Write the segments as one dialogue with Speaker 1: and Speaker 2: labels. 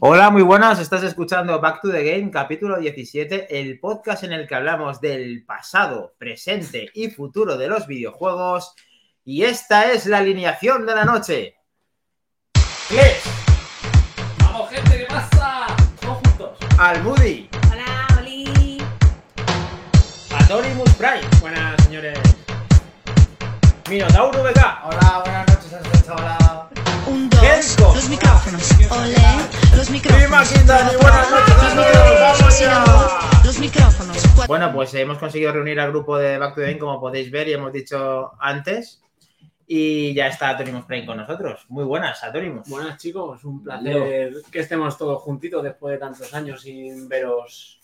Speaker 1: Hola, muy buenas. Estás escuchando Back to the Game, capítulo 17, el podcast en el que hablamos del pasado, presente y futuro de los videojuegos. Y esta es la alineación de la noche.
Speaker 2: ¡Clips! ¡Vamos, gente! ¿Qué pasa? Todos juntos.
Speaker 1: Al Moody,
Speaker 3: Hola, Oli.
Speaker 1: a Torimus Prime,
Speaker 4: Buenas, señores.
Speaker 1: Minotauro BK,
Speaker 4: Ah, Hola, buenas noches, hola.
Speaker 5: Un, dos,
Speaker 1: Kenko.
Speaker 5: los micrófonos. Ole, los
Speaker 4: Prima
Speaker 5: micrófonos.
Speaker 4: Quintana, buenas noches,
Speaker 5: Los
Speaker 4: amigos.
Speaker 5: micrófonos,
Speaker 4: Vamos
Speaker 5: sigamos.
Speaker 4: ya.
Speaker 5: Los micrófonos. Cuatro.
Speaker 1: Bueno, pues hemos conseguido reunir al grupo de Back to the Game, como podéis ver y hemos dicho antes. Y ya está Atorimus Prime con nosotros. Muy buenas, Atorimus.
Speaker 4: Buenas, chicos. Un placer que estemos todos juntitos después de tantos años sin veros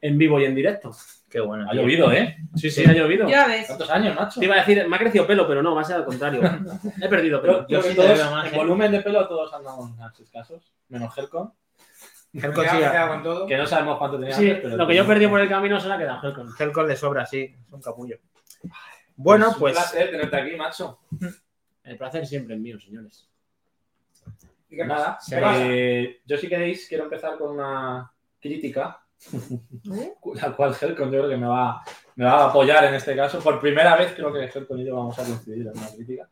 Speaker 4: en vivo y en directo.
Speaker 1: Qué bueno.
Speaker 2: Ha
Speaker 1: tío.
Speaker 2: llovido, ¿eh?
Speaker 4: Sí, sí, ha llovido.
Speaker 3: Ya ves.
Speaker 2: ¿Cuántos años, Nacho?
Speaker 4: Te iba a decir, me ha crecido pelo, pero no, va a ser al contrario. He perdido pelo.
Speaker 1: yo
Speaker 2: Creo que
Speaker 1: sí te
Speaker 2: todos,
Speaker 1: veo más,
Speaker 2: en
Speaker 1: ¿eh?
Speaker 2: volumen de pelo todos andamos en casos, menos Helcon,
Speaker 1: Helcon sí, a-
Speaker 4: con todo.
Speaker 2: que no sabemos cuánto tenía
Speaker 4: Sí,
Speaker 2: antes, pero...
Speaker 4: lo que yo perdí por el camino se la ha quedado Helcon.
Speaker 1: Helcon le sobra, sí. Es un capullo. Bueno, pues.
Speaker 2: Un placer tenerte aquí, macho.
Speaker 4: El placer siempre es mío, señores.
Speaker 2: Y que nada,
Speaker 1: Se
Speaker 2: eh,
Speaker 1: pasa.
Speaker 2: yo si queréis quiero empezar con una crítica,
Speaker 3: ¿Eh?
Speaker 2: la cual Helcon yo creo que me va, me va a apoyar en este caso. Por primera vez creo que Helcon y yo vamos a coincidir en una crítica.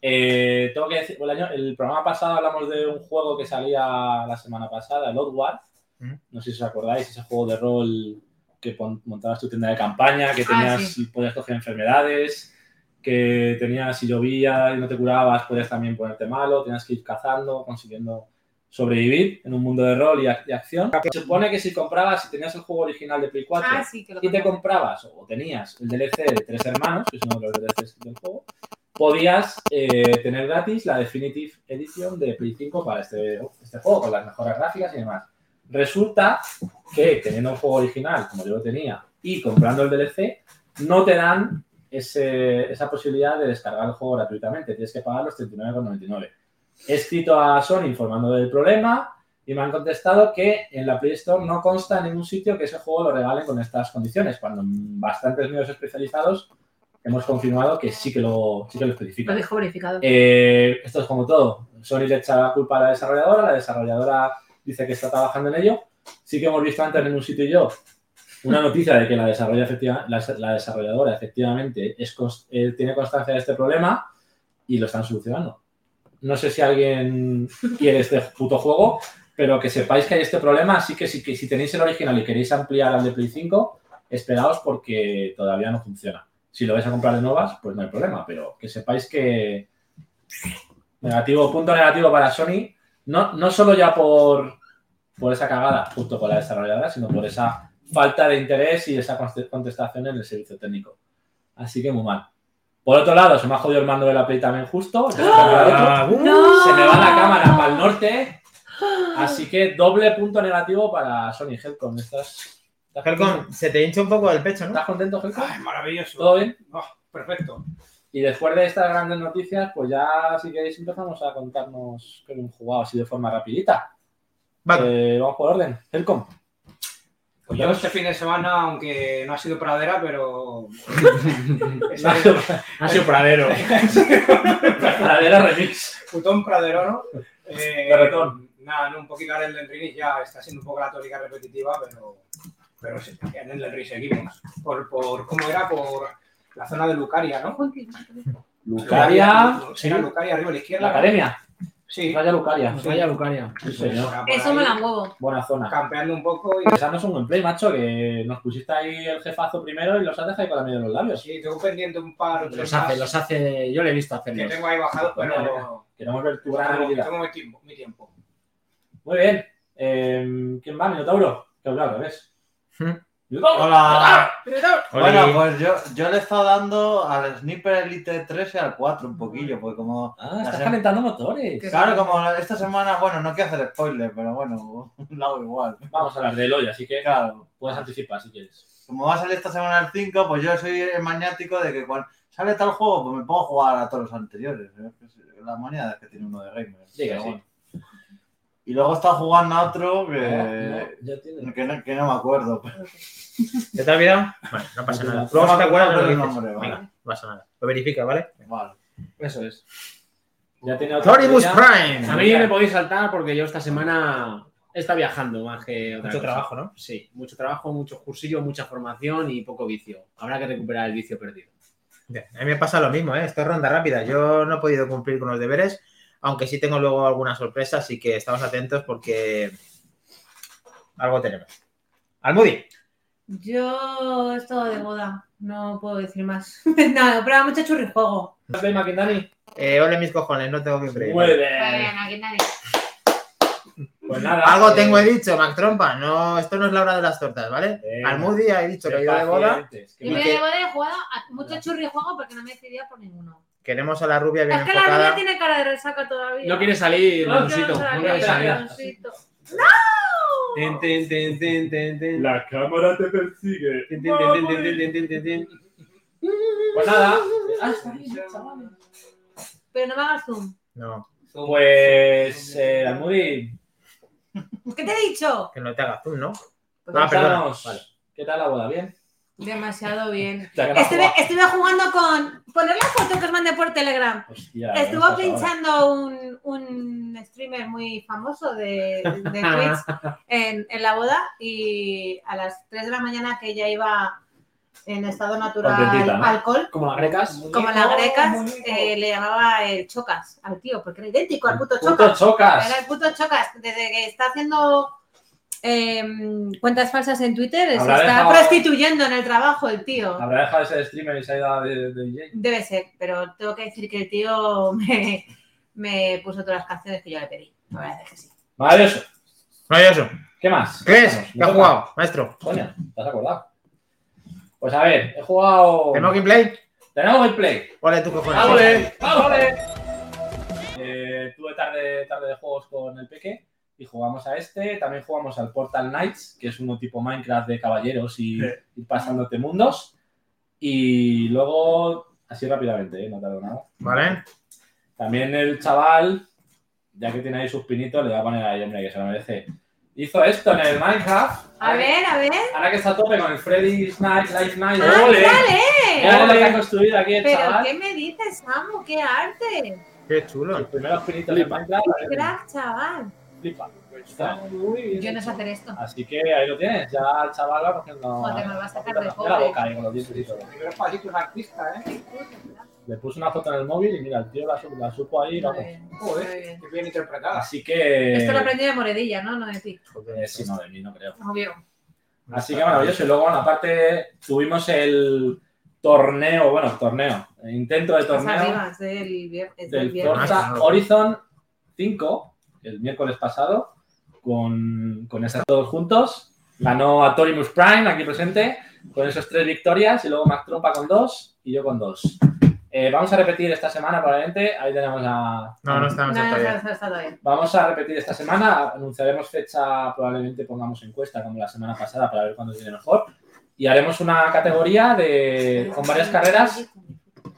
Speaker 2: Eh, tengo que decir, bueno, el, año- el programa pasado hablamos de un juego que salía la semana pasada, el Outward.
Speaker 1: Ujú.
Speaker 2: No sé si os acordáis, ese juego de rol que pon- montabas tu tienda de campaña, que
Speaker 3: Ah,
Speaker 2: tenías, podías coger enfermedades, que tenías, si llovía y no te curabas, podías también ponerte malo, tenías que ir cazando, consiguiendo sobrevivir en un mundo de rol y, ac- y acción. Se supone que si comprabas, si tenías el juego original de Play 4
Speaker 3: Ah, sí, que lo
Speaker 2: y te
Speaker 3: conozco.
Speaker 2: comprabas o tenías el DLC de Tres Hermanos, que es uno de los DLCs del juego, podías eh, tener gratis la Definitive Edition de Play 5 para este, este juego, con las mejoras gráficas y demás. Resulta que teniendo un juego original, como yo lo tenía, y comprando el DLC, no te dan ese- esa posibilidad de descargar el juego gratuitamente. Tienes que pagar los 39,99. He escrito a Sony informando del problema y me han contestado que en la Play Store no consta en ningún sitio que ese juego lo regalen con estas condiciones, cuando en bastantes medios especializados hemos confirmado que sí que lo, sí que lo
Speaker 3: Lo
Speaker 2: especifican.
Speaker 3: dejo verificado.
Speaker 2: Eh, esto es como todo. Sony le echa la culpa a la desarrolladora, la desarrolladora dice que está trabajando en ello. Sí que hemos visto antes en un sitio y yo una noticia de que la, desarrolla efectiva- la, la desarrolladora efectivamente es cons- eh, tiene constancia de este problema y lo están solucionando. No sé si alguien quiere este puto juego, pero que sepáis que hay este problema, así que si, que si tenéis el original y queréis ampliar al de Play 5, esperaos porque todavía no funciona. Si lo vais a comprar de nuevas, pues no hay problema, pero que sepáis que, Negativo, punto negativo para Sony. No, no solo ya por, por esa cagada junto con la desarrolladora, sino por esa falta de interés y esa conte- contestación en el servicio técnico. Así que muy mal. Por otro lado, se me ha jodido el mando de la Play también justo. Se me va
Speaker 1: Ah, uh,
Speaker 3: ¡No!
Speaker 2: la cámara para el norte. Así que doble punto negativo para Sony Helcom. ¿Estás, estás contento?
Speaker 1: Helcon, se te hincha un poco el pecho, ¿no?
Speaker 2: ¿Estás contento, Helcom?
Speaker 4: maravilloso.
Speaker 2: ¿Todo bien?
Speaker 6: Oh,
Speaker 4: perfecto.
Speaker 2: Y después de estas grandes noticias, pues ya, si queréis, empezamos a contarnos que un jugado así de forma rapidita.
Speaker 1: Vale.
Speaker 2: Eh, vamos por orden. Helcom.
Speaker 6: Pues yo este fin de semana, aunque no ha sido pradera, pero. he salido-
Speaker 2: Pradera
Speaker 4: Ha sido pradero.
Speaker 2: remix.
Speaker 6: Putón pradero, ¿no? Eh,
Speaker 2: Carretón.
Speaker 6: Nada, no, un poquito ahora el del Ring ya está siendo un poco la tónica repetitiva, pero. Pero sí, en el del Ring seguimos. Por, por, ¿Cómo era? Por la zona de Lucaria, ¿no?
Speaker 2: Lucaria.
Speaker 6: Sí, era Lucaria, arriba a la
Speaker 2: La
Speaker 6: izquierda.
Speaker 2: academia.
Speaker 6: Sí,
Speaker 2: Raya Lucaria.
Speaker 4: Vaya Lucaria.
Speaker 2: Sí, señor.
Speaker 6: Era por
Speaker 3: Eso
Speaker 6: ahí,
Speaker 3: me la huevo.
Speaker 2: Buena zona.
Speaker 6: Campeando un poco y.
Speaker 2: Esa no es un buen play, macho, que nos pusiste ahí el jefazo primero y los has dejado ahí con la media de los labios.
Speaker 6: Sí, tengo pendiente un par o tres
Speaker 4: Los
Speaker 6: más
Speaker 4: hace, los hace. Yo le he visto
Speaker 6: que
Speaker 4: hacerlos.
Speaker 6: tengo ahí bajados, pero.
Speaker 2: Venga, Queremos ver tu gran habilidad.
Speaker 6: Tengo mi tiempo. Mi tiempo.
Speaker 2: Muy bien. Eh, ¿Quién va? Minotauro. Que hablar al revés.
Speaker 1: Hmm.
Speaker 2: Minotauro.
Speaker 4: Hola.
Speaker 1: Oli.
Speaker 4: Bueno,
Speaker 7: Pues yo, yo le he estado dando al Sniper Elite 3 y al 4 un poquillo, porque como...
Speaker 2: Ah, estás calentando motores.
Speaker 7: Claro, como esta semana, bueno, no quiero hacer spoiler, pero bueno, lo hago igual.
Speaker 2: Vamos a hablar del hoy, así que
Speaker 7: Claro,
Speaker 2: puedes anticipar si quieres.
Speaker 7: como va a salir esta semana el 5, pues yo soy el maniático de que cuando sale tal juego, pues me puedo jugar a todos los anteriores. ¿eh? Que es La moneda que tiene uno de gamer.
Speaker 2: Diga,
Speaker 7: Pero
Speaker 2: sí.
Speaker 7: bueno. Y luego está jugando a otro
Speaker 1: Eh,
Speaker 2: Ah,
Speaker 7: que...
Speaker 2: no, ya tiene.
Speaker 7: Que no, que no me acuerdo.
Speaker 1: ¿Te te has olvidado? Bueno, no pasa nada.
Speaker 2: No
Speaker 1: Luego si te
Speaker 7: me
Speaker 1: acuerdas,
Speaker 7: acuerdo
Speaker 1: me
Speaker 7: del
Speaker 1: lo dices.
Speaker 7: nombre, vale.
Speaker 1: Venga. No pasa nada. Lo verifica, ¿vale?
Speaker 7: Vale. Eso es.
Speaker 2: Ya tenía otra
Speaker 1: Floribus
Speaker 2: idea.
Speaker 4: A
Speaker 1: Prime.
Speaker 4: mí me podéis saltar porque yo esta semana está viajando más que otra
Speaker 1: Mucho
Speaker 4: cosa.
Speaker 1: trabajo, ¿no?
Speaker 4: Sí, mucho trabajo, muchos cursillos, mucha formación y poco vicio. Habrá que recuperar el vicio perdido.
Speaker 1: Bien, A mí me pasa lo mismo, ¿eh? Esto es ronda rápida. Yo no he podido cumplir con los deberes, aunque sí tengo luego alguna sorpresa, así que estamos atentos porque algo tenemos. Almudi,
Speaker 3: Yo es todo de boda, no puedo decir más. Nada, pero mucho churrijuego.
Speaker 2: ¿Has de Maquindani?
Speaker 1: eh, ole mis cojones, no tengo que freír.
Speaker 2: Muy
Speaker 3: Está bien,
Speaker 2: bien.
Speaker 3: aquí nadie.
Speaker 2: Pues nada.
Speaker 1: Algo
Speaker 2: eh,
Speaker 1: tengo he dicho, Mac Trompa. No, esto no es la hora de las tortas, ¿vale?
Speaker 2: Venga.
Speaker 1: Almudi ha dicho
Speaker 2: ser
Speaker 1: que ha ido de boda.
Speaker 2: pacientes, que
Speaker 3: Y
Speaker 1: ¿Y
Speaker 3: me
Speaker 1: qué?
Speaker 3: debo de jugado a mucho churrijuego porque no me decidía por ninguno.
Speaker 1: Queremos a la rubia bien
Speaker 3: Es que la rubia
Speaker 1: enfocada.
Speaker 3: tiene cara de resaca todavía.
Speaker 4: No quiere salir,
Speaker 3: No,
Speaker 4: Leoncito,
Speaker 3: quiero
Speaker 4: No
Speaker 3: salir,
Speaker 4: quiere salir.
Speaker 3: Leoncito.
Speaker 4: Ten, ten, ten, ten, ten, ten.
Speaker 2: La cámara te persigue.
Speaker 4: Ten, ten, ten, ten, ten, ten, ten, ten, ten.
Speaker 2: Pues nada.
Speaker 4: Ah,
Speaker 3: Pero no me hagas zoom.
Speaker 1: No,
Speaker 2: Pues, eh, Almudi,
Speaker 3: ¿Qué te he dicho?
Speaker 1: que no te hagas tú, ¿no?
Speaker 2: ¿cómo
Speaker 1: Ah, perdona.
Speaker 2: estamos?
Speaker 1: Vale.
Speaker 2: ¿Qué tal la boda? ¿Bien?
Speaker 3: Demasiado bien.
Speaker 2: ¿Te acabas de
Speaker 3: Estuve,
Speaker 2: jugar?
Speaker 3: estuve jugando con. Poner la foto que os mandé por Telegram.
Speaker 2: Hostia, ¿qué
Speaker 3: Estuvo
Speaker 2: nos pasa ahora?
Speaker 3: pinchando un, un streamer muy famoso de, de Twitch en, en la boda y a las 3 de la mañana que ella iba en estado natural
Speaker 2: Contentita, ¿no?
Speaker 3: alcohol,
Speaker 4: Como las grecas.
Speaker 3: como las grecas, eh, le llamaba el chocas al tío, porque era idéntico al puto
Speaker 2: Puto
Speaker 3: chocas. Era
Speaker 2: chocas.
Speaker 3: el puto chocas. Desde que está haciendo em, cuentas falsas en Twitter, se
Speaker 2: Habrá
Speaker 3: está
Speaker 2: dejado-
Speaker 3: prostituyendo en el trabajo el tío.
Speaker 2: Habrá dejado de ser streamer y se ha ido de, de DJ.
Speaker 3: Debe ser, pero tengo que decir que el tío me, me puso todas las canciones que yo le pedí. La verdad es que sí.
Speaker 2: Maravilloso.
Speaker 1: Maravilloso.
Speaker 2: ¿Qué más?
Speaker 1: ¿Qué es?
Speaker 2: Vamos,
Speaker 1: ¿Qué
Speaker 2: me
Speaker 1: has
Speaker 2: toca.
Speaker 1: jugado, maestro?
Speaker 2: Sonia, ¿te has acordado? Pues a ver, he jugado.
Speaker 1: ¿Tenemos gameplay?
Speaker 2: Tenemos el play.
Speaker 1: Ole, tú cojones.
Speaker 2: ¡Vámonos! Eh, tuve tarde, tarde de juegos con el Peque y jugamos a este. También jugamos al Portal Knights, que es uno tipo Minecraft de caballeros y ir pasándote mundos. Y luego, así rápidamente, eh, no tardo nada.
Speaker 1: ¿Vale?
Speaker 2: También el chaval, ya que tiene ahí sus pinitos, le voy a poner ahí, hombre, que se lo merece. Hizo esto en el Minecraft.
Speaker 3: A ver, a ver.
Speaker 2: Ahora que está a tope con el Freddy's Night, Life Night.
Speaker 3: ¡Ah,
Speaker 2: Mira lo
Speaker 3: ¡Vale!
Speaker 2: que ha construido aquí el
Speaker 3: ¿Pero
Speaker 2: chaval.
Speaker 3: qué me dices, Samu? ¡Qué arte!
Speaker 1: Qué chulo.
Speaker 2: Los primeros pinitos de Minecraft.
Speaker 3: ¡Qué crack, chaval!
Speaker 2: Flipa.
Speaker 3: Yo no sé hacer esto.
Speaker 2: Así que ahí lo tienes, ya el chaval va cogiendo.
Speaker 3: Joder, me va a sacar de
Speaker 2: la
Speaker 3: pobre.
Speaker 2: boca ahí con los dientes y todo.
Speaker 6: Primero pasito un artista, ¿eh?
Speaker 2: Le puse una foto en el móvil y mira, el tío la, su- la supo ahí.
Speaker 3: Muy
Speaker 2: vamos.
Speaker 3: bien.
Speaker 2: eh.
Speaker 3: Muy
Speaker 6: Joder,
Speaker 3: bien.
Speaker 6: qué bien interpretada.
Speaker 2: Así que.
Speaker 3: Esto lo aprendí de Moredilla, ¿no? No de ti.
Speaker 2: Eh, sí, no, de mí no creo.
Speaker 3: Obvio.
Speaker 2: Así que maravilloso. Y luego, bueno, aparte, tuvimos el torneo, bueno, torneo, el intento de
Speaker 3: Más
Speaker 2: torneo
Speaker 3: arriba, es del, vier- es del
Speaker 2: del
Speaker 3: viernes.
Speaker 2: Forza Horizon 5, el miércoles pasado, con, con esos todos juntos. Ganó a Torimus Prime, aquí presente, con esas tres victorias, y luego Mac Trompa con dos y yo con dos. Eh, vamos a repetir esta semana, probablemente. Ahí tenemos a.
Speaker 1: No, no estamos
Speaker 3: No, no,
Speaker 1: hasta
Speaker 3: no,
Speaker 1: bien.
Speaker 3: no, está todavía.
Speaker 2: Vamos a repetir esta semana, anunciaremos fecha, probablemente pongamos encuesta como la semana pasada para ver cuándo viene mejor. Y haremos una categoría de, con varias carreras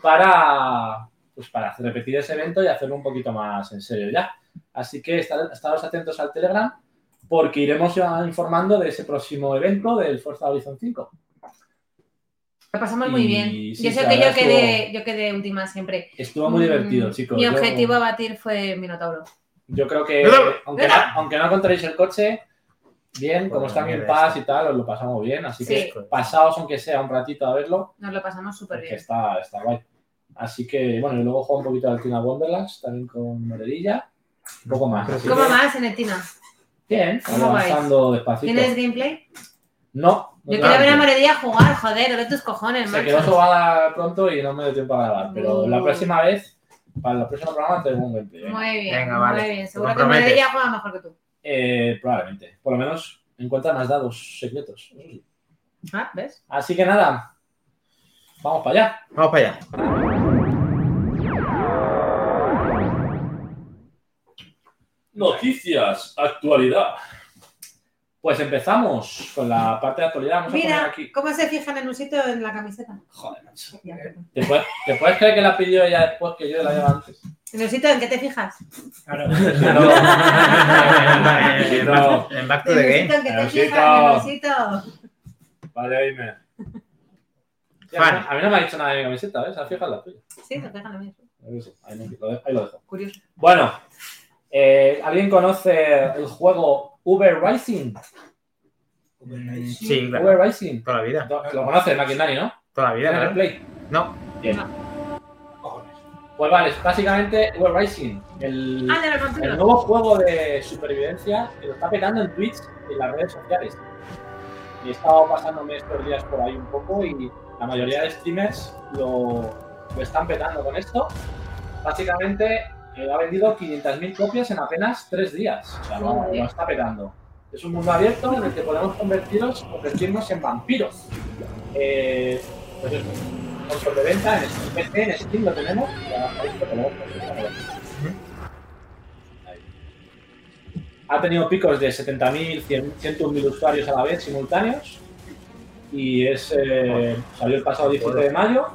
Speaker 2: para, pues para hacer- repetir ese evento y hacerlo un poquito más en serio ya. Así que estar- estaros atentos al Telegram porque iremos ya informando de ese próximo evento del Forza Horizon 5.
Speaker 3: Lo pasamos muy
Speaker 2: Y
Speaker 3: bien.
Speaker 2: sí,
Speaker 3: yo sé
Speaker 2: la
Speaker 3: que yo
Speaker 2: verdad
Speaker 3: quedé, yo quedé última siempre.
Speaker 2: Estuvo muy
Speaker 3: Mm,
Speaker 2: divertido, chicos.
Speaker 3: Mi
Speaker 2: Yo-
Speaker 3: objetivo a batir fue Minotauro.
Speaker 2: Yo creo que,
Speaker 1: Mira.
Speaker 2: aunque no, aunque no encontréis el coche, bien, como
Speaker 1: Bueno,
Speaker 2: está en
Speaker 1: mira este.
Speaker 2: paz
Speaker 1: esto.
Speaker 2: y tal, os lo pasamos bien. Así
Speaker 3: Sí.
Speaker 2: que pasaos, aunque sea un ratito, a verlo,
Speaker 3: Nos lo pasamos súper
Speaker 2: porque
Speaker 3: bien.
Speaker 2: está, está guay. Así que, bueno, y luego juego un poquito al Tina Wonderlands, también con Morerilla. Un poco más. Así
Speaker 3: ¿Cómo
Speaker 2: que,
Speaker 3: más, Enetina?
Speaker 2: Bien,
Speaker 3: ¿Cómo
Speaker 2: avanzando despacito.
Speaker 3: ¿Tienes gameplay?
Speaker 2: No, no
Speaker 3: Yo
Speaker 2: tengo
Speaker 3: quiero ver a
Speaker 2: tiempo.
Speaker 3: Moredilla jugar, joder, ole tus cojones,
Speaker 2: Se quedó
Speaker 3: macho.
Speaker 2: sobada pronto y no me dio tiempo a grabar, pero la
Speaker 3: Mm.
Speaker 2: próxima vez, para el próximo programa, tenemos un gameplay. ¿eh?
Speaker 3: Muy bien,
Speaker 1: Venga,
Speaker 3: muy
Speaker 1: vale.
Speaker 3: bien.
Speaker 1: Te
Speaker 3: Seguro que
Speaker 1: comprometes.
Speaker 3: Moredilla juega mejor que tú.
Speaker 2: Eh, probablemente. Por lo menos encuentra más dados secretos. eso sí.
Speaker 3: Ah, ¿ves?
Speaker 2: Así que nada, vamos para allá.
Speaker 1: Vamos para allá.
Speaker 2: Noticias, actualidad. Pues empezamos con la parte de actualidad. Vamos a poner
Speaker 3: Mira,
Speaker 2: aquí. Eh.
Speaker 3: ¿cómo se fijan en un sitio en la camiseta?
Speaker 2: Joder, macho.
Speaker 3: Ya, perdón.
Speaker 2: ¿Te puedes, te puedes creer que la pidió ella después que yo la llevaba antes?
Speaker 3: ¿En un sitio en qué te fijas?
Speaker 6: Claro.
Speaker 1: En Back- en Back to the
Speaker 3: En un sitio
Speaker 1: Game.
Speaker 3: en que te
Speaker 2: Nerviosito.
Speaker 3: fijas, en un sitio.
Speaker 2: Vale, dime. Y a, mí,
Speaker 1: Fan.
Speaker 2: a mí no me ha dicho nada de mi camiseta, ¿ves? Ah, Fíjate la tuya.
Speaker 3: Sí, se pegan a mí.
Speaker 2: Eso, Ahí, no- lo de- ahí lo dejo.
Speaker 3: Curioso.
Speaker 2: Bueno, eh, ¿alguien conoce el juego Uber Rising?
Speaker 1: Mm, Sí, claro.
Speaker 2: Uber Rising.
Speaker 1: Toda la vida.
Speaker 2: Lo conoces, Maquindani, ¿no?
Speaker 1: Toda la vida,
Speaker 2: ¿Tienes el
Speaker 1: claro.
Speaker 2: Play?
Speaker 1: No.
Speaker 3: Ah.
Speaker 6: Cojones.
Speaker 2: Pues vale, es básicamente Uber Rising. El,
Speaker 3: Ah, de los
Speaker 2: el
Speaker 3: vampiros.
Speaker 2: nuevo juego de supervivencia que lo está petando en Twitch y en las redes sociales. Y he estado pasándome estos días por ahí un poco y la mayoría de streamers lo, lo están petando con esto. Básicamente eh, ha vendido 500.000 copias en apenas 3 días. O sea, lo, lo está petando. Es un mundo abierto en el que podemos convertiros, convertirnos en vampiros. Eh, pues eso, por sobreventa en Steam, PC, en Steam lo tenemos. Ya, esto lo podemos conseguir. ha tenido picos de 70.000, 100 101.000 usuarios a la vez simultáneos. Y es, eh, salió el pasado 17 de mayo.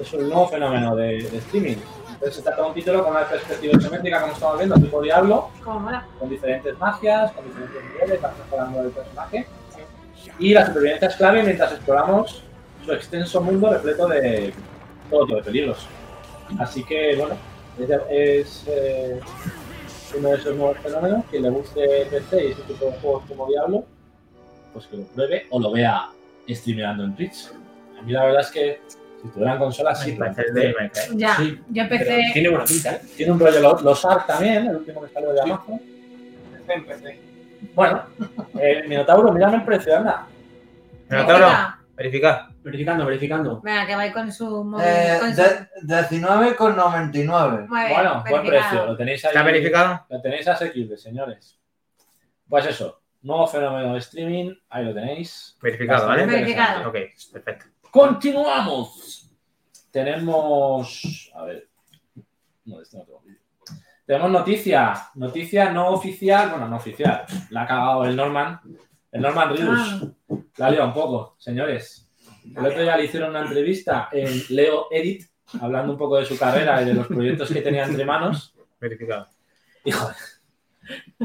Speaker 2: Es un nuevo fenómeno de, de streaming. Entonces se trata de un título con una perspectiva isométrica, como estamos viendo, tipo Diablo,
Speaker 3: Como mola.
Speaker 2: con diferentes magias, con diferentes niveles, vas mejorando el personaje. Y la supervivencia es clave mientras exploramos su extenso mundo repleto de todo tipo de peligros. Así que, bueno, es, es, eh, uno de esos nuevos fenómenos. Quien le guste PC y este tipo de juegos como Diablo, pues que lo pruebe o lo vea streameando en Twitch. A mí la verdad es que si tuvieran consolas, sí,
Speaker 1: Sí, para
Speaker 2: pero
Speaker 1: hacer
Speaker 2: en PC.
Speaker 1: de ¿eh? me cae.
Speaker 3: Ya,
Speaker 4: Sí,
Speaker 3: yo
Speaker 4: Pero
Speaker 3: empecé.
Speaker 4: tiene buena pinta, ¿eh?
Speaker 2: Tiene un rollo los, los Ark también, el último que salió de Amazon.
Speaker 6: Empecé, empecé.
Speaker 2: Bueno, eh, Minotauro, mírame el precio, anda.
Speaker 1: Minotauro, verificad.
Speaker 4: Verificando, verificando.
Speaker 3: Venga, que va ahí con su móvil.
Speaker 7: Eh,
Speaker 3: con su...
Speaker 7: de- 19,99.
Speaker 3: Muy bien,
Speaker 2: Bueno, buen
Speaker 3: verificado.
Speaker 2: precio, lo tenéis ahí.
Speaker 1: ¿Está verificado?
Speaker 2: Lo tenéis asequible, señores. Pues eso, nuevo fenómeno de streaming, ahí lo tenéis.
Speaker 1: Verificado,
Speaker 2: Bastante
Speaker 1: ¿vale?
Speaker 3: Verificado.
Speaker 1: Ok, perfecto.
Speaker 2: ¡Continuamos! Tenemos. A ver. No, de este no tengo vídeo. Tenemos noticia. Noticia no oficial. Bueno, no oficial. La ha cagado el Norman. El Norman Reedus. La ha liado un poco, señores. El otro día le hicieron una entrevista en Leo Edit, hablando un poco de su carrera y de los proyectos que tenía entre manos.
Speaker 1: Verificado.
Speaker 2: Hijo,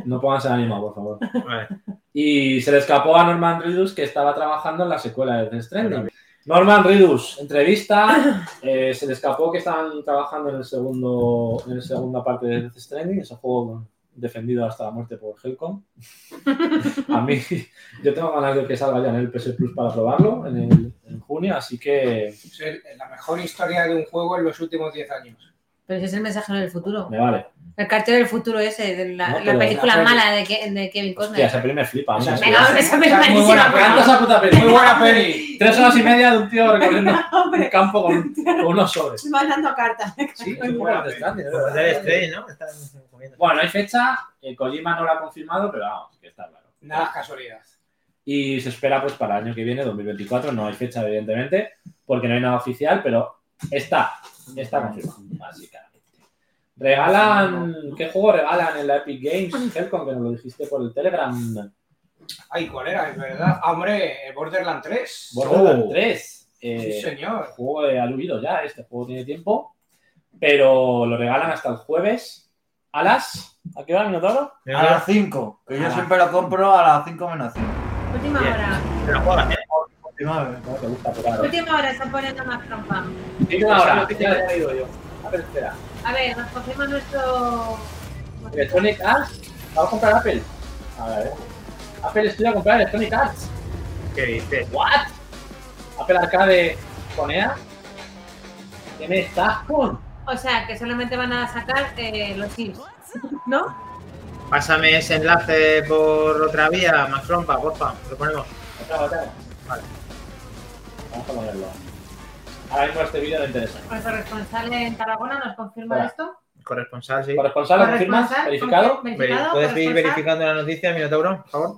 Speaker 2: no pónganse de ánimo, por favor.
Speaker 1: Vale.
Speaker 2: Y se le escapó a Norman Reedus que estaba trabajando en la secuela de Death Stranding. Norman Reedus, entrevista. eh, se le escapó que estaban trabajando en el segundo, en la segunda parte de Death Stranding, ese juego defendido hasta la muerte por Helcom. A mí, yo tengo ganas de que salga ya en el PS Plus para probarlo en, el- en junio, así que
Speaker 6: Es el- la mejor historia de un juego en los últimos 10 años.
Speaker 3: Pero ese es el mensajero del futuro.
Speaker 2: me vale.
Speaker 3: El cartero del futuro ese, de la,
Speaker 2: No,
Speaker 3: la
Speaker 2: pero-
Speaker 3: película mala de, Ke- de Kevin
Speaker 2: Hostia,
Speaker 3: Costner.
Speaker 2: esa peli me flipa. a mí me
Speaker 3: Venga,
Speaker 2: flipa.
Speaker 3: hombre, esa peli
Speaker 6: Esa es muy
Speaker 3: malísima,
Speaker 6: buena,
Speaker 3: por
Speaker 2: Me encanta
Speaker 3: favor.
Speaker 2: esa puta peli.
Speaker 6: Muy buena peli.
Speaker 2: Tres horas y media de un tío recorriendo un
Speaker 3: Hombre,
Speaker 2: campo con, con unos sobres.
Speaker 3: mandando cartas.
Speaker 2: Sí,
Speaker 6: es muy buena peli.
Speaker 1: Pues dale estrés, ¿no? Están comiendo.
Speaker 2: Bueno, hay fecha, eh, Kojima no la ha confirmado, pero vamos, que está claro.
Speaker 6: Nada es casualidad.
Speaker 2: Y se espera pues para el año que viene, 2024, no hay fecha evidentemente, porque no hay nada oficial, pero está, está confirmado, básicamente. Regalan, ¿qué juego regalan en la Epic Games? Helcom, que nos lo dijiste por el Telegram.
Speaker 6: Ay, ¿cuál era? Es verdad. Ah, hombre, Borderland 3.
Speaker 2: Borderlands 3.
Speaker 6: Sí,
Speaker 2: eh,
Speaker 6: señor.
Speaker 2: juego de aludido ya, este juego tiene tiempo, pero lo regalan hasta el jueves. ¿A las? ¿A qué hora, Minotauro?
Speaker 1: Mira,
Speaker 7: A las 5, que yo
Speaker 2: Ah.
Speaker 7: siempre lo compro a las 5 menos 5.
Speaker 3: Última
Speaker 1: Bien.
Speaker 3: hora.
Speaker 1: te lo juegas, ¿eh?
Speaker 2: No te gusta, pero claro.
Speaker 3: Última hora, están poniendo más trompa.
Speaker 2: Tiene una hora. A ver, espera.
Speaker 3: A ver, nos confirma nuestro.
Speaker 2: Electronic Arts. ¿Vamos a comprar Apple? A ver. Apple estudia a comprar Electronic Arts.
Speaker 1: ¿Qué dices?
Speaker 2: ¿What? Apple Arcade con EA. ¿Qué me estás con?
Speaker 3: O sea, que solamente van a sacar eh, los Sims. ¿No?
Speaker 1: Pásame ese enlace por otra vía, más trompa, porfa. Lo ponemos.
Speaker 2: Otra, otra.
Speaker 1: Vale.
Speaker 2: Vamos a ponerlo. Ahora mismo este vídeo no interesa.
Speaker 3: Nuestro corresponsal en Tarragona nos confirma
Speaker 2: Hola.
Speaker 3: esto.
Speaker 1: Corresponsal, sí.
Speaker 2: Corresponsal, ¿confirmas?
Speaker 3: Corresponsal,
Speaker 2: ¿Verificado?
Speaker 3: confir-
Speaker 1: Veri-
Speaker 3: verificado,
Speaker 1: ¿Puedes ir
Speaker 3: corresponsal.
Speaker 1: verificando la noticia, Minotauro, por favor?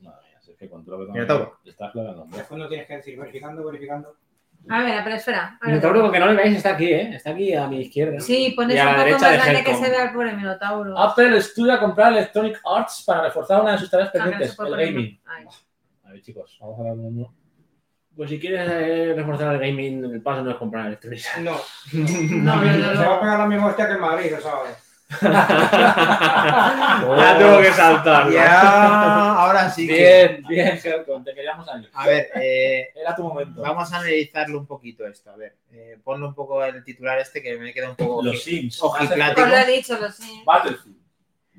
Speaker 2: Madre mía, si es que controlo
Speaker 1: Mira, Tauro.
Speaker 2: Estás clavando, hombre.
Speaker 6: Después no tienes que decir verificando, verificando.
Speaker 3: A ver, pero espera. a ver.
Speaker 4: Minotauro, porque no le veáis, está aquí, ¿eh? Está aquí a mi izquierda.
Speaker 3: Sí, pones
Speaker 4: Y a
Speaker 3: un
Speaker 4: la
Speaker 3: poco más
Speaker 4: derecha de
Speaker 3: grande que
Speaker 4: Helcom.
Speaker 3: se vea el pobre Minotauro.
Speaker 2: Apple estudia comprar Electronic Arts para reforzar una de sus tareas
Speaker 3: Ah, que no se
Speaker 2: pendientes,
Speaker 3: puede
Speaker 2: pues, el
Speaker 3: poner.
Speaker 2: gaming.
Speaker 3: Ay.
Speaker 2: A ver, chicos, vamos a hablar de uno.
Speaker 4: Pues si quieres eh, reforzar el gaming, el paso no es comprar electronicidad.
Speaker 6: No.
Speaker 3: No, no, no,
Speaker 6: Se va a
Speaker 3: no.
Speaker 6: pegar la misma hostia que en Madrid, lo sabes.
Speaker 4: La tuvo que saltar.
Speaker 1: Ya, ahora sí que.
Speaker 2: Bien, bien, Helcom, te queríamos ahí.
Speaker 1: A ver, eh,
Speaker 2: Era tu momento.
Speaker 1: vamos a analizarlo un poquito esto. A ver, eh, ponlo un poco el titular este que me queda un poco.
Speaker 2: Los Sims.
Speaker 1: ojiplático.
Speaker 3: Os Pues lo he dicho, lo sé.
Speaker 2: Battlefield.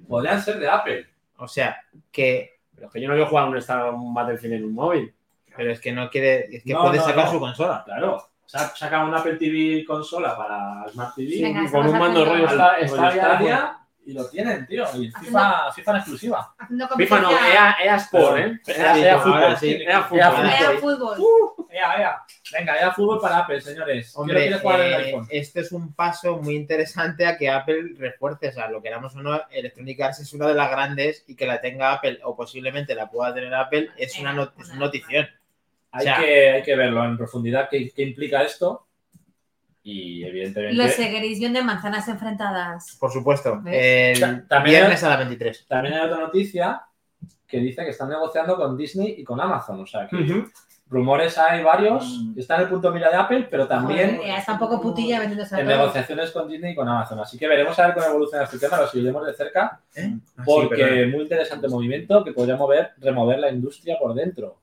Speaker 2: Podrían ser de Apple.
Speaker 1: O sea, que.
Speaker 4: Pero es que yo no quiero jugar un, Star, un Battlefield en un móvil.
Speaker 1: Pero es que no quiere. Es que
Speaker 2: No,
Speaker 1: puede
Speaker 2: no,
Speaker 1: sacar
Speaker 2: no.
Speaker 1: su consola.
Speaker 2: Claro. Sa- Saca una Apple TV consola para Smart TV.
Speaker 3: Sí, Venga,
Speaker 4: con
Speaker 3: estamos
Speaker 4: un mando
Speaker 3: haciendo-
Speaker 4: rollo
Speaker 2: Está,
Speaker 4: está,
Speaker 2: está
Speaker 4: ya-
Speaker 2: Stadia y lo tienen, tío. Y FIFA, FIFA en exclusiva.
Speaker 3: Haciendo
Speaker 4: FIFA no,
Speaker 3: competencia.
Speaker 4: EA, EA Sport, ¿eh? EA, EA
Speaker 1: ahora
Speaker 4: Fútbol.
Speaker 1: sí.
Speaker 4: EA
Speaker 2: EA
Speaker 4: Fútbol. ¿eh?
Speaker 3: Era
Speaker 1: Sí.
Speaker 3: fútbol.
Speaker 2: Ea, ea. Venga, ea fútbol para Apple, señores. Yo no
Speaker 1: Hombre,
Speaker 2: quiero jugar en el
Speaker 1: eh,
Speaker 2: iPhone.
Speaker 1: este es un paso muy interesante a que Apple refuerce, o sea, lo queramos o no, Electronic Arts es una de las grandes y que la tenga Apple o posiblemente la pueda tener Apple es una, not- es una notición.
Speaker 2: Hay,
Speaker 1: sea-
Speaker 2: que, hay que verlo en profundidad qué, qué implica esto. Y evidentemente.
Speaker 3: Lo seguiréis viendo en manzanas enfrentadas.
Speaker 1: Por supuesto,
Speaker 2: O
Speaker 1: el
Speaker 2: sea, también-
Speaker 1: viernes a las 23.
Speaker 2: También hay otra noticia que dice que están negociando con Disney y con Amazon. O sea, que
Speaker 4: Ujú.
Speaker 2: rumores hay varios.
Speaker 7: Mm.
Speaker 2: Está en el punto mira de Apple, pero también
Speaker 3: Joder, EA está un poco putilla vendiéndose a
Speaker 2: en
Speaker 3: todos.
Speaker 2: negociaciones con Disney y con Amazon. Así que veremos a ver cómo evoluciona este tema, lo seguiremos de cerca,
Speaker 1: Ah, sí,
Speaker 2: porque
Speaker 1: perdón.
Speaker 2: muy interesante movimiento que podría mover, remover la industria por dentro.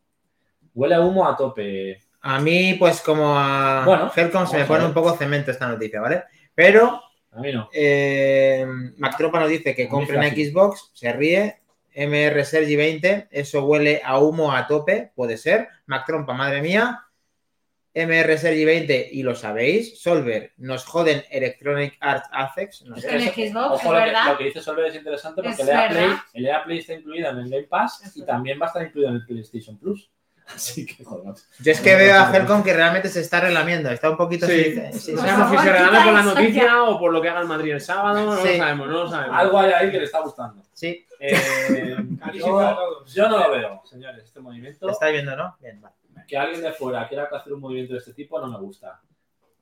Speaker 2: Huele a humo a tope.
Speaker 1: a mí, pues como a
Speaker 2: Bueno,
Speaker 1: Helcom se me
Speaker 2: vamos a
Speaker 1: pone
Speaker 2: ver.
Speaker 1: un poco cemento esta noticia, ¿vale? Pero
Speaker 2: A mí no.
Speaker 1: eh, Mactropa nos dice que
Speaker 2: Muy
Speaker 1: compren
Speaker 2: fácil.
Speaker 1: Xbox, se ríe. MR Sergi 20, eso huele a humo a tope, puede ser. Mactrompa, madre mía. MR Sergi 20, y lo sabéis. Solver, nos joden Electronic Arts Access. No sé.
Speaker 3: En Pues Xbox,
Speaker 2: Ojo,
Speaker 3: es
Speaker 2: lo que,
Speaker 3: verdad.
Speaker 2: lo que dice Solver es interesante porque
Speaker 3: Es
Speaker 2: el, EA
Speaker 3: verdad.
Speaker 2: Play, el EA Play está incluido en el Game Pass y también va a estar incluido en el PlayStation Plus. Así que, joder, macho.
Speaker 1: Yo es que veo a Helcom que realmente se está relamiendo, está un poquito.
Speaker 4: Sí.
Speaker 1: así-
Speaker 4: Pues
Speaker 1: eh, sí,
Speaker 4: No
Speaker 1: sí.
Speaker 4: sabemos si se regalan por la noticia o por lo que haga el Madrid el sábado, no
Speaker 1: Sí.
Speaker 4: lo sabemos, no lo sabemos.
Speaker 2: algo hay ahí que le está gustando.
Speaker 1: sí.
Speaker 2: Eh,
Speaker 6: Carísimo para
Speaker 2: yo,
Speaker 6: todos.
Speaker 2: yo no lo veo, señores, este movimiento.
Speaker 1: Lo estáis viendo, ¿no? Bien, vale.
Speaker 2: Que alguien de fuera quiera hacer un movimiento de este tipo no me gusta.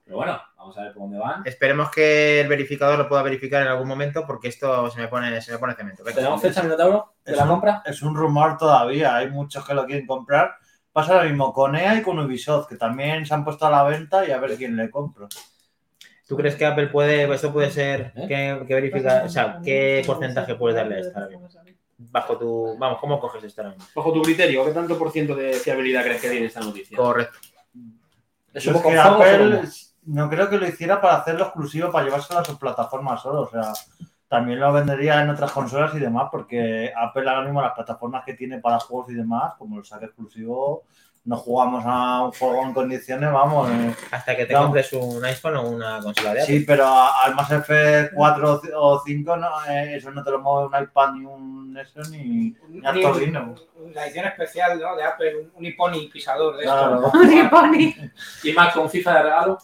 Speaker 2: Pero bueno, vamos a ver por dónde van.
Speaker 1: Esperemos que el verificador lo pueda verificar en algún momento porque esto se me pone, se me pone cemento. Venga.
Speaker 2: ¿Tenemos fecha, Minotauro? ¿Te la compra?
Speaker 7: Es un rumor todavía, hay muchos que lo quieren comprar. Pasa lo mismo con EA y con Ubisoft, que también se han puesto a la venta y a ver quién le compro.
Speaker 1: ¿Tú crees que Apple puede, esto puede ser,
Speaker 2: ¿Eh?
Speaker 1: que, verifica, o sea, qué porcentaje puedes darle a esto ahora mismo? Bajo tu, vamos, ¿cómo coges esto ahora mismo?
Speaker 4: Bajo tu criterio, ¿qué tanto por ciento de fiabilidad crees que tiene esta noticia?
Speaker 1: Correcto.
Speaker 2: ¿Es
Speaker 7: Yo
Speaker 2: un
Speaker 7: es
Speaker 2: poco
Speaker 7: que
Speaker 2: fuego,
Speaker 7: Apple
Speaker 2: fuego?
Speaker 7: no creo que lo hiciera para hacerlo exclusivo, para llevárselo a sus plataformas solo. O sea, también lo vendería en otras consolas y demás, porque Apple ahora mismo las plataformas que tiene para juegos y demás, como lo saque exclusivo, no jugamos a un juego en condiciones, vamos. eh.
Speaker 1: Hasta que te
Speaker 7: No.
Speaker 1: compres un iPhone o una consola de Apple.
Speaker 7: Sí, pero a- al más F4 o c- o 5, no, eh, eso no te lo mueve un iPad ni un eso, ni, ni
Speaker 6: Ni-
Speaker 7: harto vino.
Speaker 6: La edición especial ¿no? de Apple, un, un Iponi pisador de
Speaker 7: Claro.
Speaker 6: esto.
Speaker 3: Qué pony.
Speaker 2: ¿Y más con FIFA de regalo?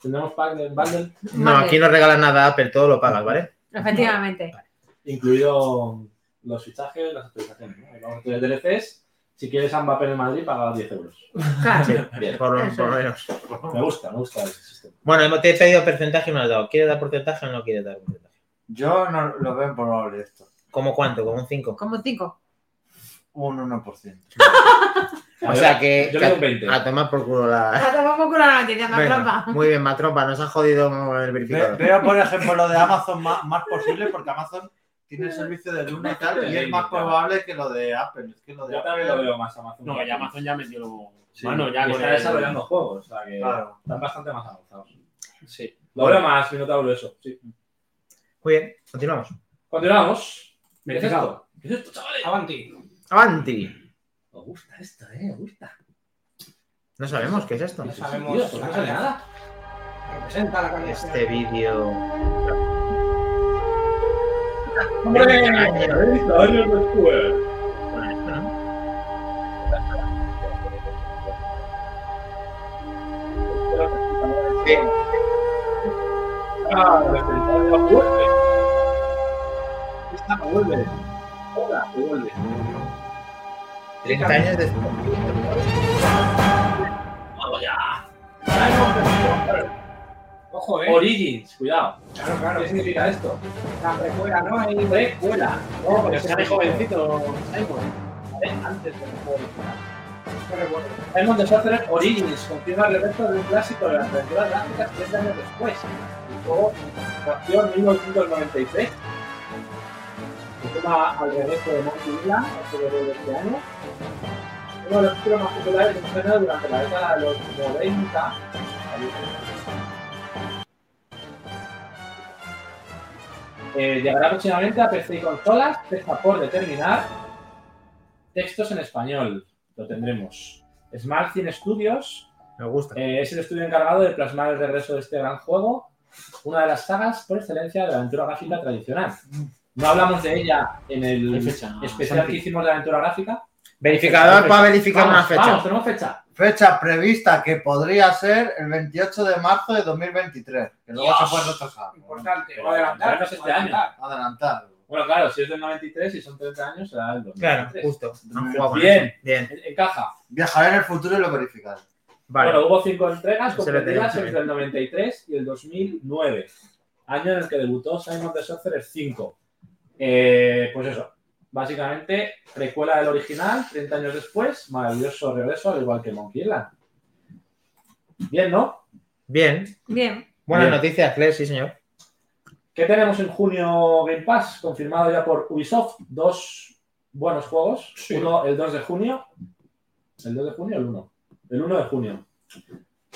Speaker 2: ¿Tendremos pack del bundle?
Speaker 1: No,
Speaker 3: Vale,
Speaker 1: aquí no regalas nada a Apple, todo lo pagas, ¿vale?
Speaker 3: Efectivamente.
Speaker 2: Incluido los fichajes, las actualizaciones. ¿no? Ahí Vamos a tener DLCs. Si quieres a Mbappé en el Madrid, paga 10 euros.
Speaker 3: Claro.
Speaker 2: Bien.
Speaker 1: Por lo
Speaker 3: Eso
Speaker 1: por
Speaker 3: es.
Speaker 1: lo menos.
Speaker 2: Me gusta, me gusta ese sistema.
Speaker 1: Bueno, hemos- te he pedido porcentaje y me lo has dado. ¿Quieres dar porcentaje o no quieres dar porcentaje?
Speaker 7: Yo no lo veo improbable esto.
Speaker 1: ¿Cómo cuánto? ¿Como un 5?
Speaker 3: Como un 5.
Speaker 7: Un 1%.
Speaker 1: O sea que,
Speaker 2: Yo
Speaker 1: que
Speaker 2: le doy
Speaker 1: a-
Speaker 2: un 20.
Speaker 1: a tomar por culo la...
Speaker 3: Falta poco la noticia, más
Speaker 1: Venga,
Speaker 3: trampa.
Speaker 1: Muy bien, Matropa, nos ha jodido el
Speaker 7: Ve-
Speaker 1: verificador.
Speaker 7: Veo, por ejemplo, lo de Amazon más, más posible porque Amazon tiene el servicio de Luna y tal, y es más probable que lo de Apple. Es que lo de
Speaker 2: Yo también lo
Speaker 7: Apple.
Speaker 2: veo más Amazon.
Speaker 4: No, que ya Amazon ya metió lo...
Speaker 7: Sí.
Speaker 4: Mano, ya
Speaker 2: Y
Speaker 4: con
Speaker 2: está
Speaker 4: el-
Speaker 2: desarrollando juegos, o sea que
Speaker 7: Claro.
Speaker 2: están bastante más avanzados.
Speaker 4: Sí.
Speaker 2: Lo veo más Minotauro eso, sí.
Speaker 1: Muy bien, continuamos.
Speaker 2: Continuamos. ¿Qué es
Speaker 4: Verificado.
Speaker 2: esto? ¿Qué es esto, chavales?
Speaker 6: Avanti.
Speaker 1: Avanti.
Speaker 2: Me gusta esto, eh, me gusta.
Speaker 1: No sabemos qué es esto.
Speaker 6: No sabemos.
Speaker 2: Dios, no sabe nada.
Speaker 6: Representa la calidad.
Speaker 1: Este vídeo.
Speaker 2: años después. Ah, la vuelve. Esta vuelve. Hola, vuelve.
Speaker 1: 30 años después.
Speaker 2: Vamos ya.
Speaker 6: Ojo, eh.
Speaker 2: Origins, cuidado.
Speaker 6: Claro, claro.
Speaker 2: ¿Qué significa esto?
Speaker 6: La precuela, ¿no? Ahí,
Speaker 2: Precuela. No, pero
Speaker 4: Sale jovencito, Simon.
Speaker 2: antes del juego.
Speaker 6: qué recuerdo.
Speaker 2: Simon de Sorcerer Origins confirma el evento de un clásico de las aventuras gráficas 30 años después. El juego nació en 1993 va al regreso de Monty Millan, el jugador de este año. Uno de los títulos más populares que se durante la década de los 90. Eh, llegará próximamente a PC y consolas, está por determinar. Textos en español, lo tendremos. Smart 100 Studios
Speaker 1: Me gusta.
Speaker 2: eh, es el estudio encargado de plasmar el regreso de este gran juego, una de las sagas por excelencia de la aventura gráfica tradicional. No hablamos de ella en el especial que hicimos de aventura gráfica.
Speaker 1: Verificador para verificar
Speaker 2: Vamos,
Speaker 1: una fecha.
Speaker 2: Vamos, tenemos fecha.
Speaker 7: Fecha prevista que podría ser el 28 de marzo de 2023. Que luego se puede retrasar.
Speaker 6: Importante,
Speaker 2: Pero
Speaker 6: o adelantar.
Speaker 2: vernos este
Speaker 6: o adelantar.
Speaker 7: Adelantar.
Speaker 2: Bueno, claro, si es del 93 y son 30 años, será el 2023.
Speaker 1: Claro, justo.
Speaker 7: Bien.
Speaker 1: Guau,
Speaker 2: Bien.
Speaker 1: Bien.
Speaker 2: En- Encaja.
Speaker 7: Viajaré en el futuro y lo verificaré.
Speaker 1: Vale.
Speaker 2: Bueno, hubo cinco entregas
Speaker 1: Ese lo tenemos
Speaker 2: comprendidas
Speaker 1: también.
Speaker 2: entre el 93 y el 2009, año en el que debutó Simon of the Sorcerer 5. Eh, pues eso, básicamente precuela del original, 30 años después, maravilloso regreso, al igual que Monkey Island. Bien, ¿no?
Speaker 1: Bien.
Speaker 3: Bien.
Speaker 1: Buenas
Speaker 2: Bien.
Speaker 1: noticias, Claire, sí, señor.
Speaker 2: ¿Qué tenemos en junio Game Pass? Confirmado ya por Ubisoft, dos buenos juegos. Uno el 2 de junio. ¿El 2 de junio o el 1? El 1 de junio.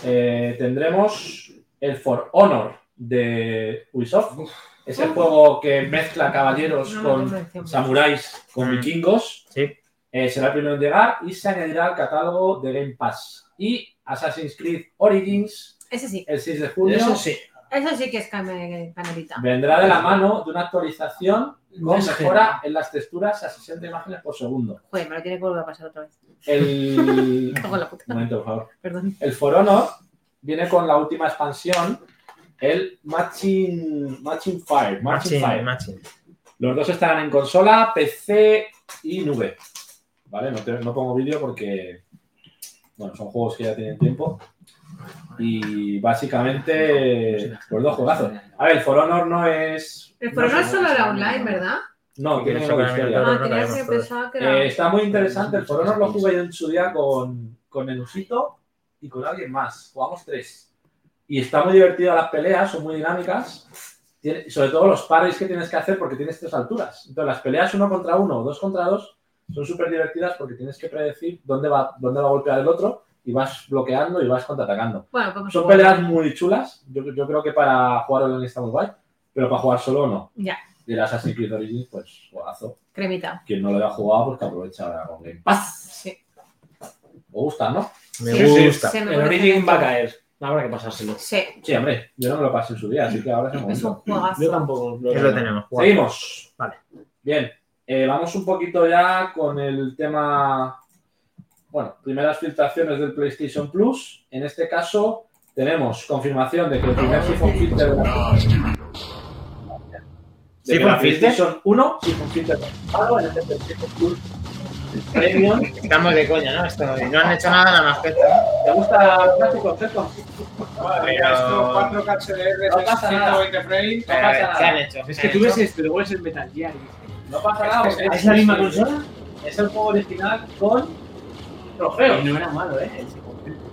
Speaker 2: Eh, tendremos el For Honor de Ubisoft. Es el juego que mezcla caballeros
Speaker 3: No me
Speaker 2: con
Speaker 3: convenció mucho.
Speaker 2: samuráis, con
Speaker 1: Mm.
Speaker 2: vikingos.
Speaker 1: Sí.
Speaker 2: Eh, será el primero en llegar y se añadirá al catálogo de Game Pass. Y Assassin's Creed Origins,
Speaker 3: Ese sí.
Speaker 2: el 6 de junio.
Speaker 1: sí.
Speaker 3: Eso sí que es can- canelita.
Speaker 2: Vendrá de la mano de una actualización con
Speaker 4: Es
Speaker 2: mejora en las texturas a 60 imágenes por segundo.
Speaker 3: Joder, me lo tiene que volver a pasar otra vez.
Speaker 2: El...
Speaker 3: Cago en la puta.
Speaker 2: Un momento, por favor.
Speaker 3: Perdón.
Speaker 2: El For Honor viene con la última expansión, el Matching, Matching Fire.
Speaker 1: Matching,
Speaker 2: Matching Fire.
Speaker 1: matching.
Speaker 2: Los dos estarán en consola, PC y nube. Vale, no, te- no pongo vídeo porque bueno, son juegos que ya tienen tiempo. Y básicamente, los dos juegazos. A ver, el For Honor no es.
Speaker 3: El foro no es solo la online, ¿verdad?
Speaker 2: No, tiene
Speaker 1: Eso
Speaker 2: modo
Speaker 1: que a mí me
Speaker 2: historia.
Speaker 1: Claro,
Speaker 3: Ah,
Speaker 1: no
Speaker 3: tenía
Speaker 1: cabemos
Speaker 3: que
Speaker 1: todos.
Speaker 3: pensaba que
Speaker 2: Eh,
Speaker 3: era.
Speaker 2: está muy interesante. El For Honor lo jugué yo en su día con, con el Usito y con alguien más. Jugamos tres. Y está muy divertida las peleas, son muy dinámicas. Tiene- sobre todo los pares que tienes que hacer porque tienes tres alturas. Entonces, las peleas uno contra uno o dos contra dos son súper divertidas porque tienes que predecir dónde va, dónde va a golpear el otro y vas bloqueando y vas contraatacando.
Speaker 3: Bueno, podemos
Speaker 2: Son
Speaker 3: jugar.
Speaker 2: peleas muy chulas. Yo, yo creo que para jugar online está muy guay, pero para jugar solo no.
Speaker 3: Ya.
Speaker 2: Y el Assassin's Creed Origins, pues, juegazo.
Speaker 3: Cremita.
Speaker 2: Quien no lo haya jugado, pues que aprovecha ahora con Game Pass.
Speaker 3: Sí.
Speaker 2: Ah, Me gusta, ¿no?
Speaker 1: Me
Speaker 4: Sí, sí.
Speaker 1: gusta.
Speaker 3: Se me
Speaker 4: El
Speaker 3: parece
Speaker 4: Origin
Speaker 3: lento.
Speaker 4: va a caer. Habrá que pasárselo.
Speaker 3: Sí.
Speaker 2: Sí, hombre, yo no me lo pasé en su día, así que ahora es el
Speaker 3: Es un
Speaker 2: momento.
Speaker 4: Yo
Speaker 3: juegazo.
Speaker 4: tampoco.
Speaker 1: Ya lo tenemos. Guau.
Speaker 2: Seguimos.
Speaker 1: Vale.
Speaker 2: Bien. eh, vamos un poquito ya con el tema. Bueno, primeras filtraciones del PlayStation Plus. En este caso, tenemos confirmación de que el primer Siphon Filter de la. de que
Speaker 1: ¿Siphon
Speaker 2: la
Speaker 1: Filter?
Speaker 2: PlayStation 1, Siphon Filter confirmado, en este PlayStation Plus Premium.
Speaker 1: Estamos de coña, ¿no? Esto, no han hecho nada nada más que esto.
Speaker 2: ¿Te gusta el gráfico, Sergio? No
Speaker 6: Madre mía,
Speaker 1: Pero-
Speaker 6: esto 4 KHDR,
Speaker 2: No pasa nada.
Speaker 6: 120 frames.
Speaker 2: pasa
Speaker 1: ¿qué han
Speaker 2: nada.
Speaker 1: hecho?
Speaker 4: Es que tú ves esto y luego es el Metal Gear. y dices,
Speaker 2: No pasa nada. porque
Speaker 4: ¿Es la misma
Speaker 2: es-
Speaker 4: consola?
Speaker 2: Es el juego original con trofeos.
Speaker 4: No era malo, ¿eh?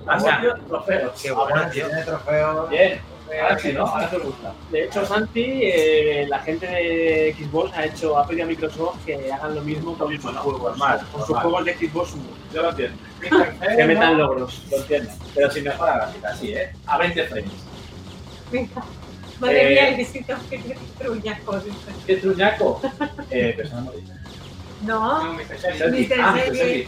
Speaker 1: O sea,
Speaker 2: Audio, trofeos.
Speaker 1: Qué bueno, tío.
Speaker 7: Tiene trofeos.
Speaker 2: Bien. Ahora sí, ¿no? Ahora te gusta.
Speaker 4: De hecho, Santi, eh, la gente de Xbox ha hecho, ha pedido a Microsoft que hagan lo mismo con sus juegos.
Speaker 2: normal,
Speaker 4: Con sus
Speaker 2: normal.
Speaker 4: juegos de Xbox Uno.
Speaker 2: Yo lo entiendo.
Speaker 4: Que metan logros.
Speaker 2: Lo entiendo. Pero sin mejora gráfica, sí, ¿eh? A 20 frames.
Speaker 3: Venga. Madre mía,
Speaker 2: Eh,
Speaker 3: el visito que tiene que truñar con esto.
Speaker 2: ¿Qué truñaco? Eh, pero se me ha morido.
Speaker 3: No.
Speaker 6: No, Mr. Sergi.
Speaker 2: Sergi.
Speaker 3: Mr.
Speaker 2: Ah, Mr.
Speaker 3: Sergi.
Speaker 2: Sergi.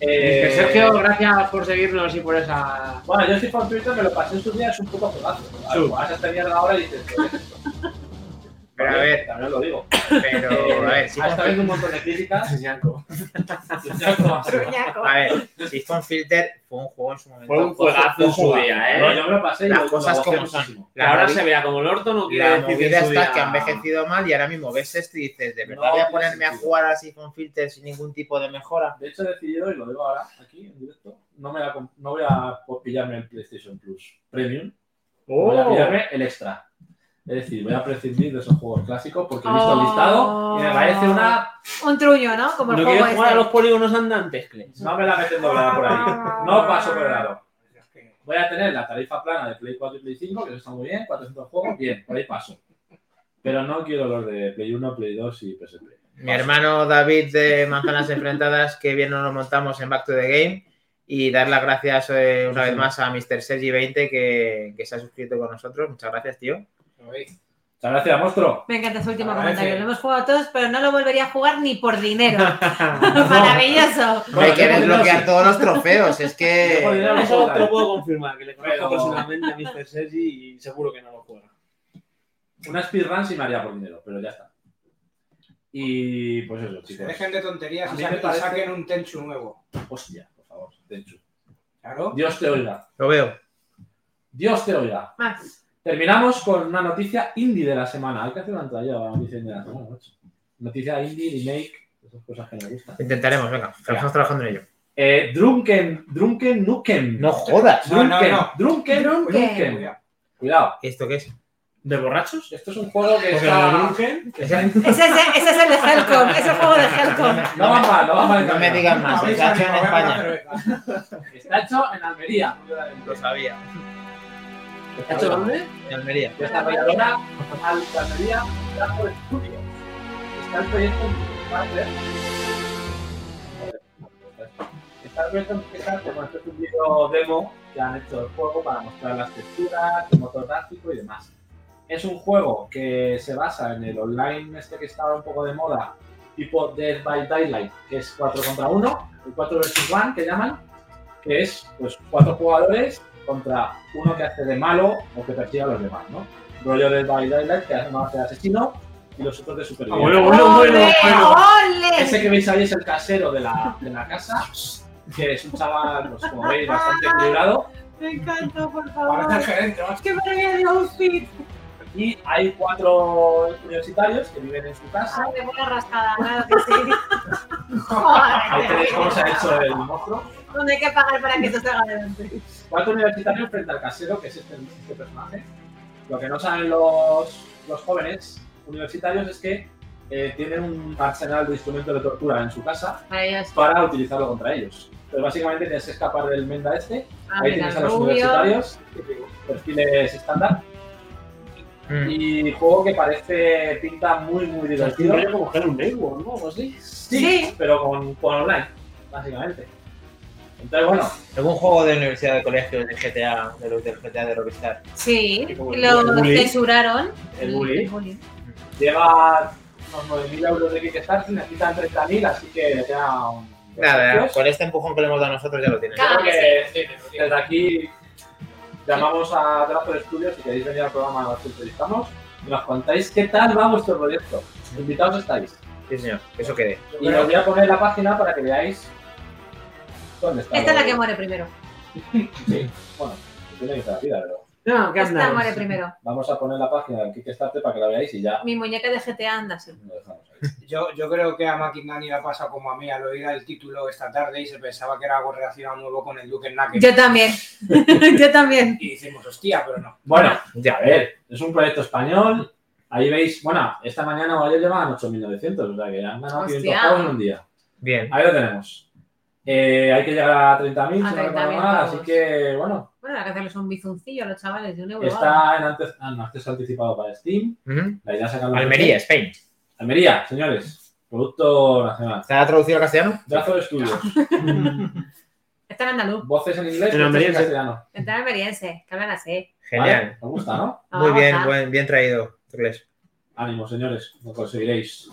Speaker 4: Que
Speaker 2: Eh,
Speaker 4: Sergio, gracias por seguirnos y por esa.
Speaker 2: Bueno, yo estoy por Twitter, me lo pasé en sus días, es un poco jugazo.
Speaker 4: Sí.
Speaker 2: Vas hasta mierda ahora y dices. ¿qué es esto?
Speaker 1: Pero a ver,
Speaker 2: También os lo digo.
Speaker 1: pero a ver,
Speaker 2: ha estado
Speaker 1: Siphon-
Speaker 2: viendo un montón de críticas.
Speaker 4: Truñaco.
Speaker 2: Truñaco, así.
Speaker 3: Truñaco.
Speaker 1: a ver, Siphon Filter fue un juego en su momento.
Speaker 4: Fue un juegazo en su día, ¿eh?
Speaker 2: No, yo me lo pasé y
Speaker 1: Las
Speaker 2: lo- lo
Speaker 1: cosas
Speaker 2: gocé
Speaker 1: como
Speaker 2: muchísimo.
Speaker 1: son. La
Speaker 4: Ahora
Speaker 1: movi-
Speaker 4: se vea como el orto, no quiere
Speaker 1: La
Speaker 4: decir
Speaker 1: movida
Speaker 4: en su
Speaker 1: está
Speaker 4: día-
Speaker 1: que ha envejecido mal y ahora mismo ves esto y dices, ¿de verdad
Speaker 2: No
Speaker 1: voy a
Speaker 2: tiene
Speaker 1: ponerme a
Speaker 2: sentido.
Speaker 1: jugar así con Filter sin ningún tipo de mejora?
Speaker 2: De hecho, he decidido, y lo digo ahora, aquí en directo, no, me voy a comp- no voy a po- pillarme el PlayStation Plus Premium, voy
Speaker 1: Oh.
Speaker 2: a pillarme el extra. Es decir, voy a prescindir de esos juegos clásicos porque he visto el
Speaker 3: Oh.
Speaker 2: listado y me parece
Speaker 6: Ah.
Speaker 2: una.
Speaker 3: Un truño, ¿no? Como el
Speaker 4: No
Speaker 3: juego
Speaker 4: quiere jugar a los
Speaker 3: este.
Speaker 4: polígonos andantes, Cle.
Speaker 2: No me la meten doblada por ahí. No paso por el lado.
Speaker 6: Es que-
Speaker 2: Voy a tener la tarifa plana de Play 4 y Play 5, que eso está muy bien, 400 juegos, bien, por ahí paso. Pero no quiero los de Play 1, Play 2 y PSP.
Speaker 1: Mi hermano David de Manzanas Enfrentadas, que bien nos lo montamos en Back to the Game. Y dar las gracias eh, una vez más a Mr. Sergi20 que, que se ha suscrito con nosotros. Muchas gracias, tío.
Speaker 6: ¿Lo veis?
Speaker 2: Muchas gracias, monstruo.
Speaker 3: Me encanta su último
Speaker 6: Agradece.
Speaker 3: comentario. Lo hemos jugado todos, pero no lo volvería a jugar ni por dinero. Maravilloso.
Speaker 1: Me hay que
Speaker 2: tengo
Speaker 1: desbloquear
Speaker 2: dinero,
Speaker 1: todos los trofeos. Es
Speaker 2: Tengo
Speaker 1: que.
Speaker 2: dinero,
Speaker 4: Eso te lo
Speaker 2: joder.
Speaker 4: puedo confirmar, que le conozco
Speaker 2: Pero-
Speaker 4: personalmente a Mr. Sergi y seguro que no lo juega.
Speaker 2: Una speedrun sí me haría por dinero, pero ya está. Y pues eso, chicos.
Speaker 6: Dejen de tonterías
Speaker 2: A
Speaker 6: y
Speaker 2: mí me
Speaker 6: saquen,
Speaker 2: parece-
Speaker 6: saquen un Tenchu nuevo.
Speaker 2: Hostia, por favor, Tenchu.
Speaker 6: Claro.
Speaker 2: Dios te oiga.
Speaker 1: Lo veo.
Speaker 2: Dios te oiga.
Speaker 3: Max,
Speaker 2: Terminamos con una noticia indie de la semana. Hay que hacer una entrada a la noticia indie de la semana, macho. Noticia indie, remake, esas cosas que me gustan.
Speaker 1: Intentaremos, venga. Estamos trabajando en ello.
Speaker 2: Eh, Drunken, Drunken Nukem.
Speaker 1: No jodas.
Speaker 6: No,
Speaker 2: Drunken,
Speaker 6: no, no.
Speaker 2: Drunken,
Speaker 3: Drunken.
Speaker 2: Drunken.
Speaker 6: Cuidado.
Speaker 2: Cuidado.
Speaker 1: ¿Esto qué es?
Speaker 4: ¿De borrachos?
Speaker 2: Esto es un juego que
Speaker 4: Porque
Speaker 2: está...
Speaker 4: lo de Drunken,
Speaker 1: ¿Es el-
Speaker 3: ese, es el- ese es el de Helcom, ese es el juego de Helcom.
Speaker 2: No va mal, no va mal.
Speaker 1: No me digan más.
Speaker 6: Avísame,
Speaker 1: Está hecho en
Speaker 6: me voy a poner
Speaker 1: España.
Speaker 6: una cerveza.
Speaker 2: Está hecho en Almería.
Speaker 1: Lo sabía.
Speaker 2: ¿Está hecho dónde?
Speaker 1: En Almería.
Speaker 2: Desarrolladora Almería Campo Estudios. Está el proyecto en parte. Está el proyecto en parte, bueno, esto es un vídeo demo que han hecho del juego para mostrar las texturas, el motor gráfico y demás. Es un juego que se basa en el online este que estaba un poco de moda, tipo Dead by Daylight, que es 4 contra 1, el 4 vs 1 que llaman, que es pues cuatro jugadores contra uno que hace de malo o que persigue a los demás, ¿no? Rollo de by Daylight que hace más de asesino y los otros de superviviente.
Speaker 3: ¡Ole! ¡Ole!
Speaker 2: Ese que veis ahí es el casero de la, de la casa, que es un chaval, pues, como veis, bastante equilibrado.
Speaker 3: Me encanta, por
Speaker 6: Parece el
Speaker 3: favor.
Speaker 6: gerente, ¿no?
Speaker 3: ¡Qué maravilla de outfit!
Speaker 2: Y hay cuatro universitarios que viven en su casa.
Speaker 3: Ay, me voy a rascada, claro que sí.
Speaker 2: Ahí tenéis cómo se ha
Speaker 3: Joder,
Speaker 2: hecho el monstruo.
Speaker 3: ¿Dónde hay que pagar para que esto se haga adelante?
Speaker 2: Cuatro universitarios frente al casero, que es este, este personaje. Lo que no saben los, los jóvenes universitarios es que eh, tienen un arsenal de instrumentos de tortura en su casa
Speaker 3: Maravilloso.
Speaker 2: para utilizarlo contra ellos. Entonces, básicamente tienes que escapar del menda este.
Speaker 3: Ah,
Speaker 2: Ahí
Speaker 3: mira,
Speaker 2: tienes a
Speaker 3: el
Speaker 2: los
Speaker 3: rubio.
Speaker 2: universitarios, perfiles estándar.
Speaker 1: Mm.
Speaker 2: Y juego que parece pinta muy, muy
Speaker 4: Es
Speaker 2: divertido.
Speaker 4: un rollo como que era un Neighbor, ¿no? O así.
Speaker 2: Sí,
Speaker 3: Sí.
Speaker 2: pero con, con online, básicamente. Entonces, bueno,
Speaker 1: ¿Algún juego de universidad de colegio de GTA, de los del GTA de Rockstar?
Speaker 3: Sí,
Speaker 2: Y como el
Speaker 3: lo
Speaker 2: bullying.
Speaker 3: censuraron.
Speaker 2: El bullying.
Speaker 3: bullying.
Speaker 2: lleva unos 9.000 euros de Kickstarter y necesitan 30.000, así que le queda un.
Speaker 1: Nada,
Speaker 2: Yo
Speaker 1: con este empujón que le hemos dado nosotros ya lo tienes.
Speaker 3: Claro.
Speaker 2: creo que
Speaker 6: Sí, sí, sí.
Speaker 2: desde aquí llamamos a Draft Studios si queréis venir al programa, os entrevistamos y nos contáis qué tal va vuestro proyecto. Invitados estáis.
Speaker 1: Sí, señor, que eso quede.
Speaker 2: Y os voy a poner la página para que veáis dónde está.
Speaker 3: Esta es la
Speaker 2: lo-
Speaker 3: que muere primero.
Speaker 2: Sí, bueno, tiene que estar vida, pero.
Speaker 4: No, que
Speaker 3: Esta
Speaker 4: andamos.
Speaker 3: muere primero.
Speaker 2: Vamos a poner la página del Kickstarter para que la veáis y ya
Speaker 3: Mi muñeca de GTA anda así.
Speaker 2: lo dejamos ahí.
Speaker 6: Yo, yo creo que a McKinney le pasa como a mí al oír el título esta tarde y se pensaba que era algo relacionado nuevo con el Duke Nukem.
Speaker 3: Yo también. Yo también.
Speaker 6: Y decimos, hostia, pero no.
Speaker 2: Bueno,
Speaker 1: Ya.
Speaker 2: a ver, es un proyecto español. Ahí veis, bueno, esta mañana o ayer llevaban 8.900, o sea que han ganado 500
Speaker 3: Hostia.
Speaker 2: pavos en un día.
Speaker 1: Bien.
Speaker 2: Ahí lo tenemos. Eh, hay que llegar a 30.000,
Speaker 3: A
Speaker 2: si no recuerdo
Speaker 3: 30.000
Speaker 2: mal, así
Speaker 3: pavos.
Speaker 2: que bueno,
Speaker 3: Bueno, hay que hacerles un bizuncillo a los chavales de un euro. ¿vale?
Speaker 2: está en antes- en acceso anticipado para Steam.
Speaker 1: Ujú.
Speaker 2: La idea es sacarlo en-
Speaker 1: Almería, Spain.
Speaker 2: Almería, señores. Producto nacional.
Speaker 1: ¿Está traducido al castellano?
Speaker 2: Brazo de estudios.
Speaker 3: Está en andaluz.
Speaker 2: Voces en inglés,
Speaker 4: En
Speaker 2: voces
Speaker 4: Almería,
Speaker 2: en
Speaker 4: sí.
Speaker 2: castellano.
Speaker 3: Está en almeriense, que hablan así.
Speaker 1: Genial.
Speaker 2: Vale, ¿Os gusta, no?
Speaker 3: Ah,
Speaker 1: Muy bien,
Speaker 3: está.
Speaker 1: buen- bien traído, Turles.
Speaker 2: Ánimo, señores, lo conseguiréis.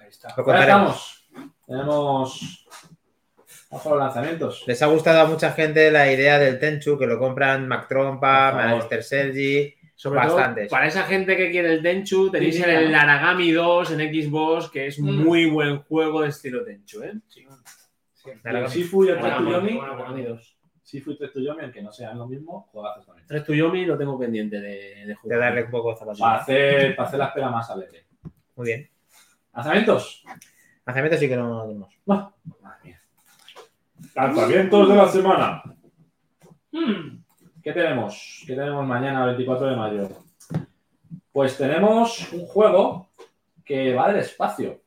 Speaker 6: Ahí está.
Speaker 1: Lo
Speaker 2: Ahora
Speaker 1: contaremos.
Speaker 2: estamos. Tenemos. Vamos a los lanzamientos.
Speaker 1: Les ha gustado a mucha gente la idea del Tenchu, que lo compran Mac Trompa,
Speaker 2: Por favor.
Speaker 1: Magister Sergi.
Speaker 4: Sobre
Speaker 1: Bastantes.
Speaker 4: todo, para esa gente que quiere el Tenchu, tenéis
Speaker 2: Sí,
Speaker 4: el
Speaker 2: claro.
Speaker 4: Aragami 2 en Xbox, que es
Speaker 6: Mm.
Speaker 4: muy buen juego de estilo Tenchu, ¿eh?
Speaker 6: Sí.
Speaker 2: El
Speaker 1: Naragon.
Speaker 2: Sifu y el
Speaker 4: Aragami,
Speaker 2: Tetsuyomi.
Speaker 4: Aragami 2.
Speaker 2: Sifu y Tetsuyomi, aunque no sean lo mismo, jugazos también.
Speaker 4: Tres Tuyomi lo tengo pendiente de, de
Speaker 1: De
Speaker 4: jugar.
Speaker 1: darle un poco de
Speaker 2: Para
Speaker 1: zapatillas.
Speaker 2: hacer, para hacer la espera más alegre.
Speaker 1: Muy bien.
Speaker 2: ¿Lanzamientos?
Speaker 1: Lanzamiento sí que no lo tenemos.
Speaker 2: No. Madre mía. Lanzamientos de la semana. ¿Qué tenemos? ¿Qué tenemos mañana, 24 de mayo? Pues tenemos un juego que va del espacio.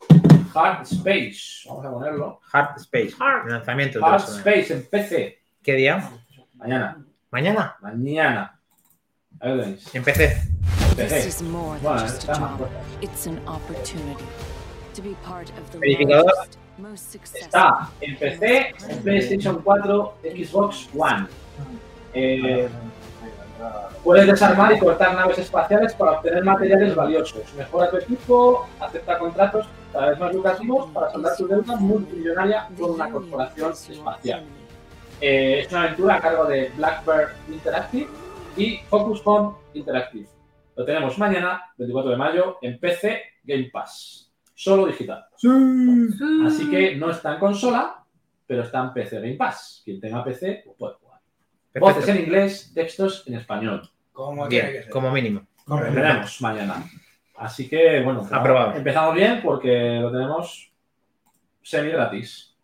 Speaker 2: Hard Space. Vamos a ponerlo.
Speaker 1: Hard Space.
Speaker 3: Hard.
Speaker 1: Lanzamiento. de la
Speaker 2: Hard
Speaker 1: semana.
Speaker 2: Space en PC.
Speaker 1: ¿Qué día?
Speaker 2: Mañana.
Speaker 1: Mañana.
Speaker 2: Mañana. Ahí lo tenéis.
Speaker 1: Empecé.
Speaker 2: PC.
Speaker 8: This is more than
Speaker 2: eh, Bueno, pues.
Speaker 8: just a
Speaker 2: está más
Speaker 8: job.
Speaker 2: fuerte.
Speaker 8: It's an opportunity.
Speaker 1: Verificador
Speaker 2: Está en PC, en PlayStation 4, Xbox One. Eh, puedes desarmar y cortar naves espaciales para obtener materiales valiosos. Mejora tu equipo, acepta contratos cada vez más lucrativos para saldar tu deuda multimillonaria con una corporación espacial. Eh, es una aventura a cargo de Blackbird Interactive y Focus Home Interactive. Lo tenemos mañana, 24 de mayo, en PC Game Pass. Solo digital. Así que no está en consola, pero está en PC Game Pass. Quien tenga PC, pues puede jugar. Voces en inglés, textos en español.
Speaker 6: Como tiene que
Speaker 1: Bien,
Speaker 6: ser.
Speaker 1: como mínimo.
Speaker 2: Lo tenemos mañana. Así que, bueno,
Speaker 1: Aprobado.
Speaker 2: empezamos bien porque lo tenemos semi gratis.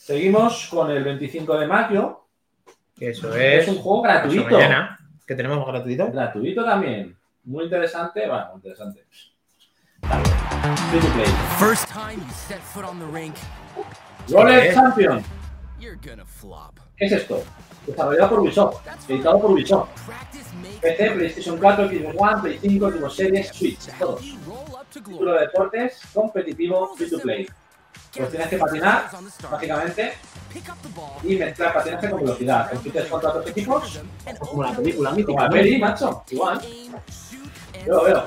Speaker 2: Seguimos con el 25 de mayo.
Speaker 1: Que eso
Speaker 2: que
Speaker 1: es.
Speaker 2: es un juego
Speaker 1: Hasta
Speaker 2: gratuito.
Speaker 1: mañana, que tenemos gratuito.
Speaker 2: Gratuito también. Muy interesante. Bueno, muy interesante. Free to play.
Speaker 8: First time you set foot on the rink,
Speaker 2: Roller
Speaker 1: es?
Speaker 2: Champion.
Speaker 8: you're gonna flop.
Speaker 2: ¿Qué es esto? Desarrollado por Ubisoft. Editado por Ubisoft.
Speaker 8: Practice makes
Speaker 2: PC, PlayStation 4, Xbox One, Play 5, Xbox Series, Switch.
Speaker 8: how
Speaker 2: Todo.
Speaker 8: you roll up to
Speaker 2: Título
Speaker 8: glory.
Speaker 2: de deportes, competitivo, free to play. Pues tienes que patinar,
Speaker 8: On the start,
Speaker 2: básicamente,
Speaker 8: pick up the ball,
Speaker 2: y mezclar patinaje con velocidad. Compites contra otros equipos,
Speaker 8: and
Speaker 4: Como la película
Speaker 2: como
Speaker 4: mítica.
Speaker 2: la peli, macho,
Speaker 8: take
Speaker 2: igual.
Speaker 8: aim, shoot, and
Speaker 2: Yo lo veo.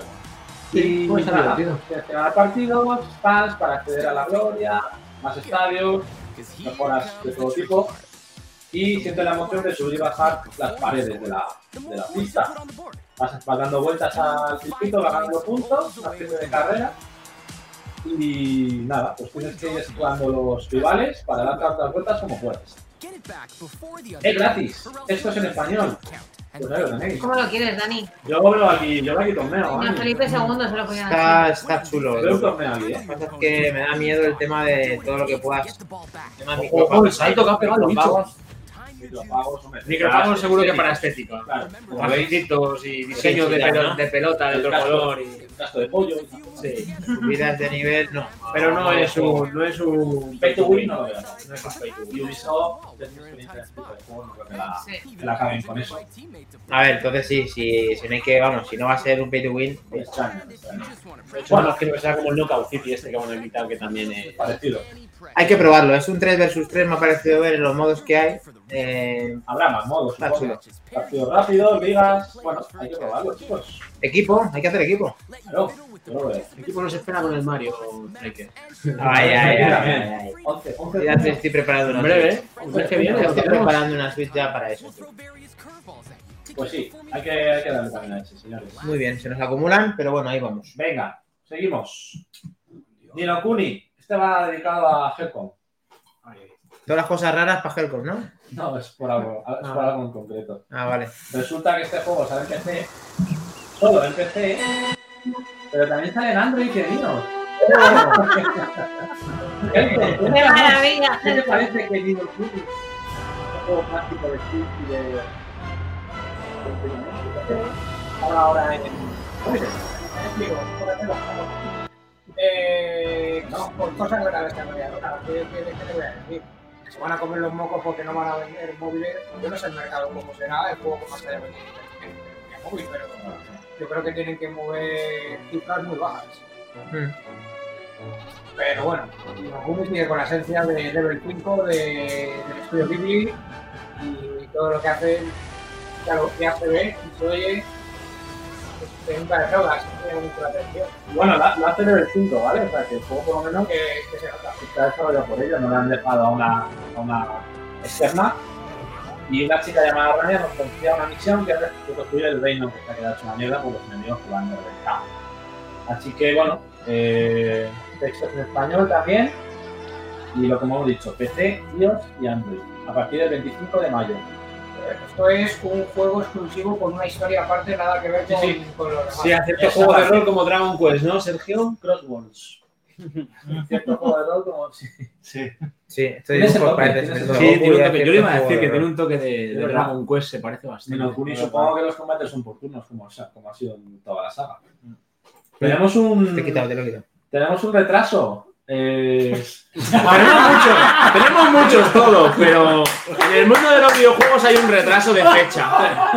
Speaker 2: Y
Speaker 4: ¿Cómo está
Speaker 2: nada,
Speaker 4: divertido?
Speaker 2: tienes que ganar partidos, fans para acceder a la gloria, más estadios,
Speaker 8: Cause here
Speaker 2: mejoras de
Speaker 8: comes
Speaker 2: todo
Speaker 8: the trick
Speaker 2: tipo.
Speaker 8: part.
Speaker 2: y siente la emoción de subir y bajar las paredes de la,
Speaker 8: The
Speaker 2: de
Speaker 8: more
Speaker 2: la
Speaker 8: points you
Speaker 2: pista.
Speaker 8: put on the board,
Speaker 2: Vas, vas dando vueltas al circuito, vas ganando puntos, una especie de carrera. Y nada, pues tienes que ir esquivando los rivales para dar tantas vueltas como puedas.
Speaker 8: get it back before the
Speaker 2: Es
Speaker 8: other
Speaker 2: gratis, esto es en español. Pues ahí lo tenéis.
Speaker 3: ¿Cómo lo quieres, Dani?
Speaker 2: Yo veo aquí, yo veo aquí torneo.
Speaker 3: Ni a
Speaker 2: Dani.
Speaker 3: Felipe II se lo podían
Speaker 1: Está, está chulo.
Speaker 2: Veo un
Speaker 1: Lo
Speaker 2: torneo aquí,
Speaker 1: que
Speaker 2: eh.
Speaker 1: pasa es que me da miedo el tema de todo lo que puedas. El tema de
Speaker 4: Pues
Speaker 2: Ojo, el
Speaker 1: micropagos.
Speaker 2: salto que ha pegado el bicho. Micropagos, hombre.
Speaker 4: Micropagos seguro que para
Speaker 2: Claro,
Speaker 4: estética.
Speaker 2: como veis,
Speaker 4: Colorcitos y diseños
Speaker 1: Sí,
Speaker 4: de,
Speaker 1: sí,
Speaker 4: pelo-
Speaker 1: ¿no?
Speaker 4: de pelota de
Speaker 2: El
Speaker 4: otro
Speaker 2: casco.
Speaker 4: color. y-
Speaker 2: un gasto de pollo.
Speaker 4: sí.
Speaker 1: Subidas de nivel, no.
Speaker 4: Pero no es un. No es un.
Speaker 2: Pay to win no lo veo. No es un pay to win. Ubisoft, desde su experiencia de este tipo de juego, no creo que la-
Speaker 3: Sí.
Speaker 2: que la acaben con eso.
Speaker 1: A ver, entonces sí, si, si no hay que, vamos, si no va a ser un pay to win, pues,
Speaker 2: Me extraña, me extraña.
Speaker 4: Bueno, es que no sea como el Knockout City este que hemos invitado, que también es.
Speaker 2: Parecido.
Speaker 1: hay que probarlo. Es un 3 versus 3, me ha parecido ver en los modos que hay. Eh,
Speaker 2: Habrá más modos,
Speaker 1: Está
Speaker 2: supongo.
Speaker 1: chulo.
Speaker 2: Partidos rápidos, ligas. Bueno, hay que probarlo, chicos.
Speaker 1: equipo, hay que hacer equipo.
Speaker 2: Claro, yo lo veo.
Speaker 4: El equipo nos espera con el Mario Striker.
Speaker 1: Ay, ay, ay, ay, ay.
Speaker 2: 11, 11
Speaker 1: Ya te estoy preparando una
Speaker 4: En breve, ¿eh?
Speaker 1: Switch.
Speaker 4: El mes que viene
Speaker 1: Ya
Speaker 4: lo
Speaker 1: estoy
Speaker 4: tenemos.
Speaker 1: preparando una Switch ya para eso. tío.
Speaker 2: Pues sí, hay que, hay que darle también a ese, señores.
Speaker 1: Muy bien, se nos acumulan, pero bueno, ahí vamos.
Speaker 2: Venga, seguimos. Nino Kuni, este va dedicado a Helcom.
Speaker 1: Todas las cosas raras para Helcom, ¿no?
Speaker 2: No, es por algo, es por algo en concreto.
Speaker 1: Ah, vale.
Speaker 2: Resulta que este juego sale en PC, solo en PC, pero también sale en Android, que Nino. Helcom,
Speaker 3: ¡Qué
Speaker 2: ¿qué te parece?
Speaker 3: maravilla!
Speaker 2: ¿Qué te parece que Nino Kuni es un juego clásico de Switch y de... de- Ahora, ahora en... ¿Cómo es esto?
Speaker 6: Digo, por ejemplo, como- Eh, no, por cosas raras que habría, ¿no? Claro, ¿qué- qué- qué te voy a decir? Que Se van a comer los mocos porque no van a vender móviles. Yo no sé el mercado cómo será, el juego que más haya vendido en- en- en móvil, pero yo creo que tienen que mover cifras muy bajas.
Speaker 1: Mm.
Speaker 6: Pero bueno, Yogumi sigue con la esencia de Level 5 de, del estudio Ghibli y todo lo que hace, claro, ya se ve y se oye, pues, es un par de drogas, me llama mucho la atención.
Speaker 2: Bueno, la, la hace el 5, ¿vale? O sea, que el juego por lo menos
Speaker 6: Que, que se nota.
Speaker 2: está desarrollado por ellos, no la han dejado a una, a una externa. Y una chica llamada Rania nos confía una misión que es reconstruir el reino que se ha quedado hecho una mierda por los enemigos que van del campo. Así que bueno, eh, textos en español también. Y lo que hemos dicho, PC, iOS y Android. A partir del 25 de mayo.
Speaker 6: Esto es un juego exclusivo con una historia aparte, nada que ver
Speaker 4: Sí,
Speaker 6: con,
Speaker 4: sí.
Speaker 6: con los demás.
Speaker 4: Sí, acepto juegos de rol como Dragon Quest, ¿no, Sergio?
Speaker 2: Crossbones. Cierto juego de rol como... Sí, sí.
Speaker 1: Sí, estoy
Speaker 2: Tiene ese toque,
Speaker 1: parece.
Speaker 2: tiene ese
Speaker 1: ser todo
Speaker 2: toque. Sí,
Speaker 1: Goku y hace
Speaker 4: Yo le iba a
Speaker 1: cierto
Speaker 4: decir que
Speaker 1: este juego
Speaker 4: tiene
Speaker 1: de
Speaker 4: un toque de,
Speaker 2: Es
Speaker 4: de
Speaker 2: verdad.
Speaker 4: Dragon Quest, se parece bastante. Eh,
Speaker 2: Ninokuni supongo que los combates son por turnos, como, o sea, como ha sido en toda la saga. Tenemos
Speaker 1: Tenemos
Speaker 2: un,
Speaker 1: Te he quitado, te lo he quitado.
Speaker 2: tenemos un retraso. Eh,
Speaker 4: Tenemos muchos, tenemos muchos todos, pero en el mundo de los videojuegos hay un retraso de fecha.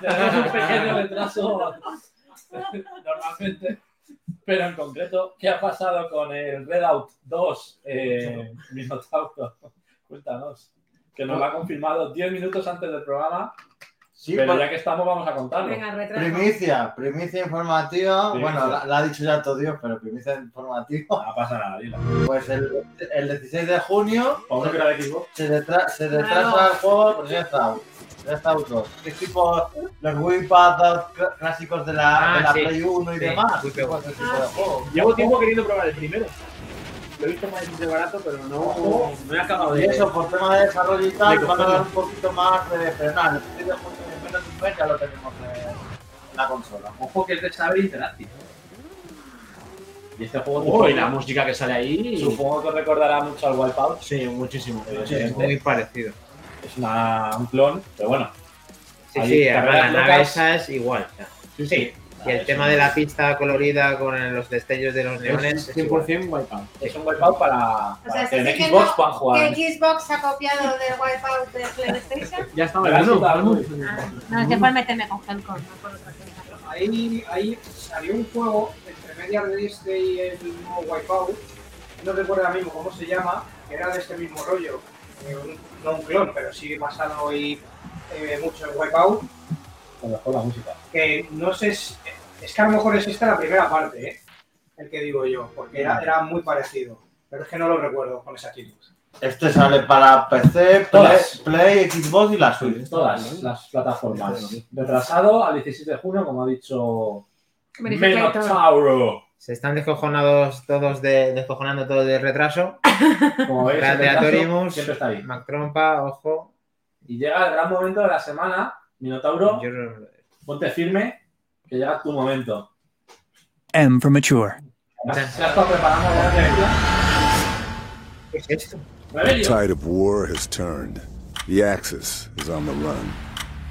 Speaker 2: tenemos un pequeño retraso. Normalmente Pero en concreto, ¿qué ha pasado con el Redout 2, eh, Minotauro? Cuéntanos. Que nos lo ha confirmado 10 minutos antes del programa,
Speaker 7: Sí,
Speaker 2: pero
Speaker 7: por-
Speaker 2: ya que estamos vamos a contarlo.
Speaker 3: Venga, retraso.
Speaker 7: primicia, primicia informativa.
Speaker 2: Primicia.
Speaker 7: Bueno, la, la ha dicho ya todo Dios, pero primicia informativa.
Speaker 2: No pasa nada, dilo.
Speaker 7: Pues el, el 16 de junio
Speaker 2: Vamos a crear equipo.
Speaker 7: se, detra- se retrasa
Speaker 3: Claro.
Speaker 7: el juego pues por Red Out. Red Out 2. Es tipo los Wii Pad cl- clásicos de la,
Speaker 1: Ah,
Speaker 7: de la
Speaker 1: sí.
Speaker 7: Play 1 y
Speaker 1: Sí,
Speaker 7: demás.
Speaker 1: muy peor.
Speaker 7: Tipo ese tipo oh, de
Speaker 3: Ah,
Speaker 7: juego.
Speaker 4: Llevo tiempo queriendo probar el primero. Lo he visto más de barato, pero no, no he acabado
Speaker 7: oh, Y
Speaker 4: de
Speaker 7: eso, por tema de desarrollo y tal,
Speaker 4: de
Speaker 7: van a
Speaker 4: cogerlo.
Speaker 7: dar un poquito más de frenar. El 16 de junio, en menos de un mes, ya lo tenemos en en la consola.
Speaker 4: Ojo que es de Saber Interactive.
Speaker 2: Y este juego
Speaker 4: Uy, la música que sale ahí.
Speaker 2: supongo que recordará mucho al Wipeout.
Speaker 4: Sí, muchísimo.
Speaker 1: Es
Speaker 4: muchísimo.
Speaker 1: muy parecido.
Speaker 2: Es una- un clon, pero bueno.
Speaker 1: Sí,
Speaker 2: Ahí,
Speaker 1: sí, además la
Speaker 2: carreras
Speaker 1: nave
Speaker 2: locas.
Speaker 1: esa es igual. o sea,
Speaker 2: Sí,
Speaker 1: Y el tema de la pista colorida con los destellos de los neones.
Speaker 4: Es
Speaker 1: es igual.
Speaker 4: 100% Wipeout.
Speaker 2: Es un Wipeout para,
Speaker 3: O sea,
Speaker 2: para que
Speaker 3: ¿estás
Speaker 2: en
Speaker 3: diciendo
Speaker 2: Xbox puedan jugar.
Speaker 3: ¿Que Xbox ha copiado del Wipeout de PlayStation?
Speaker 4: Ya estaba
Speaker 2: Gracias, Dalmu.
Speaker 3: Ah, no, es que por meterme con Falcon, no por otra cosa.
Speaker 6: Ahí, ahí salió un juego entre medias de este y el mismo Wipeout, no recuerdo ahora mismo cómo se llama, que era de este mismo rollo, eh, un- no un clon, pero sí basado y eh, mucho en Wipeout,
Speaker 2: Con mejor la música.
Speaker 6: que no sé, si- es que a lo mejor es esta la primera parte, ¿eh? el que digo yo, porque era, era muy parecido, pero es que no lo recuerdo con exactitud.
Speaker 7: Este sale para PC, Play,
Speaker 2: Todas.
Speaker 7: Play, Xbox y la Switch.
Speaker 2: Todas las plataformas. Retrasado al 16 de junio, como ha dicho Menotauro.
Speaker 1: Se están descojonados todos de, descojonando todos de retraso.
Speaker 2: Como veis, el
Speaker 1: Grande
Speaker 2: retraso
Speaker 1: Atorimus.
Speaker 2: siempre está ahí.
Speaker 1: Mac Trompa, ojo.
Speaker 2: Y llega el gran momento de la semana. Minotauro,
Speaker 1: Yo no-
Speaker 2: ponte firme, que llega tu momento.
Speaker 8: M for mature.
Speaker 2: ¿Se has estado preparando ya desde el día?
Speaker 1: ¿Qué es esto?
Speaker 2: Rebelio.
Speaker 9: tide of war has turned. The Axis is on the run.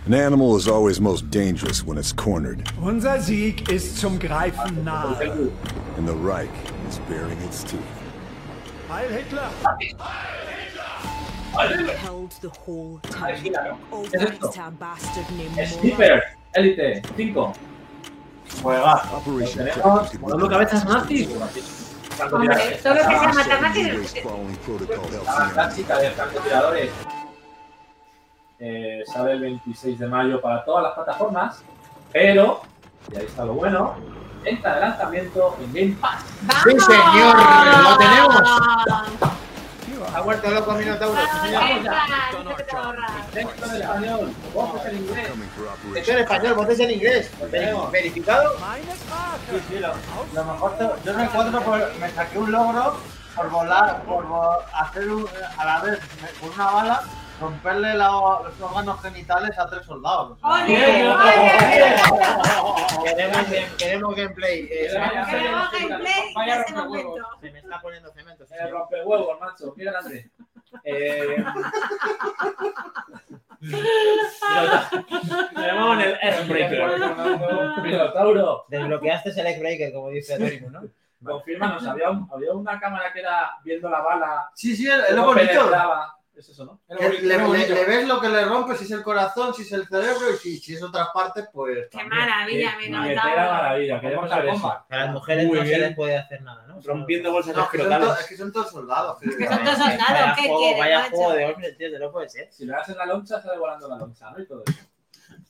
Speaker 9: An animal is always most dangerous when it's cornered,
Speaker 10: Unser Sieg ist zum Greifen
Speaker 2: Ah,
Speaker 10: nahe.
Speaker 9: and the Reich is baring its teeth.
Speaker 10: Heil Hitler!
Speaker 5: Held the whole time over
Speaker 2: esto?
Speaker 5: esta bastard named Mora.
Speaker 2: Sniper, Elite, 5.
Speaker 4: Pues
Speaker 7: Juega.
Speaker 9: Operation
Speaker 2: Tenemos
Speaker 9: Protected
Speaker 2: modelo cabezas nazis.
Speaker 3: Hombre, todo lo que sea matar nazis es
Speaker 9: Always following protocol
Speaker 2: La
Speaker 9: helps
Speaker 2: Ah, clásica de francotiradores eh, sale el 26 de mayo para todas las plataformas, pero, y ahí está lo bueno, entra de lanzamiento en Game Pass.
Speaker 1: ¡Sí, señor! ¡Lo tenemos!
Speaker 3: ¡Vamos!
Speaker 1: Ha vuelto loco Minotauro, sí, señor.
Speaker 3: Venga, dice que te ahorras.
Speaker 2: Texto en español, voces en inglés.
Speaker 9: coming for
Speaker 1: Sector
Speaker 9: Operation
Speaker 1: español, voces en inglés.
Speaker 2: Tenemos.
Speaker 1: ¿Verificado?
Speaker 10: Meine
Speaker 7: Sí,
Speaker 10: Frage!
Speaker 7: sí, lo, lo mejor te- yo me encuentro por, me saqué un logro por volar, por vo- hacer un- a la vez me- con una bala romperle la- los órganos genitales a tres soldados. O sea,
Speaker 3: ¡Ole!
Speaker 2: Bien,
Speaker 3: ¡Ole!
Speaker 1: Queremos, queremos gameplay. eh,
Speaker 2: Queremos
Speaker 1: se me está-
Speaker 3: Queremos gameplay en
Speaker 6: Vaya
Speaker 3: ese
Speaker 6: rompehuevos.
Speaker 3: momento.
Speaker 1: se me está poniendo cemento. sí,
Speaker 2: Eh,
Speaker 1: señor.
Speaker 2: rompehuevos, macho, qué grande. Eh, Tenemos el Earthbreaker. Minotauro,
Speaker 1: Desbloqueaste el X-Breaker, como dice Atorimus, ¿no?
Speaker 2: confírmanos, había, un- había una cámara que era viendo la bala.
Speaker 7: Sí, sí, es lo
Speaker 2: cómo
Speaker 7: bonito.
Speaker 2: penetraba. Es eso, ¿no?
Speaker 7: Que Le, le- le ves lo que le rompe, si es el corazón, si es el cerebro y si, si es otras partes, pues.
Speaker 3: ¡Qué
Speaker 7: también.
Speaker 3: maravilla,
Speaker 2: Qué
Speaker 3: me
Speaker 2: Eh, Maquetera maravilla, queremos saber eso.
Speaker 1: A las mujeres
Speaker 4: Muy
Speaker 1: no se
Speaker 4: bien.
Speaker 1: les puede hacer nada, ¿no?
Speaker 4: Rompiendo bolsas
Speaker 7: No, es, que son to-
Speaker 4: escrotales.
Speaker 7: es que son todos soldados. eh.
Speaker 3: que
Speaker 7: sí.
Speaker 3: son todos soldados,
Speaker 1: Vaya
Speaker 3: ¿qué
Speaker 1: juego,
Speaker 3: quieres,
Speaker 1: vaya
Speaker 3: macho?
Speaker 1: juego de hombres, tío, que no puede ser.
Speaker 2: Si le das en la loncha, sale volando la loncha, ¿no? Y todo eso.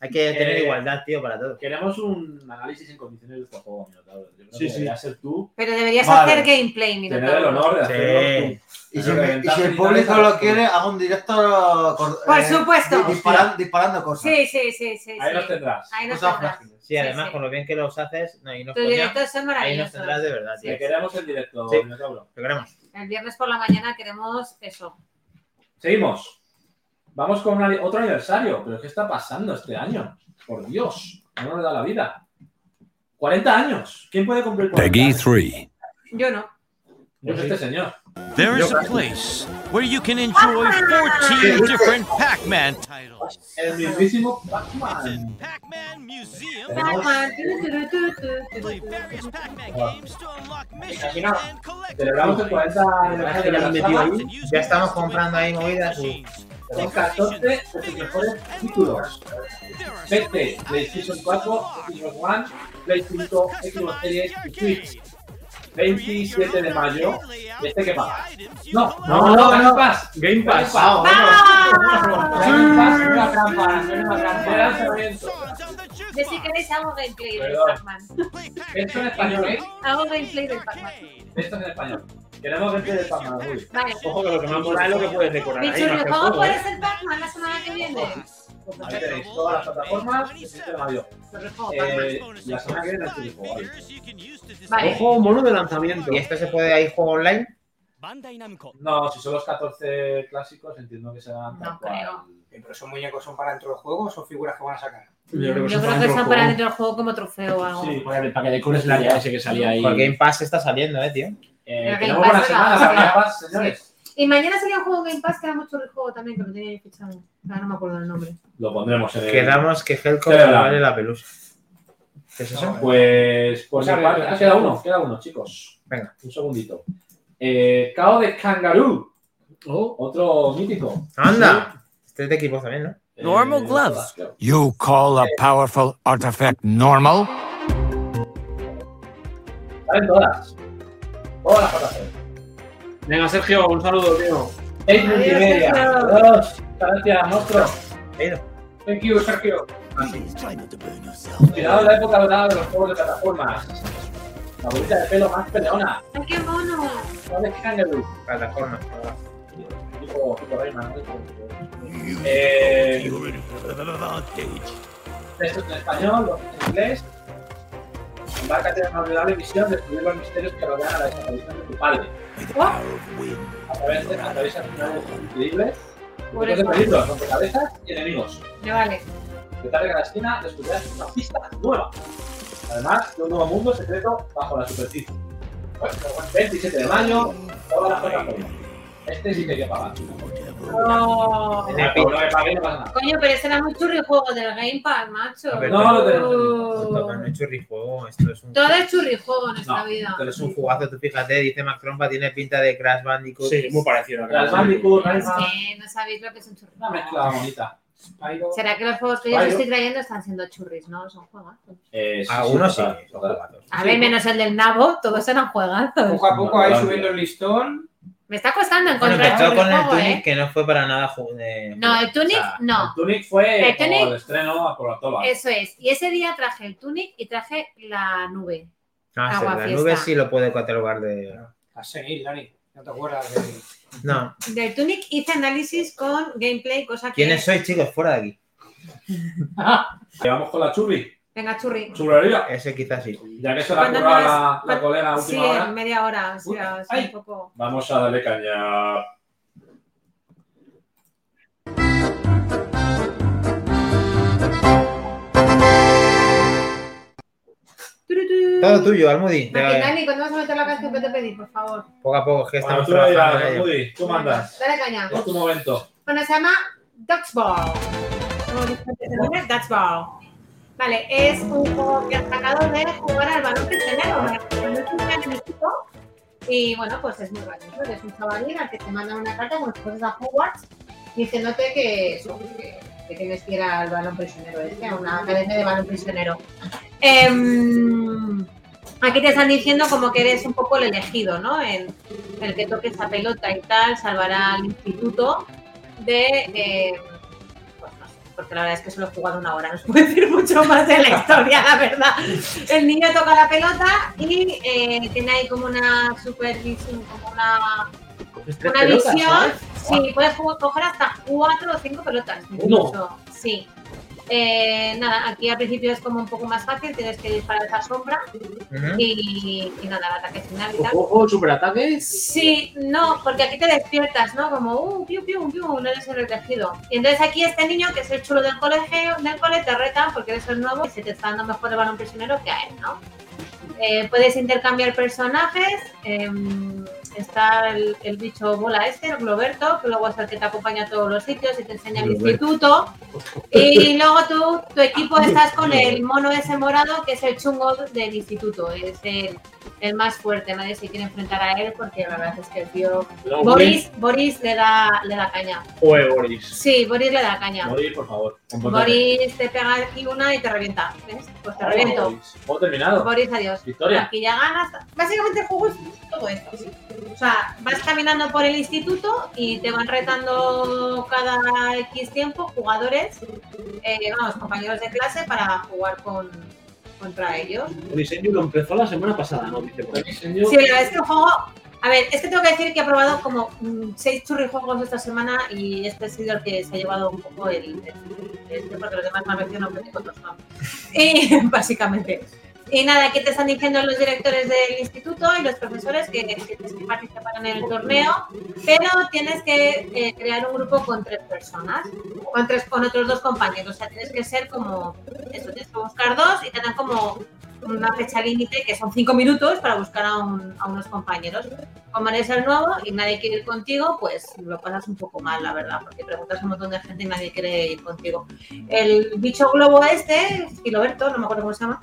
Speaker 1: Hay que tener
Speaker 2: Eh,
Speaker 1: igualdad, tío, para todos.
Speaker 2: Queremos un análisis en condiciones de este juego, Minotauro. Yo creo
Speaker 4: Sí,
Speaker 2: que
Speaker 4: sí.
Speaker 2: debería ser tú
Speaker 3: Pero deberías
Speaker 7: Vale.
Speaker 3: hacer gameplay,
Speaker 2: tener el
Speaker 3: Minotauro.
Speaker 2: honor de
Speaker 1: Sí.
Speaker 2: hacerlo tú.
Speaker 7: Y
Speaker 2: Pero
Speaker 7: si, me- y
Speaker 2: reventar
Speaker 7: si el
Speaker 2: genitales
Speaker 7: público
Speaker 2: a
Speaker 7: lo
Speaker 2: los-
Speaker 7: quiere, hago un directo. cor-
Speaker 3: Por
Speaker 7: eh,
Speaker 3: supuesto.
Speaker 7: di- disparan- disparando cosas.
Speaker 3: Sí, sí, sí, sí.
Speaker 2: Ahí los
Speaker 3: sí.
Speaker 2: tendrás.
Speaker 3: Ahí nos
Speaker 7: Cosas
Speaker 3: tendrás.
Speaker 7: frágiles.
Speaker 1: Sí, además,
Speaker 3: sí.
Speaker 1: con lo bien que los haces, no, y no es
Speaker 3: Tus
Speaker 1: coña,
Speaker 3: directos son
Speaker 1: ahí nos
Speaker 3: maravillosos.
Speaker 1: tendrás de verdad, tío.
Speaker 2: Te queremos en directo,
Speaker 1: Sí.
Speaker 2: Minotauro.
Speaker 1: Lo queremos.
Speaker 3: El viernes por la mañana queremos eso.
Speaker 2: Seguimos. Vamos con una- otro aniversario. ¿Pero qué está pasando este año? Por Dios, no nos da la vida. 40 años. ¿Quién puede cumplir 40 años?
Speaker 11: 3.
Speaker 3: Yo no.
Speaker 2: Pues este señor.
Speaker 11: There is a place where you can enjoy 14 different Pac Man titles.
Speaker 2: El mismísimo Pac-Man.
Speaker 11: Pac Man Museum. Play various Pac Man games to unlock missions and collect.
Speaker 2: Celebramos el 40 aniversario de la saga.
Speaker 1: Ya estamos comprando ahí movidas.
Speaker 2: Son 14 de sus mejores títulos. PC, PlayStation 4, Xbox One, Play 5, Xbox Series y Switch. 27 de mayo. ¿Este qué pasa?
Speaker 4: No,
Speaker 2: No, no, Game
Speaker 4: no.
Speaker 2: Pass. Game
Speaker 4: Game Pass.
Speaker 2: Pass. ¡Vamos! Game Pass, una trampa. una trampa.
Speaker 4: lanzamiento.
Speaker 3: Yo si queréis hago gameplay del
Speaker 2: Perdón.
Speaker 3: Pac-Man.
Speaker 2: Esto en español, ¿eh?
Speaker 3: Hago gameplay del Pac-Man.
Speaker 2: Esto en español. Queremos gameplay de Este Pac-Man. uy.
Speaker 3: Vale.
Speaker 4: Ojo que lo que más mola es lo que puedes decorar ahí.
Speaker 3: Bicho,
Speaker 4: más
Speaker 3: ¿nos
Speaker 4: que el
Speaker 3: vamos
Speaker 4: juego,
Speaker 3: por
Speaker 4: ¿eh?
Speaker 3: el Pac-Man la semana que viene?
Speaker 2: Ahí tenéis todas las plataformas. 27 de mayo. Eh, la semana que viene es el juego. ¿vale?
Speaker 3: Vale.
Speaker 4: Ojo, mono de lanzamiento.
Speaker 1: ¿Y esto se puede ahí juego online?
Speaker 2: No, si son los 14 clásicos, entiendo que serán.
Speaker 3: No creo.
Speaker 6: Eh, ¿Pero son muñecos son para dentro del juego o son figuras que van a sacar?
Speaker 4: Yo creo que
Speaker 3: Yo creo
Speaker 4: son para
Speaker 3: que
Speaker 4: dentro
Speaker 3: son
Speaker 4: del
Speaker 3: para
Speaker 4: juego.
Speaker 3: dentro del juego como trofeo o algo.
Speaker 2: Sí.
Speaker 4: Para que, para que decores el área ese que salía ahí.
Speaker 1: Por Game Pass está saliendo, eh, tío.
Speaker 2: Eh,
Speaker 3: Pero
Speaker 2: tenemos
Speaker 3: Game
Speaker 2: una
Speaker 3: Pass
Speaker 2: semana
Speaker 3: era-
Speaker 2: para Game Pass, señores.
Speaker 3: Y mañana sería un juego Game Pass que era mucho el juego también, que lo tenía ahí fichado. Ahora no me acuerdo el nombre.
Speaker 2: Lo pondremos en el.
Speaker 1: Quedamos que Helco
Speaker 2: Cerebral.
Speaker 1: vale la pelusa. ¿Qué es eso?
Speaker 2: Pues, pues
Speaker 1: Pues
Speaker 2: mi
Speaker 1: vale,
Speaker 2: parte- ah,
Speaker 1: vale.
Speaker 2: queda uno, queda uno, chicos.
Speaker 1: Venga.
Speaker 2: Un segundito. Eh, Cao de Kangaroo. Oh. Otro mítico.
Speaker 1: ¡Anda! Este es de equipo también, ¿no?
Speaker 2: Eh,
Speaker 8: Normal gloves.
Speaker 2: todas, claro.
Speaker 10: You call a powerful artifact normal?
Speaker 2: Salen todas. Todas las cosas.
Speaker 4: Venga, Sergio, un saludo, tío.
Speaker 2: Seis
Speaker 3: Adiós,
Speaker 2: multimedia.
Speaker 3: Sergio.
Speaker 2: Dos. Gracias, monstruo.
Speaker 6: Thank you, Sergio.
Speaker 2: Cuidado en la época dorada de los juegos de plataformas. La bolita de pelo más peleona.
Speaker 3: ¡Ay, qué mono!
Speaker 2: Cao de Kangaroo.
Speaker 1: Plataforma.
Speaker 2: Tipo- tipo Rayman, ¿no? Eh, textos en español, los en inglés. Embárcate en una olvidable misión de descubrir los misterios que rodean a la desaparición de tu padre. A través de atraviesas finales increíbles,
Speaker 3: Pobre
Speaker 2: tipos de peligros, rompecabezas y enemigos.
Speaker 3: Me vale.
Speaker 2: De tarde a la esquina descubrirás una pista nueva. Además de un nuevo mundo secreto bajo la superficie. Bueno, 27 de mayo, todas las plataformas. Este sí que hay que pagar.
Speaker 3: Oh.
Speaker 2: Bueno, pero no me pagué, no pasa nada.
Speaker 3: Coño, pero ese era muy churri el juego del Game Pass, macho.
Speaker 1: A ver,
Speaker 2: No, lo tenemos.
Speaker 1: Esto no
Speaker 3: Oh.
Speaker 1: es churri juego, esto es un.
Speaker 3: Todo es churri juego en esta
Speaker 2: No,
Speaker 3: vida.
Speaker 1: Pero es un jugazo, tú fíjate, dice Mac Trompa, tiene pinta de Crash Bandicoot.
Speaker 4: Sí, muy parecido a
Speaker 2: Las
Speaker 4: Crash.
Speaker 2: Bandicoot,
Speaker 3: Es
Speaker 2: Rayman,
Speaker 3: que no sabéis lo que es un churri.
Speaker 2: una mezcla bonita.
Speaker 6: Spyro.
Speaker 3: ¿Será que los juegos que yo os
Speaker 2: Vale.
Speaker 3: estoy trayendo están siendo churris, no? Son juegazos.
Speaker 2: Eh, sí,
Speaker 1: Algunos Ah, sí,
Speaker 2: total,
Speaker 1: son
Speaker 2: total.
Speaker 1: jugazos.
Speaker 3: A
Speaker 2: Sí.
Speaker 3: ver, menos el del nabo, todos eran juegazos.
Speaker 6: Poco a poco ahí
Speaker 2: Vale.
Speaker 6: subiendo el listón.
Speaker 3: Me está costando
Speaker 1: Bueno,
Speaker 3: encontrar
Speaker 1: empezó
Speaker 3: churri
Speaker 1: con el
Speaker 3: juego,
Speaker 1: Tunic,
Speaker 3: ¿eh?
Speaker 1: que no fue para nada. ju- de-
Speaker 3: No, el Tunic,
Speaker 1: o sea,
Speaker 3: no.
Speaker 2: El Tunic fue
Speaker 3: El
Speaker 2: como
Speaker 3: Tunic-
Speaker 2: el estreno a por la toba.
Speaker 3: Eso es. Y ese día traje el Tunic y traje la nube.
Speaker 1: Ah, sí,
Speaker 3: Agua
Speaker 1: la
Speaker 3: fiesta.
Speaker 1: nube sí lo puede catalogar de.
Speaker 6: A seguir, Dani. No te acuerdas de.
Speaker 1: No.
Speaker 3: Del Tunic hice análisis con gameplay, cosa que.
Speaker 1: ¿Quiénes sois, chicos? Fuera de aquí.
Speaker 2: Llevamos con la churri,
Speaker 3: Venga, churri.
Speaker 2: churrería.
Speaker 1: Ese quizás sí.
Speaker 2: Ya que se la ha
Speaker 3: ¿Cuándo
Speaker 2: currado
Speaker 3: más?
Speaker 2: la, la
Speaker 3: ¿Cuándo?
Speaker 2: colega a
Speaker 3: Sí,
Speaker 2: última
Speaker 3: en
Speaker 2: hora,
Speaker 3: media hora. o sea,
Speaker 2: Uy,
Speaker 3: es
Speaker 2: ay.
Speaker 3: un poco.
Speaker 2: vamos a darle caña.
Speaker 3: Turutú.
Speaker 1: Todo tuyo, Almudi. Ya,
Speaker 3: Martín,
Speaker 1: ya.
Speaker 3: Dani, ¿cuándo vas a meter la canción que te pedí, por favor?
Speaker 1: Poco a poco, es que
Speaker 2: Bueno,
Speaker 1: estamos
Speaker 2: tú me
Speaker 1: trabajando.
Speaker 2: dirás,
Speaker 1: en ello.
Speaker 2: Woody, tú mandas. Pues
Speaker 3: Dale caña.
Speaker 2: Es tu momento.
Speaker 3: Bueno, se llama Duxball. Como dice el nombre, Duxball. Vale, es un juego que ha sacado de jugar al balón prisionero. ¿vale? Cuando es un gran equipo, Y bueno, pues es muy gracioso. Es un chavalín al que te mandan una carta con las cosas a Hogwarts diciéndote que, eso, que, que tienes que ir al balón prisionero este, a una academia de balón prisionero. Em, aquí te están diciendo como que eres un poco el elegido, ¿no? En, el que toque esa pelota y tal salvará al instituto de. eh, pues no sé, porque la verdad es que solo he jugado una hora, no os puedo decir mucho más de la historia, la verdad. El niño toca la pelota y eh, tiene ahí como una supervisión, como una,
Speaker 4: Tres
Speaker 3: una
Speaker 4: pelotas,
Speaker 3: visión.
Speaker 4: ¿sabes?
Speaker 3: Sí, puedes jugar- coger hasta cuatro o cinco pelotas. Incluso. Sí. Eh, nada, aquí al principio es como un poco más fácil, tienes que disparar esa sombra
Speaker 1: Ujú.
Speaker 3: y, y nada, el ataque final y tal.
Speaker 4: Ojo, superataques.
Speaker 3: Sí, no, porque aquí te despiertas, ¿no? Como, uh, piu, piu, piu, no eres el elegido. Y entonces aquí este niño, que es el chulo del colegio, del cole, te reta porque eres el nuevo y se te está dando mejor el balón prisionero que a él, ¿no? Eh, puedes intercambiar personajes, eh, está el, el bicho bola este, el Globerto, que luego es el que te acompaña a todos los sitios y te enseña el
Speaker 2: Globerto.
Speaker 3: instituto. Y luego tú, tu equipo estás con el mono ese morado, que es el chungo del instituto, es el, el más fuerte, nadie se quiere enfrentar a él porque la verdad es que el tío...
Speaker 2: No,
Speaker 3: Boris, Boris le, da, le da caña.
Speaker 2: Joder, Boris.
Speaker 3: Sí, Boris le da caña.
Speaker 2: Boris, por favor. compórtate.
Speaker 3: Boris te pega aquí una y te revienta. ¿Ves? Pues te
Speaker 2: pues Oh,
Speaker 3: reviento.
Speaker 2: Boris. Hemos terminado.
Speaker 3: Boris, adiós.
Speaker 2: Victoria.
Speaker 3: Aquí ya ganas. Básicamente el juego es todo esto. O sea, vas caminando por el instituto y te van retando cada X tiempo jugadores, eh, vamos, compañeros de clase para jugar con, contra ellos.
Speaker 4: El diseño lo empezó la semana pasada, ¿no? Dice por ahí.
Speaker 3: Sí, la verdad es que el juego. A ver, es que tengo que decir que he probado como mm, seis churrijuegos esta semana y este ha sido el que se ha llevado un poco el. el- este, porque los demás me han metido no me otros no. Y básicamente. Y nada, ¿qué te están diciendo los directores del instituto y los profesores que, que tienes que participar en el torneo? Pero tienes que eh, crear un grupo con tres personas, con, tres, con otros dos compañeros. O sea, tienes que ser como. Eso, tienes que buscar dos y te dan como una fecha límite que son cinco minutos para buscar a, un- a unos compañeros. Como eres el nuevo y nadie quiere ir contigo, pues lo pasas un poco mal, la verdad, porque preguntas a un montón de gente y nadie quiere ir contigo. El bicho globo este, Filoberto, no me acuerdo cómo se llama.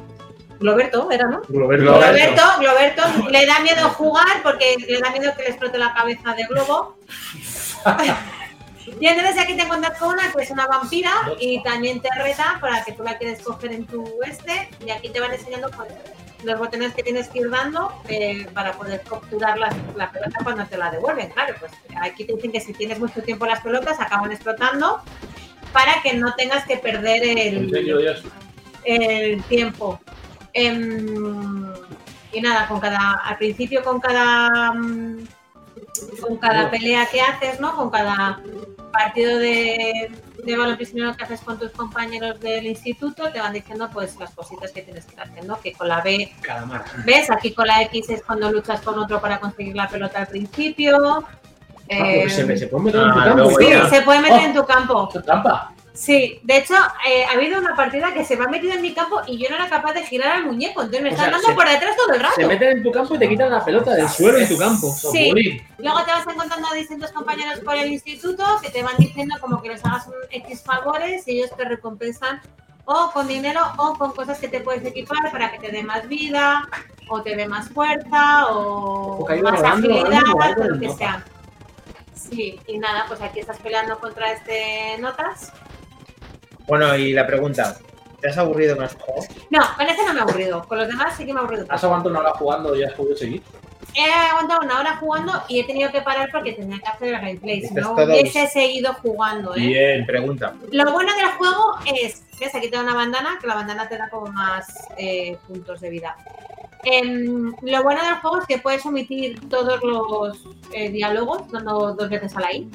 Speaker 3: Globerto era, ¿no?
Speaker 4: Globerto.
Speaker 3: Globerto, Globerto, le da miedo jugar porque le da miedo que le explote la cabeza de globo. Y entonces aquí te encuentras con una que es una vampira y también te reta para que tú la quieres coger en tu este y aquí te van enseñando pues, los botones que tienes que ir dando eh, para poder capturar las- la pelota cuando te la devuelven. Claro, pues aquí te dicen que si tienes mucho tiempo las pelotas acaban explotando para que no tengas que perder
Speaker 2: El diseño de Dios.
Speaker 3: el tiempo. Em, y nada, con cada, al principio con cada mm, con cada pelea que haces, ¿no? Con cada partido de, de balón prisionero que haces con tus compañeros del instituto, te van diciendo pues las cositas que tienes que ir haciendo, que con la B
Speaker 4: Calamar.
Speaker 3: ¿Ves? Aquí con la X es cuando luchas con otro para conseguir la pelota al principio. Eh,
Speaker 4: porque Ah, pues se me- se puede meter en tu
Speaker 2: Ah,
Speaker 4: campo,
Speaker 2: luego
Speaker 3: sí,
Speaker 2: ya.
Speaker 3: se puede meter en tu campo.
Speaker 2: Trampa.
Speaker 3: Sí, de hecho, eh, ha habido una partida que se me ha metido en mi campo y yo no era capaz de girar al muñeco, entonces me
Speaker 4: O
Speaker 3: están
Speaker 4: sea,
Speaker 3: dando
Speaker 4: se-
Speaker 3: por detrás todo el rato.
Speaker 4: Se meten en tu campo y te quitan la pelota del suelo en tu campo.
Speaker 3: Sí. Luego te vas encontrando a distintos compañeros por el instituto que te van diciendo como que les hagas un X favores y ellos te recompensan o con dinero o con cosas que te puedes equipar para que te dé más vida o te dé más fuerza o
Speaker 4: Porque ha ido
Speaker 3: más
Speaker 4: rodando,
Speaker 3: agilidad
Speaker 4: rodando, rodando
Speaker 3: o lo
Speaker 4: el
Speaker 3: que
Speaker 4: mapa.
Speaker 3: sea. Sí, y nada, pues aquí estás peleando contra este Notas.
Speaker 1: Bueno, y la pregunta, ¿te has aburrido con este juego?
Speaker 3: No, con este no me he aburrido, con los demás sí que me he aburrido.
Speaker 2: ¿Has aguantado una hora jugando y has podido seguir?
Speaker 3: He aguantado una hora jugando y he tenido que parar porque tenía que hacer el replay, si
Speaker 1: Dices
Speaker 3: no
Speaker 1: todos.
Speaker 3: hubiese seguido jugando, ¿eh?
Speaker 1: Bien, pregunta.
Speaker 3: Lo bueno del juego es, ves, aquí te da una bandana, que la bandana te da como más eh, puntos de vida. Em, lo bueno del juego es que puedes omitir todos los eh, diálogos, dando dos veces a la I.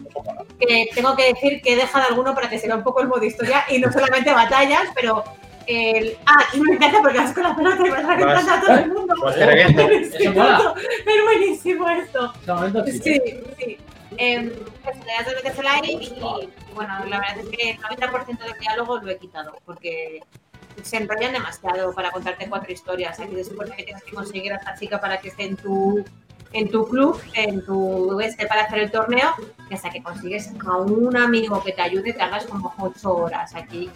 Speaker 3: Que tengo que decir que he dejado alguno para que se vea un poco el modo historia y no solamente batallas, pero el... Ah, y me encanta porque vas con la pelota y vas reventando a todo el mundo.
Speaker 1: Vas te reviento.
Speaker 2: Eso mola.
Speaker 3: Es buenísimo esto.
Speaker 2: Ese este momento
Speaker 3: Sí,
Speaker 2: sí.
Speaker 3: sí. Eh, pues, le das dos veces al aire y, bueno, la verdad es que el 90% del diálogo lo he quitado porque se enrollan demasiado para contarte cuatro historias. ¿eh? Aquí después de que tienes que conseguir a esta chica para que esté en tu en tu club, en tu este para hacer el torneo, y hasta que consigues a un amigo que te ayude, te hagas como ocho horas aquí.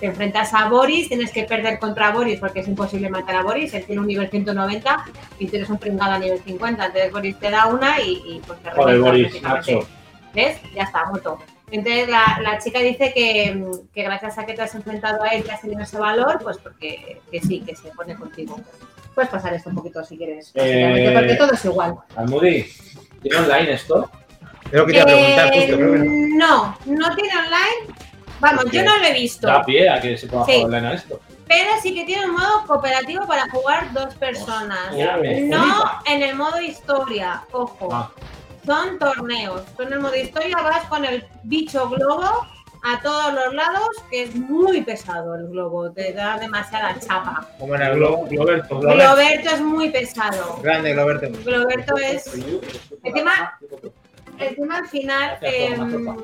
Speaker 3: Te enfrentas a Boris, tienes que perder contra Boris porque es imposible matar a Boris, él tiene un nivel 190 y tú eres un pringado a nivel 50, entonces Boris te da una y, y pues te
Speaker 2: Joder,
Speaker 3: revienta
Speaker 2: Boris,
Speaker 3: prácticamente.
Speaker 2: Nacho.
Speaker 3: ¿Ves? Ya está, muerto. Entonces la, la chica dice que, mm, que gracias a que te has enfrentado a él, que has tenido ese valor, pues porque que sí, que se pone contigo. Puedes pasar esto un poquito si quieres, básicamente,
Speaker 2: Eh,
Speaker 3: porque todo es igual.
Speaker 2: Almudi, ¿tiene online esto?
Speaker 1: Es lo
Speaker 3: Eh, no, no tiene online. Vamos, yo no lo he visto.
Speaker 2: Da pie a que se pueda
Speaker 3: Sí.
Speaker 2: jugar online a esto.
Speaker 3: Pero sí que tiene un modo cooperativo para jugar dos personas.
Speaker 2: Hostia, me
Speaker 3: No
Speaker 2: flipa.
Speaker 3: en el modo historia, ojo.
Speaker 2: Ah.
Speaker 3: Son torneos. Tú en el modo historia vas con el bicho globo a todos los lados, que es muy pesado el globo, te da demasiada chapa.
Speaker 1: ¿Cómo era? Glo- Globerto. Globerto.
Speaker 3: Globerto es muy pesado.
Speaker 1: Grande, Globerto.
Speaker 3: Globerto es. Encima, encima al final.
Speaker 1: Gracias, toma,
Speaker 3: em, al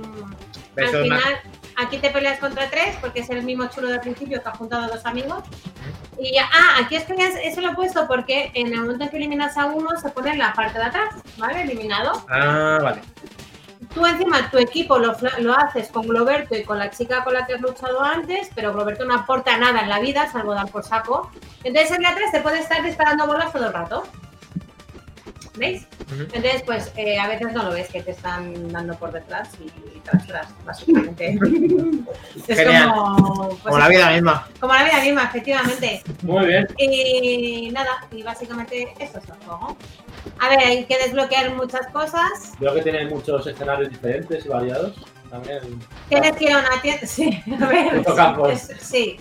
Speaker 1: Besos,
Speaker 3: final, aquí te peleas contra tres, porque es el mismo chulo del principio que ha juntado a dos amigos. Y ya, ah, aquí estoy, eso lo he puesto porque en el momento en que eliminas a uno se pone en la parte de atrás, ¿vale? Eliminado.
Speaker 1: Ah, vale.
Speaker 3: Pues Tú encima, tu equipo lo, fla- lo haces con Globerto y con la chica con la que has luchado antes, pero Globerto no aporta nada en la vida, salvo dar por saco. Entonces en la 3 te puede estar disparando bolas todo el rato. ¿Veis? Entonces, pues eh, a veces no lo ves que te están dando por detrás y tras, tras, básicamente. es
Speaker 1: Genial.
Speaker 3: como, pues,
Speaker 1: Como la vida misma.
Speaker 3: Como la vida misma, efectivamente.
Speaker 1: Muy bien.
Speaker 3: Y nada, y básicamente eso es el juego. A ver, hay que desbloquear muchas cosas.
Speaker 2: Veo que tiene muchos escenarios diferentes y variados. También.
Speaker 3: Tienes que ir a una tienda. Sí, a ver.
Speaker 2: Mucho campo.
Speaker 3: es- sí.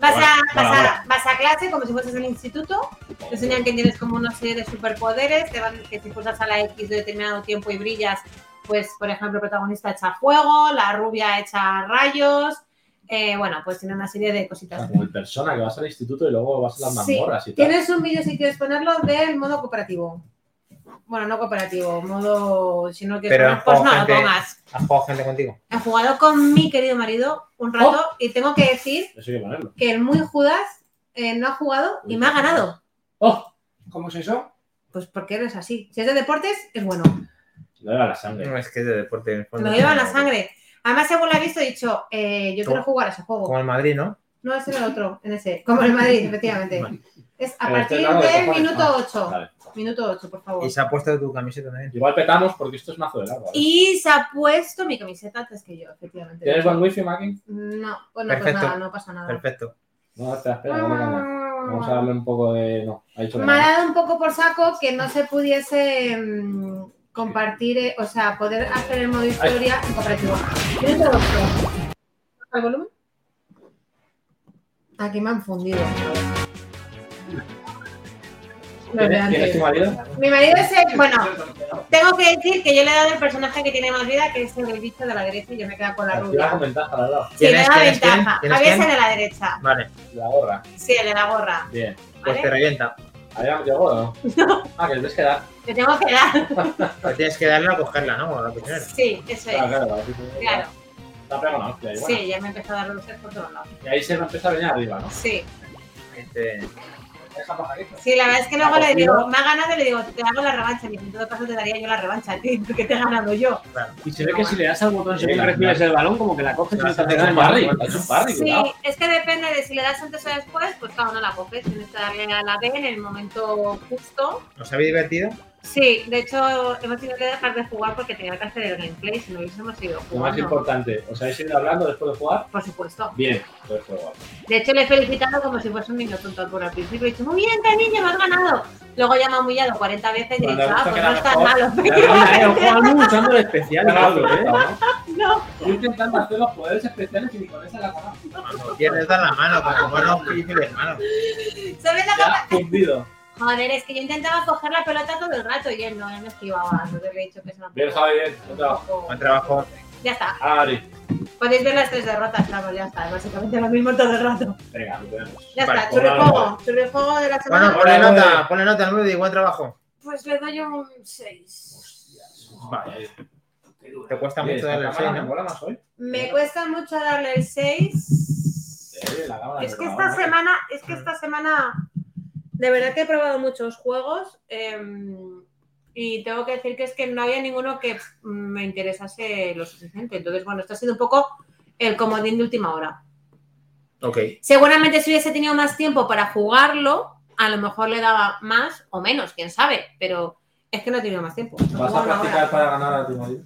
Speaker 3: Vas a,
Speaker 2: pues. Bueno,
Speaker 3: vas, a,
Speaker 2: bueno.
Speaker 3: vas a clase como si fueses al instituto, te enseñan que tienes como una serie de superpoderes, te van, que si pulsas a la X de determinado tiempo y brillas, pues por ejemplo el protagonista echa fuego, la rubia echa rayos, eh, bueno, pues tiene una serie de cositas.
Speaker 2: Como el persona que vas al instituto y luego vas a las
Speaker 3: Sí.
Speaker 2: mazmorras y tal.
Speaker 3: Tienes un vídeo si quieres ponerlo del modo cooperativo. Bueno, no cooperativo, modo. Si no quieres
Speaker 1: Pero
Speaker 3: poner,
Speaker 1: has
Speaker 3: pues
Speaker 1: jugado,
Speaker 3: no lo
Speaker 1: gente,
Speaker 3: pongas.
Speaker 1: has jugado gente contigo.
Speaker 3: He jugado con mi querido marido un rato
Speaker 2: Oh.
Speaker 3: y tengo que decir
Speaker 2: Eso hay que ponerlo.
Speaker 3: que el muy Judas eh, no ha jugado y me ha ganado.
Speaker 2: ¡Oh!
Speaker 6: ¿Cómo es eso?
Speaker 3: Pues porque eres así. Si es de deportes, es bueno.
Speaker 2: Lo lleva la sangre. Eh,
Speaker 1: No, es que es de deporte. en el
Speaker 3: Te
Speaker 1: fondo.
Speaker 3: lo llevan la sangre. Además, según lo he visto, he dicho, eh, yo
Speaker 1: Como-
Speaker 3: quiero jugar a ese juego.
Speaker 1: Como el Madrid, ¿no?
Speaker 3: No, es en el otro, en ese. Como el Madrid, efectivamente. Es a
Speaker 1: Pero este
Speaker 3: partir
Speaker 1: lado de
Speaker 3: del
Speaker 1: cojones,
Speaker 3: minuto
Speaker 2: Ah,
Speaker 1: ¿no?
Speaker 3: 8.
Speaker 1: Vale.
Speaker 3: Minuto 8, por favor.
Speaker 1: Y se ha puesto tu camiseta también.
Speaker 2: Igual petamos porque esto es mazo de largo. ¿vale?
Speaker 3: Y se ha puesto mi camiseta antes que yo, efectivamente.
Speaker 2: ¿Tienes buen wifi, Maki?
Speaker 3: No, bueno, pues
Speaker 2: Perfecto.
Speaker 3: nada, no pasa nada.
Speaker 1: Perfecto.
Speaker 2: No, espera, espera, no me engañas. Vamos a darle un poco de. No, ha dicho que
Speaker 3: Me ha
Speaker 2: no.
Speaker 3: dado un poco por saco que no se pudiese mm, compartir, eh, o sea, poder hacer el modo historia en cooperativo. Minuto 8. ¿Baja el volumen? Aquí me han fundido. Lo de
Speaker 2: ¿Tienes- ¿Tienes
Speaker 3: antes.
Speaker 2: tu marido?
Speaker 3: Mi marido es el. Bueno, tengo que decir que yo le he dado el personaje que tiene más vida, que es el bicho de la derecha, y yo me quedo con la
Speaker 2: Lleva con
Speaker 3: rubia.
Speaker 2: ventaja, la verdad.
Speaker 3: Sí, me da ventaja. A veces el de la derecha.
Speaker 1: Vale.
Speaker 2: La gorra.
Speaker 3: Sí, el de la gorra.
Speaker 2: Bien.
Speaker 3: Pues te
Speaker 1: revienta.
Speaker 2: ¿Habíamos llegado o no? Ah, que tienes que dar.
Speaker 3: Te tengo que dar.
Speaker 1: Pero Pues tienes que darle a cogerla, ¿no? O a la primera.
Speaker 3: Sí, eso es.
Speaker 2: Claro, claro,
Speaker 3: Claro.
Speaker 2: claro. sí, sí, sí. Está pegado una hostia. Y, bueno.
Speaker 3: Sí, ya me empezó a dar luces por todos lados.
Speaker 2: y ahí se me empieza a venir arriba, ¿no?
Speaker 3: Sí.
Speaker 1: Este...
Speaker 3: Sí, la verdad es que luego le
Speaker 2: cogido.
Speaker 3: digo, me ha ganado y le digo, te hago la revancha. Y en todo caso te daría yo la revancha a ti, porque te he ganado yo.
Speaker 4: Y se ve que si le das al botón,
Speaker 2: Sí,
Speaker 4: según
Speaker 2: la-
Speaker 4: recibes
Speaker 2: la-
Speaker 4: el balón, como que la coges y
Speaker 2: la-
Speaker 4: no te
Speaker 2: la-
Speaker 4: hace
Speaker 2: la-
Speaker 4: nada.
Speaker 2: la- la- la- la- Barry,
Speaker 3: Sí,
Speaker 2: cuidado.
Speaker 3: es que depende de si le das antes o después, pues claro, no la coges. Tienes que darle a la B en el momento justo.
Speaker 1: ¿Os habéis divertido?
Speaker 3: Sí, de hecho hemos tenido que dejar de jugar porque tenía que hacer el gameplay, si no hubiésemos ido
Speaker 2: Lo más
Speaker 3: jugando.
Speaker 2: importante, ¿os habéis ido hablando después de jugar?
Speaker 3: Por supuesto.
Speaker 2: Bien, entonces pues, fue guapo.
Speaker 3: De hecho, le he felicitado como si fuese un niño tonto por al principio. He dicho, muy bien, cariño, me has ganado. Luego ya me ha humillado 40 veces y he
Speaker 4: Cuando
Speaker 3: dicho,
Speaker 4: ha
Speaker 3: ah,
Speaker 4: visto que
Speaker 3: pues no
Speaker 4: era
Speaker 3: estás
Speaker 4: mejor,
Speaker 3: malo.
Speaker 4: la verdad, eh, ojo, ando usando el especial.
Speaker 2: Claro,
Speaker 4: algo, eh.
Speaker 2: ¿no?
Speaker 3: No,
Speaker 2: Yo intentando hacer los poderes especiales y ni con esa la conozco.
Speaker 1: Cuando pierdes, da la mano. Pero como no, es difícil, hermano.
Speaker 3: ¿sabes la cosa?
Speaker 2: Fundido.
Speaker 3: Joder, es que yo intentaba coger la pelota todo el rato y él no, él me esquivaba. Entonces le he dicho que es una
Speaker 2: Bien, Javi, bien. Buen trabajo.
Speaker 1: Buen trabajo.
Speaker 3: Ya está.
Speaker 4: Ah,
Speaker 2: Ari.
Speaker 3: Podéis ver las tres derrotas, claro, ya está. Básicamente lo mismo todo el rato.
Speaker 2: Venga, lo tenemos.
Speaker 3: Ya
Speaker 1: Vale,
Speaker 3: está,
Speaker 1: pues
Speaker 3: churrifuego.
Speaker 1: vamos.
Speaker 3: Churrifuego de la semana.
Speaker 1: Bueno, ponle nota, ponle nota al 9 y buen trabajo.
Speaker 3: Pues le doy un 6.
Speaker 1: Vale. Te cuesta
Speaker 2: Bien,
Speaker 1: mucho
Speaker 2: la
Speaker 1: darle el 6,
Speaker 2: cámara me
Speaker 1: ¿no?
Speaker 2: mola más hoy.
Speaker 3: Me cuesta mucho darle el 6.
Speaker 2: Eh, la cámara
Speaker 3: Es
Speaker 2: me
Speaker 3: que
Speaker 2: mola
Speaker 3: esta
Speaker 2: más.
Speaker 3: semana, es
Speaker 2: Mm.
Speaker 3: que esta semana, de verdad que he probado muchos juegos em, y tengo que decir que es que no había ninguno que mm, me interesase lo suficiente. Entonces, bueno, esto ha sido un poco el comodín de última hora.
Speaker 1: Ok.
Speaker 3: Seguramente si hubiese tenido más tiempo para jugarlo, a lo mejor le daba más o menos, quién sabe, pero es que no he tenido más tiempo. He
Speaker 2: ¿Vas
Speaker 3: jugado
Speaker 2: a
Speaker 3: una
Speaker 2: practicar
Speaker 3: hora.
Speaker 2: para ganar a tu marido?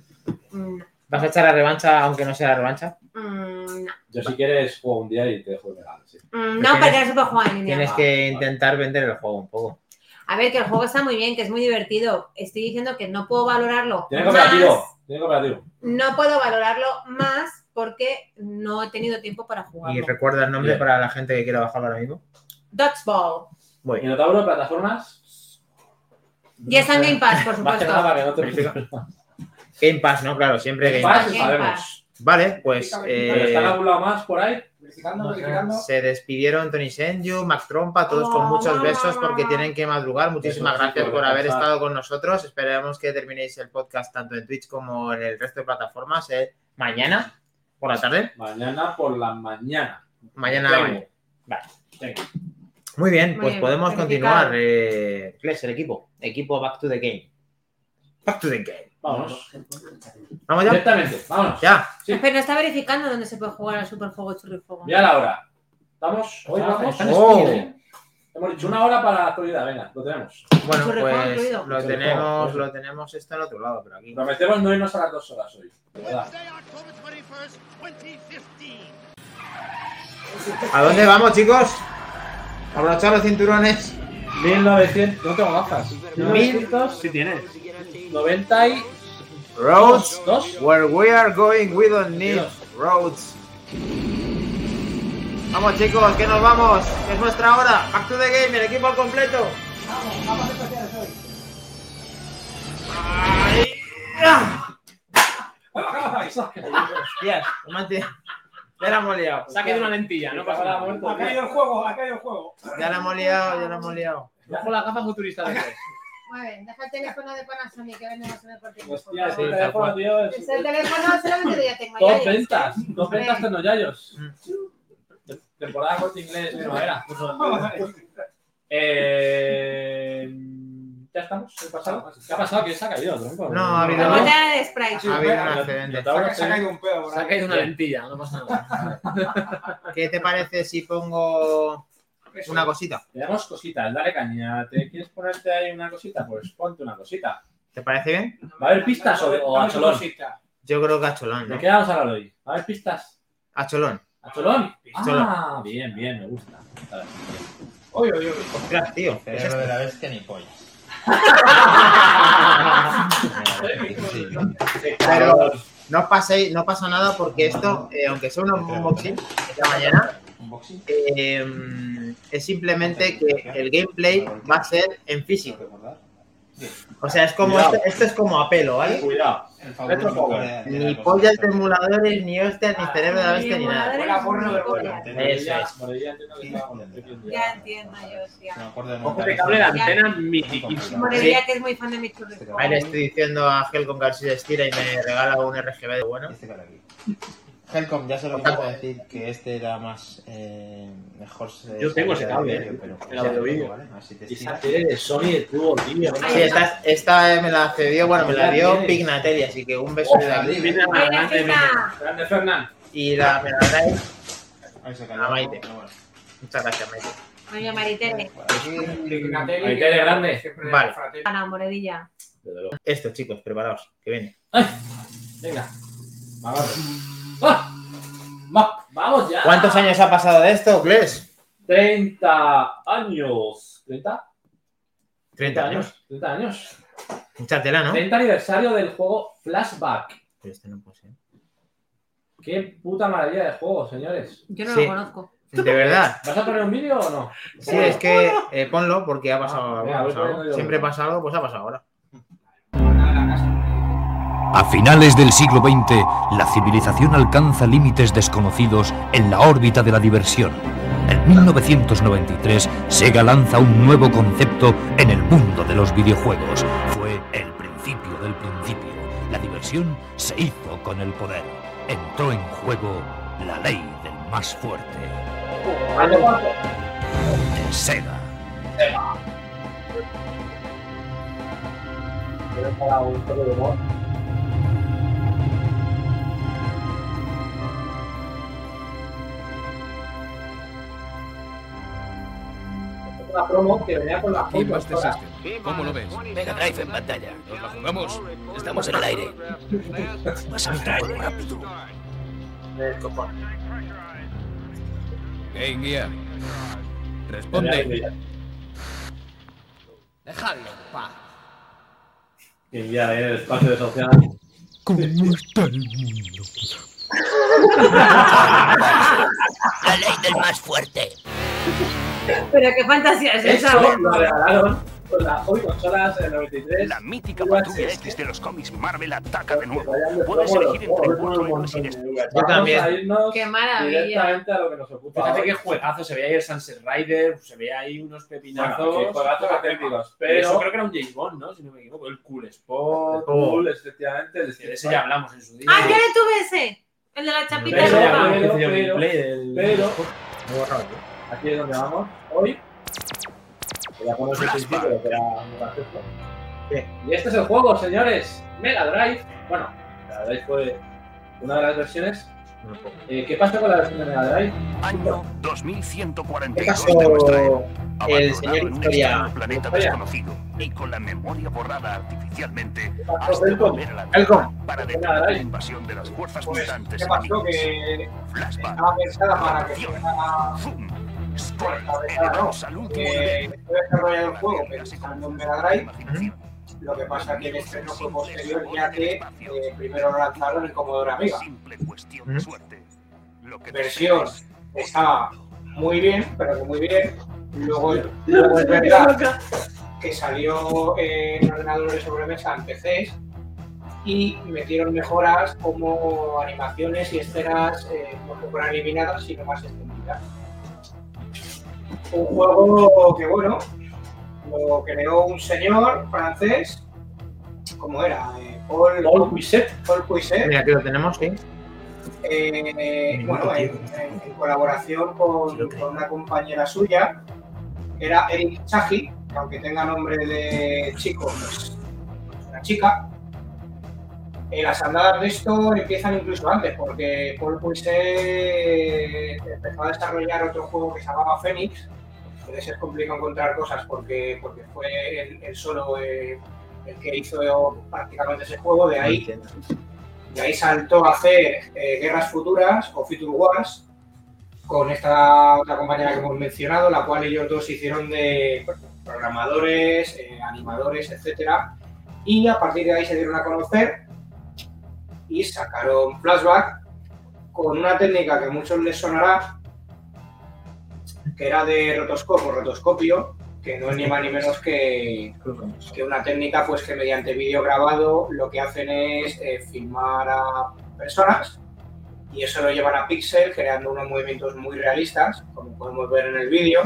Speaker 3: Mm,
Speaker 1: ¿Vas a echar la revancha aunque no sea la revancha?
Speaker 3: mm, no.
Speaker 2: Yo, si quieres, juego un día y te dejo el regalo. Sí.
Speaker 3: Mm, no, pero ya se puede jugar en línea.
Speaker 1: Tienes que intentar vender el juego un poco.
Speaker 3: A ver, que el juego está muy bien, que es muy divertido. Estoy diciendo que no puedo valorarlo.
Speaker 2: Tiene
Speaker 3: más.
Speaker 2: cooperativo. Tiene cooperativo.
Speaker 3: No puedo valorarlo más porque no he tenido tiempo para
Speaker 1: Y
Speaker 3: jugarlo.
Speaker 1: recuerda el nombre para la gente que quiera bajarlo ahora mismo.
Speaker 3: Dodgeball.
Speaker 1: Voy.
Speaker 2: Minotauro, plataformas.
Speaker 3: Y está en Game Pass, por
Speaker 2: Más que
Speaker 3: supuesto.
Speaker 2: nada para que no te
Speaker 1: Game Pass, ¿no? Claro, siempre Game
Speaker 2: Game Pass,
Speaker 1: Pass.
Speaker 2: sabemos.
Speaker 1: Vale, pues eh,
Speaker 2: Pero está en algún lado más por ahí.
Speaker 6: Verificando, verificando.
Speaker 1: se despidieron Tony Senju, Max Trompa, todos
Speaker 3: Ah,
Speaker 1: con muchos besos porque tienen que madrugar. Muchísimas
Speaker 2: Eso sí,
Speaker 1: gracias
Speaker 2: por
Speaker 1: por haber
Speaker 2: descansar.
Speaker 1: estado con nosotros. Esperamos que terminéis el podcast tanto en Twitch como en el resto de plataformas eh, mañana por la tarde.
Speaker 2: Mañana por la mañana.
Speaker 1: Mañana.
Speaker 2: Venga.
Speaker 1: Vale.
Speaker 2: Venga.
Speaker 1: Muy bien,
Speaker 3: Muy
Speaker 1: pues
Speaker 3: bien,
Speaker 1: podemos
Speaker 3: verificado.
Speaker 1: continuar. Eh, Flex, el equipo. Equipo Back to the Game. Back to the Game.
Speaker 2: Vamos.
Speaker 1: Vamos ya.
Speaker 2: Directamente, vámonos.
Speaker 1: Ya.
Speaker 3: Pero está verificando dónde se puede jugar al superjuego churrifuego.
Speaker 2: Ya la hora. ¿Vamos? Hoy
Speaker 1: Ah,
Speaker 2: vamos.
Speaker 1: están Oh. speed,
Speaker 2: Hemos dicho una hora para la actualidad, venga, lo tenemos.
Speaker 1: Bueno,
Speaker 2: Churro, ¿cómo
Speaker 1: pues
Speaker 2: incluido?
Speaker 1: lo
Speaker 2: Churro,
Speaker 1: tenemos,
Speaker 2: eso.
Speaker 1: lo tenemos esto al otro lado, pero aquí.
Speaker 2: Prometemos no irnos a las dos horas hoy. de verdad.
Speaker 1: ¿A dónde vamos, chicos? Abrochar los cinturones.
Speaker 2: 1900. No tengo gafas.
Speaker 1: Mil-
Speaker 2: 1900. Sí tienes. 90 y.
Speaker 1: Roads
Speaker 2: Dos.
Speaker 1: where we are going, we don't need roads. Vamos, chicos, que nos vamos. Es nuestra hora. Back to the game, el equipo al completo. Hostias, no manches. Ya la hemos liado.
Speaker 4: Saque de una lentilla, no pasa nada.
Speaker 6: Ha caído el juego, ha caído el juego.
Speaker 1: Ya la hemos liado, ya la hemos liado.
Speaker 4: Bajo las gafas futuristas. de Flex.
Speaker 3: Mueve, deja el teléfono de Panasonic que vendemos en el partido.
Speaker 2: Hostia, sí, ¿eh?
Speaker 4: Por favor.
Speaker 2: te dejo, tío. es-
Speaker 3: Es el teléfono solamente de ya tengo.
Speaker 2: Dos
Speaker 3: ya, ya.
Speaker 2: ventas. Dos ventas tengo yayos.
Speaker 1: Mm.
Speaker 2: Tem- Temporada corte inglés, primavera. Eh, ya estamos, ¿qué ha pasado? ¿Qué ha pasado? ¿Que se ha caído? tronco?
Speaker 1: No, ha habido-
Speaker 3: La botella de Sprite.
Speaker 1: Ha habido un
Speaker 2: Minotauro,
Speaker 1: accidente.
Speaker 2: Minotauro,
Speaker 6: Se ha caído un pedo,
Speaker 4: Se ha
Speaker 6: ¿verdad?
Speaker 4: caído una lentilla, no pasa nada.
Speaker 1: ¿Qué te parece si pongo una cosita?
Speaker 2: Le damos cositas, dale caña. ¿Te quieres ponerte ahí una cosita? Pues ponte una cosita.
Speaker 1: ¿Te parece bien?
Speaker 2: ¿Va a haber pistas o, o a Cholón?
Speaker 1: Yo creo que a Cholón,
Speaker 2: ¿De
Speaker 1: ¿no?
Speaker 2: qué vamos a hablar hoy? ¿Va a haber pistas?
Speaker 1: A Cholón.
Speaker 2: ¿A Cholón?
Speaker 1: Cholón.
Speaker 2: Ah, bien, bien, me gusta. A ver.
Speaker 6: Oye, oye, oye.
Speaker 1: Ostras, tío.
Speaker 7: Pero lo de la bestia ni pollo.
Speaker 1: Pero no os paséis, no pasa nada porque esto, eh, aunque sea un unboxing esta mañana, eh, es simplemente que el gameplay va a ser en físico. O sea, es como esto, esto es como a pelo, ¿vale?
Speaker 2: Cuidado. Retro Power.
Speaker 1: Ni pollas de emuladores, ni hostias, ni cerebro de la bestia, ni nada.
Speaker 6: Buena porno de
Speaker 3: Ya,
Speaker 1: Eso es.
Speaker 2: Maravilla, entiendo que estaba con el-
Speaker 3: ya entiendo yo, sí.
Speaker 7: Ah,
Speaker 4: Ojo de cable de antena mitiquísimo.
Speaker 3: Morelia, que es muy fan de mi churrifuego.
Speaker 1: Ahí le estoy diciendo a Helcom García Estira y me regala un RGB de bueno.
Speaker 12: Este
Speaker 7: Helcom, ya sé lo que me vas a decir, que este era más eh, mejor. eh,
Speaker 4: Yo tengo ese
Speaker 7: calidad
Speaker 4: cable,
Speaker 7: de vídeo,
Speaker 4: eh,
Speaker 7: pero
Speaker 4: el audio-vídeo.
Speaker 7: ¿vale? Así te
Speaker 2: Esa
Speaker 7: estiras.
Speaker 2: tele de Sony de tubo, tío.
Speaker 1: Sí, esta, esta eh, me la cedió, bueno, me la dio Pignatelli, así que un beso de aquí.
Speaker 4: Viene a la grande, viene.
Speaker 2: Grande Fernán.
Speaker 1: Y la, me la trae
Speaker 7: Ahí se
Speaker 1: a
Speaker 7: cayó.
Speaker 1: Maite.
Speaker 7: Pero bueno.
Speaker 1: Muchas gracias, Maite.
Speaker 3: Doña Maritere.
Speaker 2: Ahí tele grande.
Speaker 1: Vale.
Speaker 3: Ana Moredilla.
Speaker 2: Desde luego.
Speaker 1: Esto, chicos, preparaos, que viene.
Speaker 2: Venga. Me agarro. ¡Ah! Va- ¡Vamos ya!
Speaker 1: ¿Cuántos años ha pasado de esto, Gles?
Speaker 2: 30 años. ¿30?
Speaker 1: 30 años.
Speaker 2: 30 años.
Speaker 1: Mucha tela, ¿no?
Speaker 2: 30 aniversario del juego Flashback.
Speaker 1: Pero este no puede ser.
Speaker 2: Qué puta maravilla de juego, señores.
Speaker 3: Yo no
Speaker 1: Sí.
Speaker 3: lo conozco.
Speaker 1: De verdad.
Speaker 2: ¿Vas a poner un vídeo o no?
Speaker 1: Sí, es que eh, ponlo porque ha pasado
Speaker 2: Ah,
Speaker 1: algo.
Speaker 2: venga,
Speaker 1: ha
Speaker 2: voy
Speaker 1: pasado algo.
Speaker 2: poniendo yo.
Speaker 1: Siempre pasa algo, pues ha pasado ahora.
Speaker 13: A finales del siglo XX, la civilización alcanza límites desconocidos en la órbita de la diversión. En 1993, Sega lanza un nuevo concepto en el mundo de los videojuegos. Fue el principio del principio. La diversión se hizo con el poder. Entró en juego la ley del más fuerte. De Sega.
Speaker 2: La promo que venía con la foto.
Speaker 14: ¿Cómo lo ves?
Speaker 13: Mega Drive en pantalla.
Speaker 14: ¿Nos la jugamos?
Speaker 13: Estamos en el aire. Vas a entrar rápido.
Speaker 1: Del copón.
Speaker 14: Game Gear. Responde.
Speaker 2: Ponte.
Speaker 14: Dejadlo, pa.
Speaker 2: Y ya
Speaker 4: eh,
Speaker 2: viene el espacio de social.
Speaker 13: ¿Cómo está el mundo? La ley del más fuerte.
Speaker 3: Pero qué fantasía es esa.
Speaker 2: Eso lo regalaron con la Hobby Consolas en el 93.
Speaker 13: La mítica
Speaker 2: Igual
Speaker 13: patrulla
Speaker 2: sí,
Speaker 13: X de los cómics Marvel ataca de nuevo.
Speaker 2: Rayando el
Speaker 13: Puedes
Speaker 2: fuego,
Speaker 13: elegir
Speaker 2: los
Speaker 13: entre
Speaker 2: juegos,
Speaker 13: cuatro
Speaker 2: un
Speaker 13: héroes
Speaker 2: montón de
Speaker 13: celestes.
Speaker 2: lugares.
Speaker 1: Yo
Speaker 2: Vamos
Speaker 1: también.
Speaker 2: a irnos
Speaker 3: Qué maravilla.
Speaker 2: Directamente a lo que nos ocupa.
Speaker 4: Fíjate
Speaker 2: hoy.
Speaker 4: qué juegazo, se veía ahí el Sunset Rider, se veía ahí unos pepinazos.
Speaker 2: Bueno, que juegazos auténticos,
Speaker 4: Pero
Speaker 2: pero-
Speaker 4: eso creo que era un James Bond, ¿no? Si no me equivoco, el Cool Spot.
Speaker 2: Cool, efectivamente. el
Speaker 4: De
Speaker 2: Street
Speaker 4: ese ya hablamos en su día.
Speaker 3: Ah, yo le tuve ese. El de la chapita
Speaker 2: Pero-
Speaker 4: Ese ya
Speaker 3: roja.
Speaker 4: hablamos,
Speaker 2: pero-
Speaker 4: que hice yo
Speaker 2: pero-
Speaker 1: ¿eh?
Speaker 4: gameplay del-
Speaker 2: Pero aquí es donde vamos. Hoy Ya conoce el principio, que era muy gracioso. Y este es el juego, señores. Mega Drive. Bueno, Mega Drive fue una de las versiones. Eh, ¿Qué pasa con la versión de Mega Drive?
Speaker 15: Año 2142
Speaker 1: ¿Qué pasó
Speaker 15: de nuestra era.
Speaker 1: el
Speaker 15: Abandonado
Speaker 1: señor
Speaker 15: en un
Speaker 1: Historia?
Speaker 15: extraño planeta
Speaker 1: Historia.
Speaker 15: desconocido y con la memoria borrada artificialmente
Speaker 2: pasó,
Speaker 15: hasta
Speaker 2: Felcom?
Speaker 15: volver a la Tierra
Speaker 2: Felcom.
Speaker 15: para
Speaker 2: ¿Qué
Speaker 15: detener
Speaker 2: pasó?
Speaker 15: la invasión de las fuerzas
Speaker 6: Pues,
Speaker 15: mutantes
Speaker 6: ¿qué pasó?
Speaker 15: enemigas.
Speaker 6: Que
Speaker 15: Flashback,
Speaker 6: estaba pensada para que fuera
Speaker 15: scroll, elevados al
Speaker 6: no,
Speaker 15: último
Speaker 6: que
Speaker 15: nivel.
Speaker 6: fue desarrollado el juego pensando en Mega Drive. Lo que pasa es que el estreno fue posterior, ya que eh, primero lo lanzaron en Commodore Amiga.
Speaker 15: Simple cuestión de suerte. Lo que
Speaker 6: Versión
Speaker 15: deseas.
Speaker 6: estaba muy bien, pero que muy bien. Luego, luego es verdad que salió eh, en ordenadores de sobremesa en PCs y metieron mejoras como animaciones y escenas eh, no fueron eliminadas, sino más extendidas. Un juego que, bueno, lo creó un señor francés, ¿cómo era? Eh, Paul,
Speaker 2: Paul Cuisset.
Speaker 6: Paul Cuisset.
Speaker 1: Mira, aquí lo tenemos, sí.
Speaker 6: Eh, bueno, en, en- en colaboración con, con una compañera suya, era Eric Chahi, que aunque tenga nombre de chico, pues es una chica. Eh, las andadas de esto empiezan incluso antes, porque Paul Pulse empezó a desarrollar otro juego que se llamaba Fénix. Puede ser complicado encontrar cosas porque, porque fue él, él solo eh, el que hizo prácticamente ese juego, de ahí de ahí saltó a hacer eh, Guerras Futuras o Future Wars con esta otra compañera que hemos mencionado, la cual ellos dos hicieron de programadores, eh, animadores, etcétera. Y a partir de ahí se dieron a conocer y sacaron Flashback con una técnica que a muchos les sonará, que era de rotoscopio, rotoscopio, que no es ni más ni menos que, que una técnica pues que mediante vídeo grabado lo que hacen es eh, filmar a personas y eso lo llevan a pixel creando unos movimientos muy realistas como podemos ver en el vídeo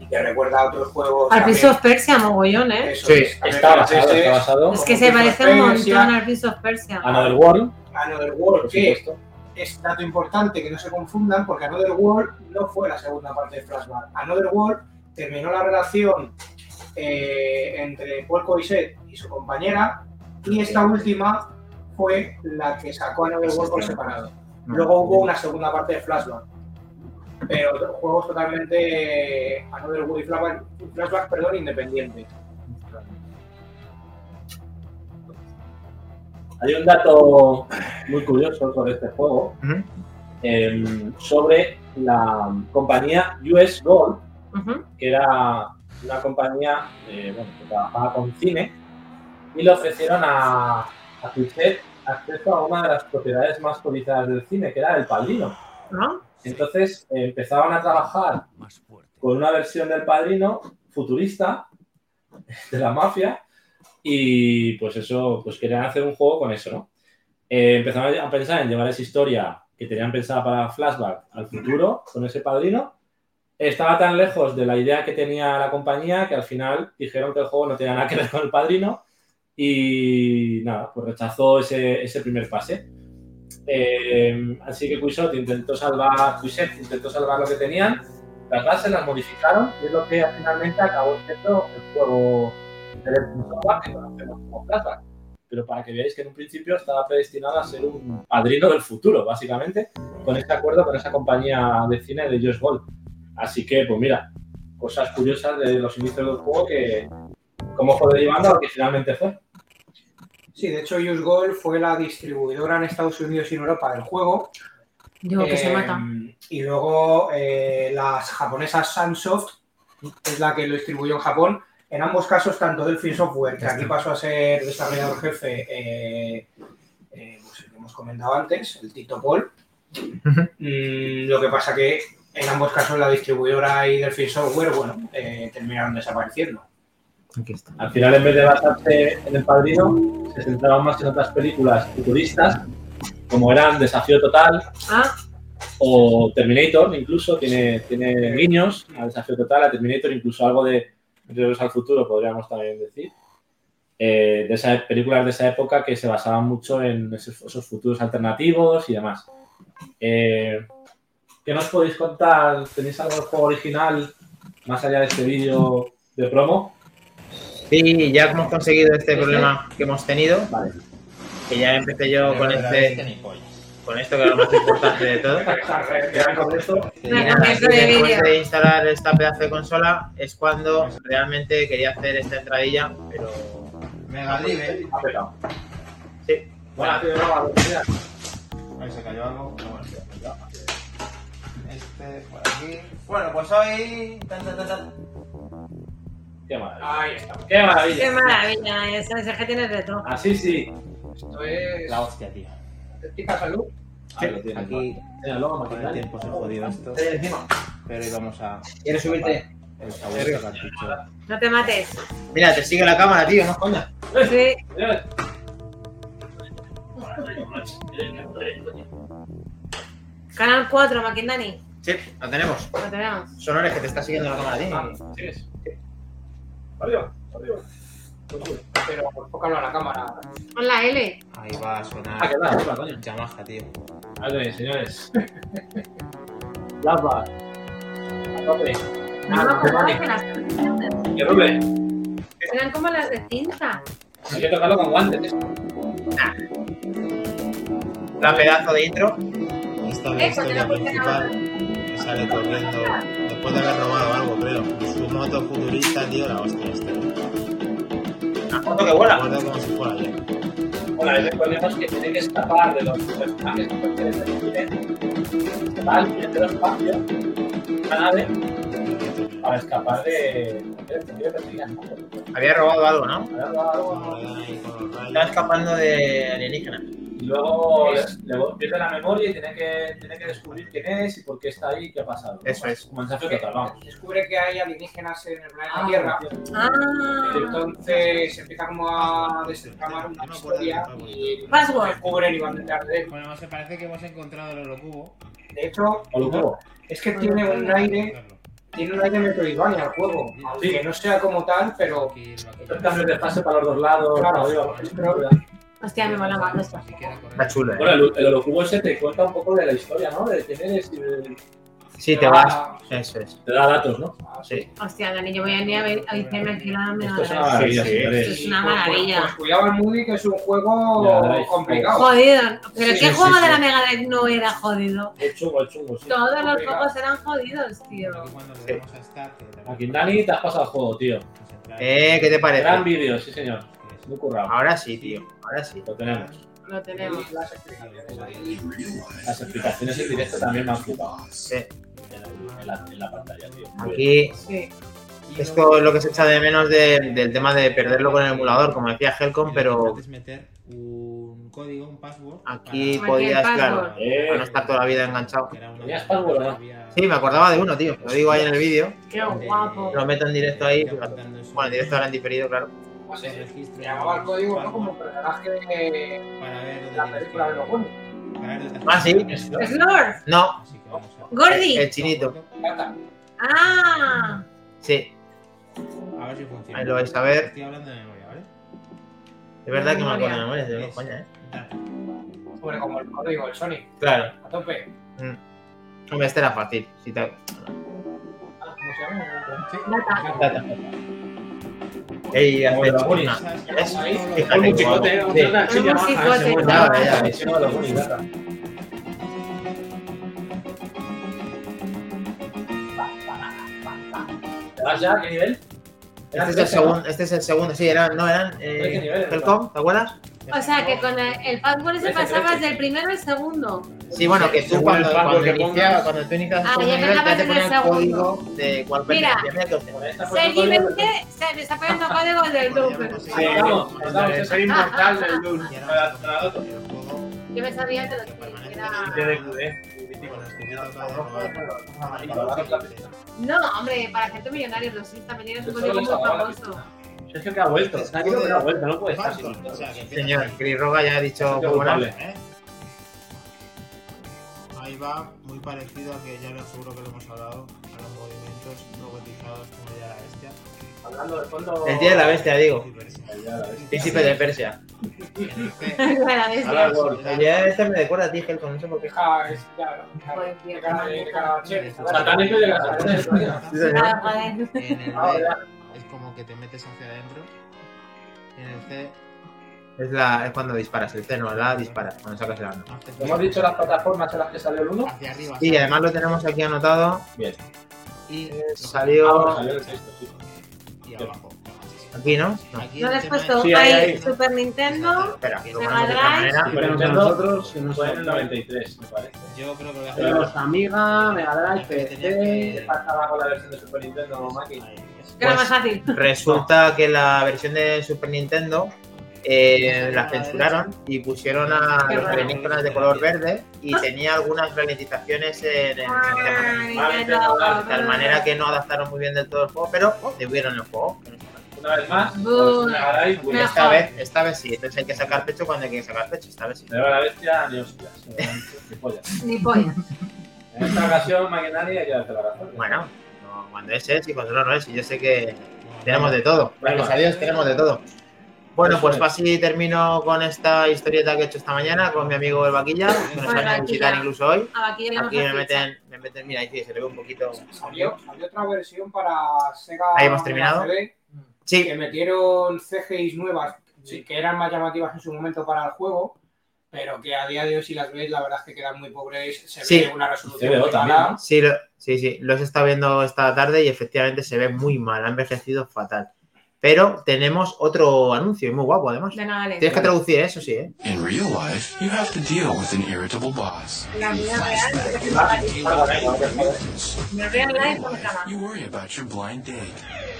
Speaker 6: y que recuerda a otros juegos
Speaker 3: Al
Speaker 6: también.
Speaker 3: Prince of Persia, mogollón, ¿eh?
Speaker 6: Eso
Speaker 2: Sí,
Speaker 6: es, también
Speaker 2: está basado,
Speaker 6: franceses.
Speaker 2: está basado.
Speaker 3: Es que se
Speaker 6: Prince of
Speaker 3: parece un
Speaker 6: Persia,
Speaker 3: montón al Prince of Persia.
Speaker 2: Another World.
Speaker 6: Another World,
Speaker 2: Por
Speaker 6: que
Speaker 2: supuesto.
Speaker 6: es dato importante que no se confundan, porque Another World no fue la segunda parte de Flashback. Another World terminó la relación eh, entre Paul Coiset y su compañera, y esta última fue la que sacó Another World
Speaker 2: este.
Speaker 6: por separado. Luego hubo una segunda parte de Flashback. Pero otros juegos totalmente eh, Another World y Flashback, Flashback, perdón, independientes.
Speaker 2: Hay un dato muy curioso sobre este juego em, sobre la compañía US Gold,
Speaker 3: Ujú.
Speaker 2: que era una compañía eh, bueno, que trabajaba con cine, y le ofrecieron a, a Twisted acceso a una de las propiedades más cotizadas del cine, que era El Padrino.
Speaker 3: ¿No?
Speaker 2: Entonces eh, empezaban a trabajar con una versión del Padrino futurista de la mafia y pues eso, pues querían hacer un juego con eso, ¿no? Eh, empezaron a pensar en llevar esa historia que tenían pensada para Flashback al futuro con ese padrino. Estaba tan lejos de la idea que tenía la compañía que al final dijeron que el juego no tenía nada que ver con el padrino y nada, pues rechazó ese, ese primer pase. Eh, así que Quixote intentó salvar, Quixote intentó salvar lo que tenían, las bases las modificaron y es lo que finalmente acabó siendo el juego del Flashback que conocemos como Flashback. Pero para que veáis que en un principio estaba predestinado a ser un padrino del futuro, básicamente, con este acuerdo con esa compañía de cine de Josh Gold. Así que, pues mira, cosas curiosas de los inicios del juego que, cómo fue derivando a lo que finalmente fue.
Speaker 6: Sí, de hecho, Use Gold fue la distribuidora en Estados Unidos y en Europa del juego.
Speaker 3: Digo que se
Speaker 6: Eh,
Speaker 3: mata.
Speaker 6: Y luego eh, las japonesas Sunsoft es la que lo distribuyó en Japón. En ambos casos, tanto Delphin Software, que aquí pasó a ser desarrollador jefe, eh, eh, pues el que hemos comentado antes, el Tito Paul. Mm, lo que pasa que en ambos casos la distribuidora y Delphin Software, bueno, eh, terminaron desapareciendo.
Speaker 2: Al final, en vez de basarse en El Padrino, se centraron más en otras películas futuristas, como eran Desafío Total
Speaker 3: Ah,
Speaker 2: o Terminator, incluso tiene, tiene guiños a Desafío Total, a Terminator, incluso algo de Regreso al Futuro, podríamos también decir. Eh, de esas películas de esa época que se basaban mucho en esos, esos futuros alternativos y demás. Eh, ¿Qué nos podéis contar? ¿Tenéis algo del juego original más allá de este vídeo de promo.
Speaker 1: Sí, ya hemos conseguido este problema que hemos tenido. Vale. Que ya empecé yo con este. Con esto que es lo más importante de todo.
Speaker 2: Ya con esto.
Speaker 1: Y nada, así que después de instalar esta pedazo de consola es cuando realmente quería hacer esta entradilla, pero.
Speaker 12: Mega Drive.
Speaker 2: Ha petado.
Speaker 1: Sí.
Speaker 2: Bueno,
Speaker 1: Bueno,
Speaker 12: Ahí se cayó algo. pero bueno, ya, ya, ya. Este, por aquí. Bueno, pues hoy. Tan, tan, tan, tan.
Speaker 2: qué maravilla.
Speaker 6: Ahí estamos.
Speaker 2: Qué maravilla.
Speaker 3: Qué maravilla, ese mensaje tiene retro.
Speaker 2: Así Ah, sí.
Speaker 6: Esto es.
Speaker 12: La hostia, tío.
Speaker 6: ¿Te pica salud?
Speaker 2: Ahí lo tienes.
Speaker 12: Aquí.
Speaker 2: Mira, luego
Speaker 12: Con el tiempo se ha jodido esto.
Speaker 6: Estoy encima.
Speaker 12: Pero íbamos a.
Speaker 1: ¿Quieres subirte?
Speaker 12: El sabor de cartucho.
Speaker 3: No te mates.
Speaker 1: Mira, te sigue la cámara, tío, no escondas.
Speaker 3: Sí. Canal 4, Maquindani.
Speaker 1: Sí, la tenemos.
Speaker 3: Lo tenemos.
Speaker 1: Sonores que te está siguiendo la cámara, tío.
Speaker 2: ¿Sigues? Arriba, arriba.
Speaker 6: Pero enfócalo a la cámara.
Speaker 3: Con la L.
Speaker 12: Ahí va a sonar.
Speaker 2: Ah, que va, arriba, coño.
Speaker 12: Yamaha, tío.
Speaker 2: Vale, señores. Lava. A tope.
Speaker 3: Ah, No, no, como
Speaker 2: Maquindani.
Speaker 3: que las
Speaker 2: Y Rubén.
Speaker 3: Eran como las de cinta.
Speaker 2: Hay que tocarlo con guantes. ¿eh?
Speaker 1: La pedazo de intro.
Speaker 12: Esta
Speaker 3: Eh,
Speaker 12: es la
Speaker 3: pues
Speaker 12: historia principal que sale corriendo después de haber robado algo, creo. Su moto futurista, tío, la hostia, este.
Speaker 1: Una Ah, foto que
Speaker 12: Me
Speaker 1: vuela.
Speaker 12: acuerdo como si fuera ayer.
Speaker 2: Bueno, es de conejos que tienen que escapar de los personajes que pertenecen al continente. Se va al puñetero espacio, una nave, para escapar de.
Speaker 1: Había robado algo, ¿no?
Speaker 12: Ahora ahí con los
Speaker 1: Estaba
Speaker 12: rayos.
Speaker 1: escapando de alienígenas.
Speaker 2: Y luego le, le pierde la memoria y tiene que, tiene que descubrir quién es y por qué está ahí y qué ha pasado. ¿no?
Speaker 1: Eso es.
Speaker 2: Un mensaje total, vamos.
Speaker 6: Descubre que hay alienígenas en el planeta Tierra.
Speaker 3: Ah.
Speaker 6: Entonces empieza como a descamar una historia y
Speaker 3: Password.
Speaker 6: descubren y van detrás de él.
Speaker 12: Bueno, se parece que hemos encontrado el holocubo.
Speaker 6: De hecho,
Speaker 2: O lo juego.
Speaker 6: es que tiene un aire, tiene un aire metroidvania el juego, aunque no sea como tal, pero
Speaker 2: Los cambios de fase para los dos lados,
Speaker 6: Claro.
Speaker 2: para arriba, para abajo.
Speaker 3: Hostia, me mola más esto.
Speaker 1: Está chula,
Speaker 2: Bueno,
Speaker 1: ¿eh?
Speaker 2: el, el Olocubo ese te cuenta un poco de la historia, ¿no? De quién eres y de-
Speaker 1: Sí, te vas. Eso es.
Speaker 2: te da datos,
Speaker 1: Ah,
Speaker 2: ¿no?
Speaker 1: Sí.
Speaker 3: Hostia, Dani, yo voy a ir a ver- a decirme al final me va
Speaker 2: Esto es una
Speaker 3: a dar.
Speaker 2: maravilla,
Speaker 1: sí.
Speaker 2: señores.
Speaker 3: Es una
Speaker 6: pues-
Speaker 3: maravilla.
Speaker 6: Pues, pues cuidado el Moody, que es un
Speaker 2: Ya,
Speaker 6: juego
Speaker 2: veréis.
Speaker 6: complicado.
Speaker 3: Jodido. Pero
Speaker 6: Sí,
Speaker 3: ¿qué
Speaker 2: sí,
Speaker 3: juego
Speaker 2: sí.
Speaker 3: de la Mega Drive no era jodido?
Speaker 2: Es chungo, es chungo, sí.
Speaker 3: Todos los juegos eran jodidos, tío.
Speaker 12: Cuando volvemos a estar, que también
Speaker 2: Aquí, Dani, te has pasado el juego, tío.
Speaker 12: nos entra-
Speaker 1: Eh, ¿qué te
Speaker 2: Gran
Speaker 1: parece?
Speaker 2: vídeo, sí, señor. Muy currado.
Speaker 1: Ahora sí, tío. Ahora sí.
Speaker 2: Lo tenemos.
Speaker 3: Lo tenemos.
Speaker 6: Las explicaciones ahí.
Speaker 2: Las explicaciones en directo también me han flipado.
Speaker 1: Sí.
Speaker 2: En la, en la- en la pantalla, tío. Muy bien.
Speaker 1: Aquí
Speaker 3: Sí.
Speaker 1: Esto es lo que se echa de menos de- del tema de perderlo con el emulador, como decía Helcom, pero
Speaker 12: Puedes meter un código, un password.
Speaker 1: aquí
Speaker 3: Cualquier
Speaker 1: podías,
Speaker 3: password.
Speaker 1: claro, para no estar toda la vida enganchado.
Speaker 2: ¿Tenías password o no?
Speaker 1: Sí, me acordaba de uno, tío. Lo digo ahí en el vídeo.
Speaker 3: Qué
Speaker 1: Eh,
Speaker 3: guapo.
Speaker 1: Lo meto en diferido ahí, fíjate. Bueno, en directo ahora en diferido, claro.
Speaker 6: No sé, Llamaba el código ¿no? como personaje de
Speaker 12: Para ver dónde
Speaker 6: la
Speaker 12: tienes que-
Speaker 6: película de los buenos.
Speaker 12: para ver dónde
Speaker 1: Ah, sí.
Speaker 12: tienes que-
Speaker 3: Snor.
Speaker 1: No,
Speaker 12: Así que vamos a-
Speaker 3: Gordi.
Speaker 2: Eh,
Speaker 1: el chinito.
Speaker 6: Ya está.
Speaker 3: Ah.
Speaker 1: Sí,
Speaker 12: A ver si funciona.
Speaker 1: ahí lo vais a ver.
Speaker 12: Estoy hablando de memoria, ¿vale?
Speaker 1: Es verdad que me acuerdo de memoria, de coña, ¿eh?
Speaker 6: Hombre, como el código del Sonic,
Speaker 1: Claro.
Speaker 6: a tope.
Speaker 1: Hombre, este era fácil. Si te...
Speaker 6: Ah, ¿Cómo se llama?
Speaker 1: Ey,
Speaker 2: Como de
Speaker 1: hace
Speaker 2: los Goonies.
Speaker 1: una- ¿Ves?
Speaker 6: Ahí.
Speaker 1: Fíjate
Speaker 2: Un
Speaker 1: qué guapo.
Speaker 2: chicote,
Speaker 1: Sí.
Speaker 4: otra
Speaker 3: Un
Speaker 4: Yamaha,
Speaker 3: musicote.
Speaker 4: ese
Speaker 1: Ya, ya, ya.
Speaker 2: Versión de los Goonies, gata. ¿Te vas ya? ¿Qué nivel?
Speaker 1: Este es el segundo, este es el segundo. Sí, eran, no, eran
Speaker 2: Trece
Speaker 1: eh,
Speaker 2: niveles,
Speaker 1: Helcom, ¿te acuerdas?
Speaker 3: O sea que con el, el password se
Speaker 2: Trece,
Speaker 3: pasabas
Speaker 2: trece.
Speaker 3: del primero al segundo.
Speaker 1: Sí, bueno, que tú
Speaker 2: Según
Speaker 1: cuando,
Speaker 2: el rango
Speaker 1: cuando,
Speaker 2: que
Speaker 1: inicias,
Speaker 2: pongas.
Speaker 1: cuando tú inicias
Speaker 3: Ah,
Speaker 1: un
Speaker 3: ya
Speaker 1: nivel,
Speaker 3: empezaba
Speaker 1: te pone
Speaker 3: en el
Speaker 1: el
Speaker 3: segundo.
Speaker 1: código de cuál
Speaker 3: Mira.
Speaker 1: pertenece. Mira que os tengo.
Speaker 3: Sergi 20 se me está poniendo código del grupo.
Speaker 2: Sí, vamos, vamos, es el inmortal del Doom.
Speaker 12: Y ahora
Speaker 2: Para-
Speaker 12: vamos
Speaker 2: para
Speaker 12: a
Speaker 2: otro.
Speaker 12: hacer el juego.
Speaker 3: Yo me sabía que lo que era.
Speaker 2: De ¿eh? DQD.
Speaker 12: Bueno, es que me ha tocado robar
Speaker 2: Amarillo, abajo, la pizza.
Speaker 3: No, hombre, para gente millonaria, los sí, también tienes un
Speaker 2: Eso
Speaker 3: código muy
Speaker 2: es ahora,
Speaker 3: famoso.
Speaker 2: Es que ha vuelto. Ha ido, pero ha vuelto. No puede estar sin
Speaker 12: Falso, o sea, que empieza
Speaker 1: Señor,
Speaker 12: ahí,
Speaker 1: Chris Roga ya ha dicho
Speaker 2: Bastante
Speaker 1: muy buena.
Speaker 2: culpable.
Speaker 12: ¿eh? Ahí va, muy parecido a que ya lo seguro que lo hemos hablado, a los movimientos robotizados como ya la bestia.
Speaker 2: Hablando de fondo.
Speaker 1: El día de la bestia, digo.
Speaker 12: Y Persia.
Speaker 2: El día de la bestia.
Speaker 1: Príncipe de Persia.
Speaker 12: En este,
Speaker 3: Para
Speaker 2: Ahora
Speaker 3: bestia.
Speaker 2: el gol.
Speaker 1: El día de la bestia me recuerda a ti, Helcom, no sé por qué.
Speaker 2: Ah.
Speaker 6: Deja, es, claro. De cara- de cara a Cher.
Speaker 2: Satánico y de la
Speaker 1: Sí, señor.
Speaker 3: Ah, joder.
Speaker 12: en el
Speaker 2: Ah,
Speaker 12: B,
Speaker 2: ya.
Speaker 16: es como que te metes hacia adentro. En el C
Speaker 1: Es, la, es cuando disparas el C, no, la disparas, cuando sacas el arma.
Speaker 2: Hemos dicho las plataformas en las que salió el 1.
Speaker 16: hacia arriba.
Speaker 1: Y
Speaker 16: ¿sabes?
Speaker 1: además lo tenemos aquí anotado.
Speaker 2: Bien.
Speaker 16: Y
Speaker 1: Salió
Speaker 2: salió el sexto, sí.
Speaker 1: aquí, ¿no? No.
Speaker 3: ¿No le has puesto
Speaker 1: Sí,
Speaker 3: ahí,
Speaker 1: ahí, ahí.
Speaker 3: Super Nintendo?
Speaker 1: Espera,
Speaker 3: Mega
Speaker 1: lo ponemos de otra
Speaker 3: Drive.
Speaker 1: manera.
Speaker 2: Super Nintendo nosotros fue en el 93, me parece.
Speaker 16: Yo creo que voy a hacer.
Speaker 2: Tenemos Amiga, Mega Drive, PC.
Speaker 16: que-
Speaker 2: ¿Qué pasaba con la versión de Super Nintendo, Maki?
Speaker 1: Pues,
Speaker 3: Que era más fácil.
Speaker 1: Resulta que la versión de Super Nintendo eh, la censuraron y pusieron a
Speaker 3: Qué
Speaker 1: los
Speaker 3: raro. Ah.
Speaker 1: alienígenas de color verde y tenía algunas ralentizaciones en el sistema.
Speaker 3: Ay,
Speaker 2: Vale,
Speaker 3: ya no.
Speaker 1: De tal manera que no adaptaron muy bien del todo el juego, pero devolvieron el juego.
Speaker 2: Una vez más,
Speaker 3: Buh.
Speaker 2: Mega Drive,
Speaker 1: Y
Speaker 2: Wii.
Speaker 1: esta vez, esta vez sí, entonces hay que sacar pecho cuando hay que sacar pecho, esta vez sí.
Speaker 2: Pero la bestia, ni hostias. Qué pollas.
Speaker 3: Ni pollas.
Speaker 2: En esta ocasión, Maquinaria, hay que darte la razón.
Speaker 1: Bueno, no, cuando es es y cuando no, no es, y yo sé que tenemos de todo. Gracias a Dios tenemos de todo. Bueno, pues así termino con esta historieta que he hecho esta mañana con mi amigo el Vaquilla, que nos
Speaker 3: Hola,
Speaker 1: van a visitar
Speaker 3: Vaquilla.
Speaker 1: incluso hoy.
Speaker 3: Ah, Aquí le hemos
Speaker 1: Aquí me
Speaker 3: dado ficha.
Speaker 1: meten, me meten, mira, ahí sí, se le ve un poquito.
Speaker 6: Salió, salió otra versión para Sega.
Speaker 1: Ahí hemos terminado.
Speaker 6: CD,
Speaker 1: Sí,
Speaker 6: Que metieron CGIs nuevas sí, que eran más llamativas en su momento para el juego, pero que a día de hoy, si las veis, la verdad es que quedan muy pobres. Se
Speaker 1: Sí.
Speaker 6: ve una resolución.
Speaker 2: Se ve
Speaker 6: muy
Speaker 2: otra,
Speaker 6: mala.
Speaker 2: ¿no?
Speaker 1: Sí, lo- sí, sí, los he estado viendo esta tarde y efectivamente se ve muy mal, ha envejecido fatal. Pero tenemos otro anuncio, y muy guapo además.
Speaker 3: De nada,
Speaker 1: Tienes que
Speaker 3: Alex.
Speaker 1: traducir, eso sí, ¿eh?
Speaker 17: In real life, you have to deal with an irritable boss.
Speaker 3: La vida real.
Speaker 2: Ah,
Speaker 3: En el real life no me llama.
Speaker 17: You worry about your blind date.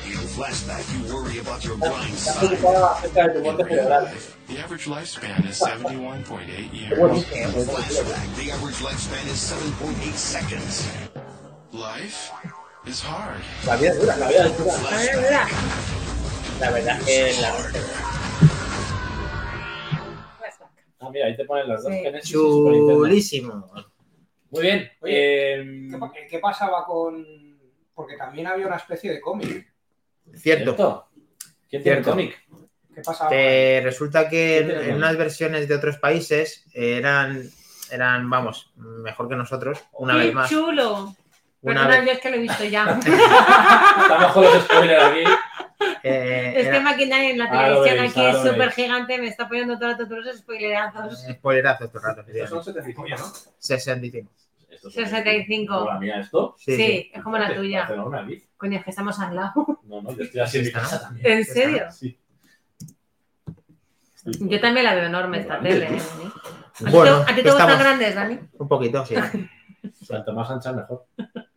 Speaker 17: In flashback, you worry about your blind
Speaker 2: Está
Speaker 17: side.
Speaker 2: preocupada acerca de tu muerte
Speaker 17: In real
Speaker 2: cerebral.
Speaker 17: life, the average lifespan is 71.8 years.
Speaker 2: Bueno.
Speaker 17: In flashback, the average lifespan is 7.8 seconds. Life is hard.
Speaker 1: La vida dura, la vida dura.
Speaker 3: Madre mía.
Speaker 1: La verdad es que la...
Speaker 2: Ah, mira, ahí te ponen los dos
Speaker 3: Sí.
Speaker 2: Genesis y Super Nintendo.
Speaker 1: Chulísimo.
Speaker 2: Muy bien.
Speaker 6: Oye,
Speaker 2: em,
Speaker 6: ¿Qué, pa- qué pasaba con.? Porque también había una especie de cómic.
Speaker 1: Cierto.
Speaker 2: ¿Quién tiene el
Speaker 1: Cierto.
Speaker 2: cómic?
Speaker 6: ¿Qué pasaba?
Speaker 1: Que Eh, resulta que en,
Speaker 2: Sí, pero-
Speaker 1: en unas versiones de otros países eran, eran, vamos, mejor que nosotros, una
Speaker 3: Qué
Speaker 1: vez más.
Speaker 3: chulo.
Speaker 1: Una
Speaker 3: Perdona,
Speaker 1: vez,
Speaker 3: yo es que lo he visto ya.
Speaker 2: Estamos con los spoilers aquí.
Speaker 1: eh,
Speaker 3: Es que
Speaker 1: era-
Speaker 3: Maquinaria en la
Speaker 2: Ah, lo
Speaker 3: televisión
Speaker 2: veis,
Speaker 3: aquí
Speaker 2: ah,
Speaker 3: es
Speaker 2: lo veis.
Speaker 3: súper gigante, me está poniendo todo el rato todos los spoilerazos.
Speaker 1: eh, spoilerazo estos ratos,
Speaker 2: Estos son
Speaker 1: efectivamente.
Speaker 2: 75, ¿no?
Speaker 1: 65.
Speaker 2: Estos son
Speaker 3: 65.
Speaker 2: La mía, esto.
Speaker 1: Sí,
Speaker 3: Sí, es como la tuya.
Speaker 2: Barcelona, Vic.
Speaker 3: Coño, es que estamos al lado.
Speaker 2: No, no, yo estoy así en mi casa también.
Speaker 3: ¿En serio?
Speaker 2: Sí.
Speaker 3: Yo también la veo enorme esta tele. ¿eh, Dani? ¿A ti
Speaker 1: pues. Bueno,
Speaker 3: te- ¿A ti te
Speaker 1: estamos-
Speaker 3: gustan grandes, Dani?
Speaker 1: Un poquito, sí.
Speaker 2: Cuanto más ancha, mejor.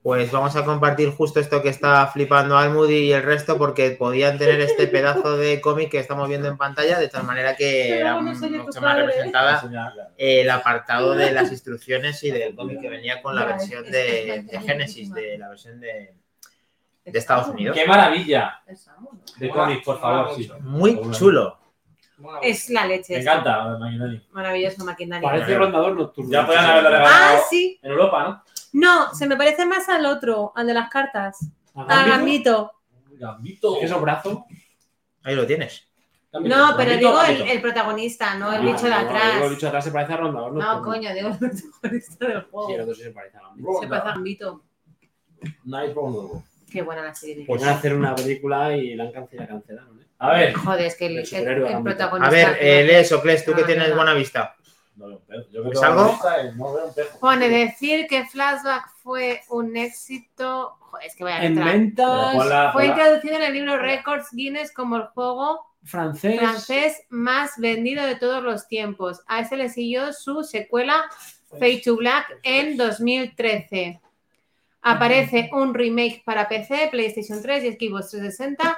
Speaker 1: Pues vamos a compartir justo esto que está flipando Almudi y el resto porque podían tener este pedazo de cómic que estamos viendo en pantalla de tal manera que
Speaker 3: Pero
Speaker 1: era
Speaker 3: no soy de tu
Speaker 1: mucho más
Speaker 3: padre. ¿eh?
Speaker 1: representada
Speaker 2: Enseña, claro.
Speaker 1: el apartado de las instrucciones y del cómic que venía con la
Speaker 3: Mira,
Speaker 1: versión
Speaker 3: es-
Speaker 1: de,
Speaker 3: es-
Speaker 1: de Genesis, de la versión de, de Estados Unidos.
Speaker 2: ¡Qué maravilla! De
Speaker 6: Mola,
Speaker 2: cómic, por
Speaker 6: mola
Speaker 2: favor, sí.
Speaker 6: mucho.
Speaker 1: Muy chulo.
Speaker 6: Mola mucho.
Speaker 3: Es la leche.
Speaker 2: Me
Speaker 3: esto.
Speaker 2: encanta, Magnani.
Speaker 3: Maravilloso Maquinaria.
Speaker 4: Parece rondador nocturno.
Speaker 2: Ya podían haberlo
Speaker 3: Ah,
Speaker 2: regalado
Speaker 3: sí.
Speaker 2: en Europa, ¿no?
Speaker 3: No, se me parece más al otro, al de las cartas.
Speaker 4: ¿A
Speaker 2: Ah,
Speaker 3: Al
Speaker 4: Gambito?
Speaker 3: Gambito.
Speaker 2: Gambito.
Speaker 4: Es que esos brazos.
Speaker 1: Ahí lo tienes.
Speaker 2: Gambito,
Speaker 3: No, pero
Speaker 2: Gambito,
Speaker 3: digo el,
Speaker 2: Gambito.
Speaker 3: el protagonista, no el
Speaker 4: Ah,
Speaker 3: bicho de
Speaker 4: no, digo, El
Speaker 3: atrás.
Speaker 4: bicho de atrás se parece a rondador nocturno.
Speaker 3: No, coño, digo el protagonista del
Speaker 4: Sí, el
Speaker 3: juego.
Speaker 4: otro sí se parece a Gambito.
Speaker 3: Se parece a Gambito.
Speaker 2: Night Rondo.
Speaker 3: Qué buena la serie.
Speaker 4: Pues van a hacer una película y la han cancelado, cancelaron, ¿eh?
Speaker 2: A ver.
Speaker 3: Joder, es que el,
Speaker 4: El
Speaker 3: el-
Speaker 4: superhéroe
Speaker 3: el
Speaker 4: Gambito.
Speaker 3: protagonista.
Speaker 1: A ver, eh,
Speaker 3: tío.
Speaker 1: lees, Ocles, tú que
Speaker 3: Ah,
Speaker 1: tienes
Speaker 3: verdad.
Speaker 1: buena vista.
Speaker 2: No veo un pez. Yo creo
Speaker 1: ¿Es
Speaker 2: que
Speaker 1: algo?
Speaker 2: la lista es no veo un pez.
Speaker 3: Pone decir que Flashback fue un éxito. Joder, es que vaya
Speaker 4: En
Speaker 3: letra.
Speaker 4: ventas,
Speaker 2: Pero ponla-
Speaker 3: Fue
Speaker 2: ponla.
Speaker 3: introducido en el libro Records Guinness como el juego
Speaker 4: francés.
Speaker 3: francés más vendido de todos los tiempos. A ese le siguió su secuela Fade to Black en 2013. Aparece un remake para PC, PlayStation 3 y Xbox 360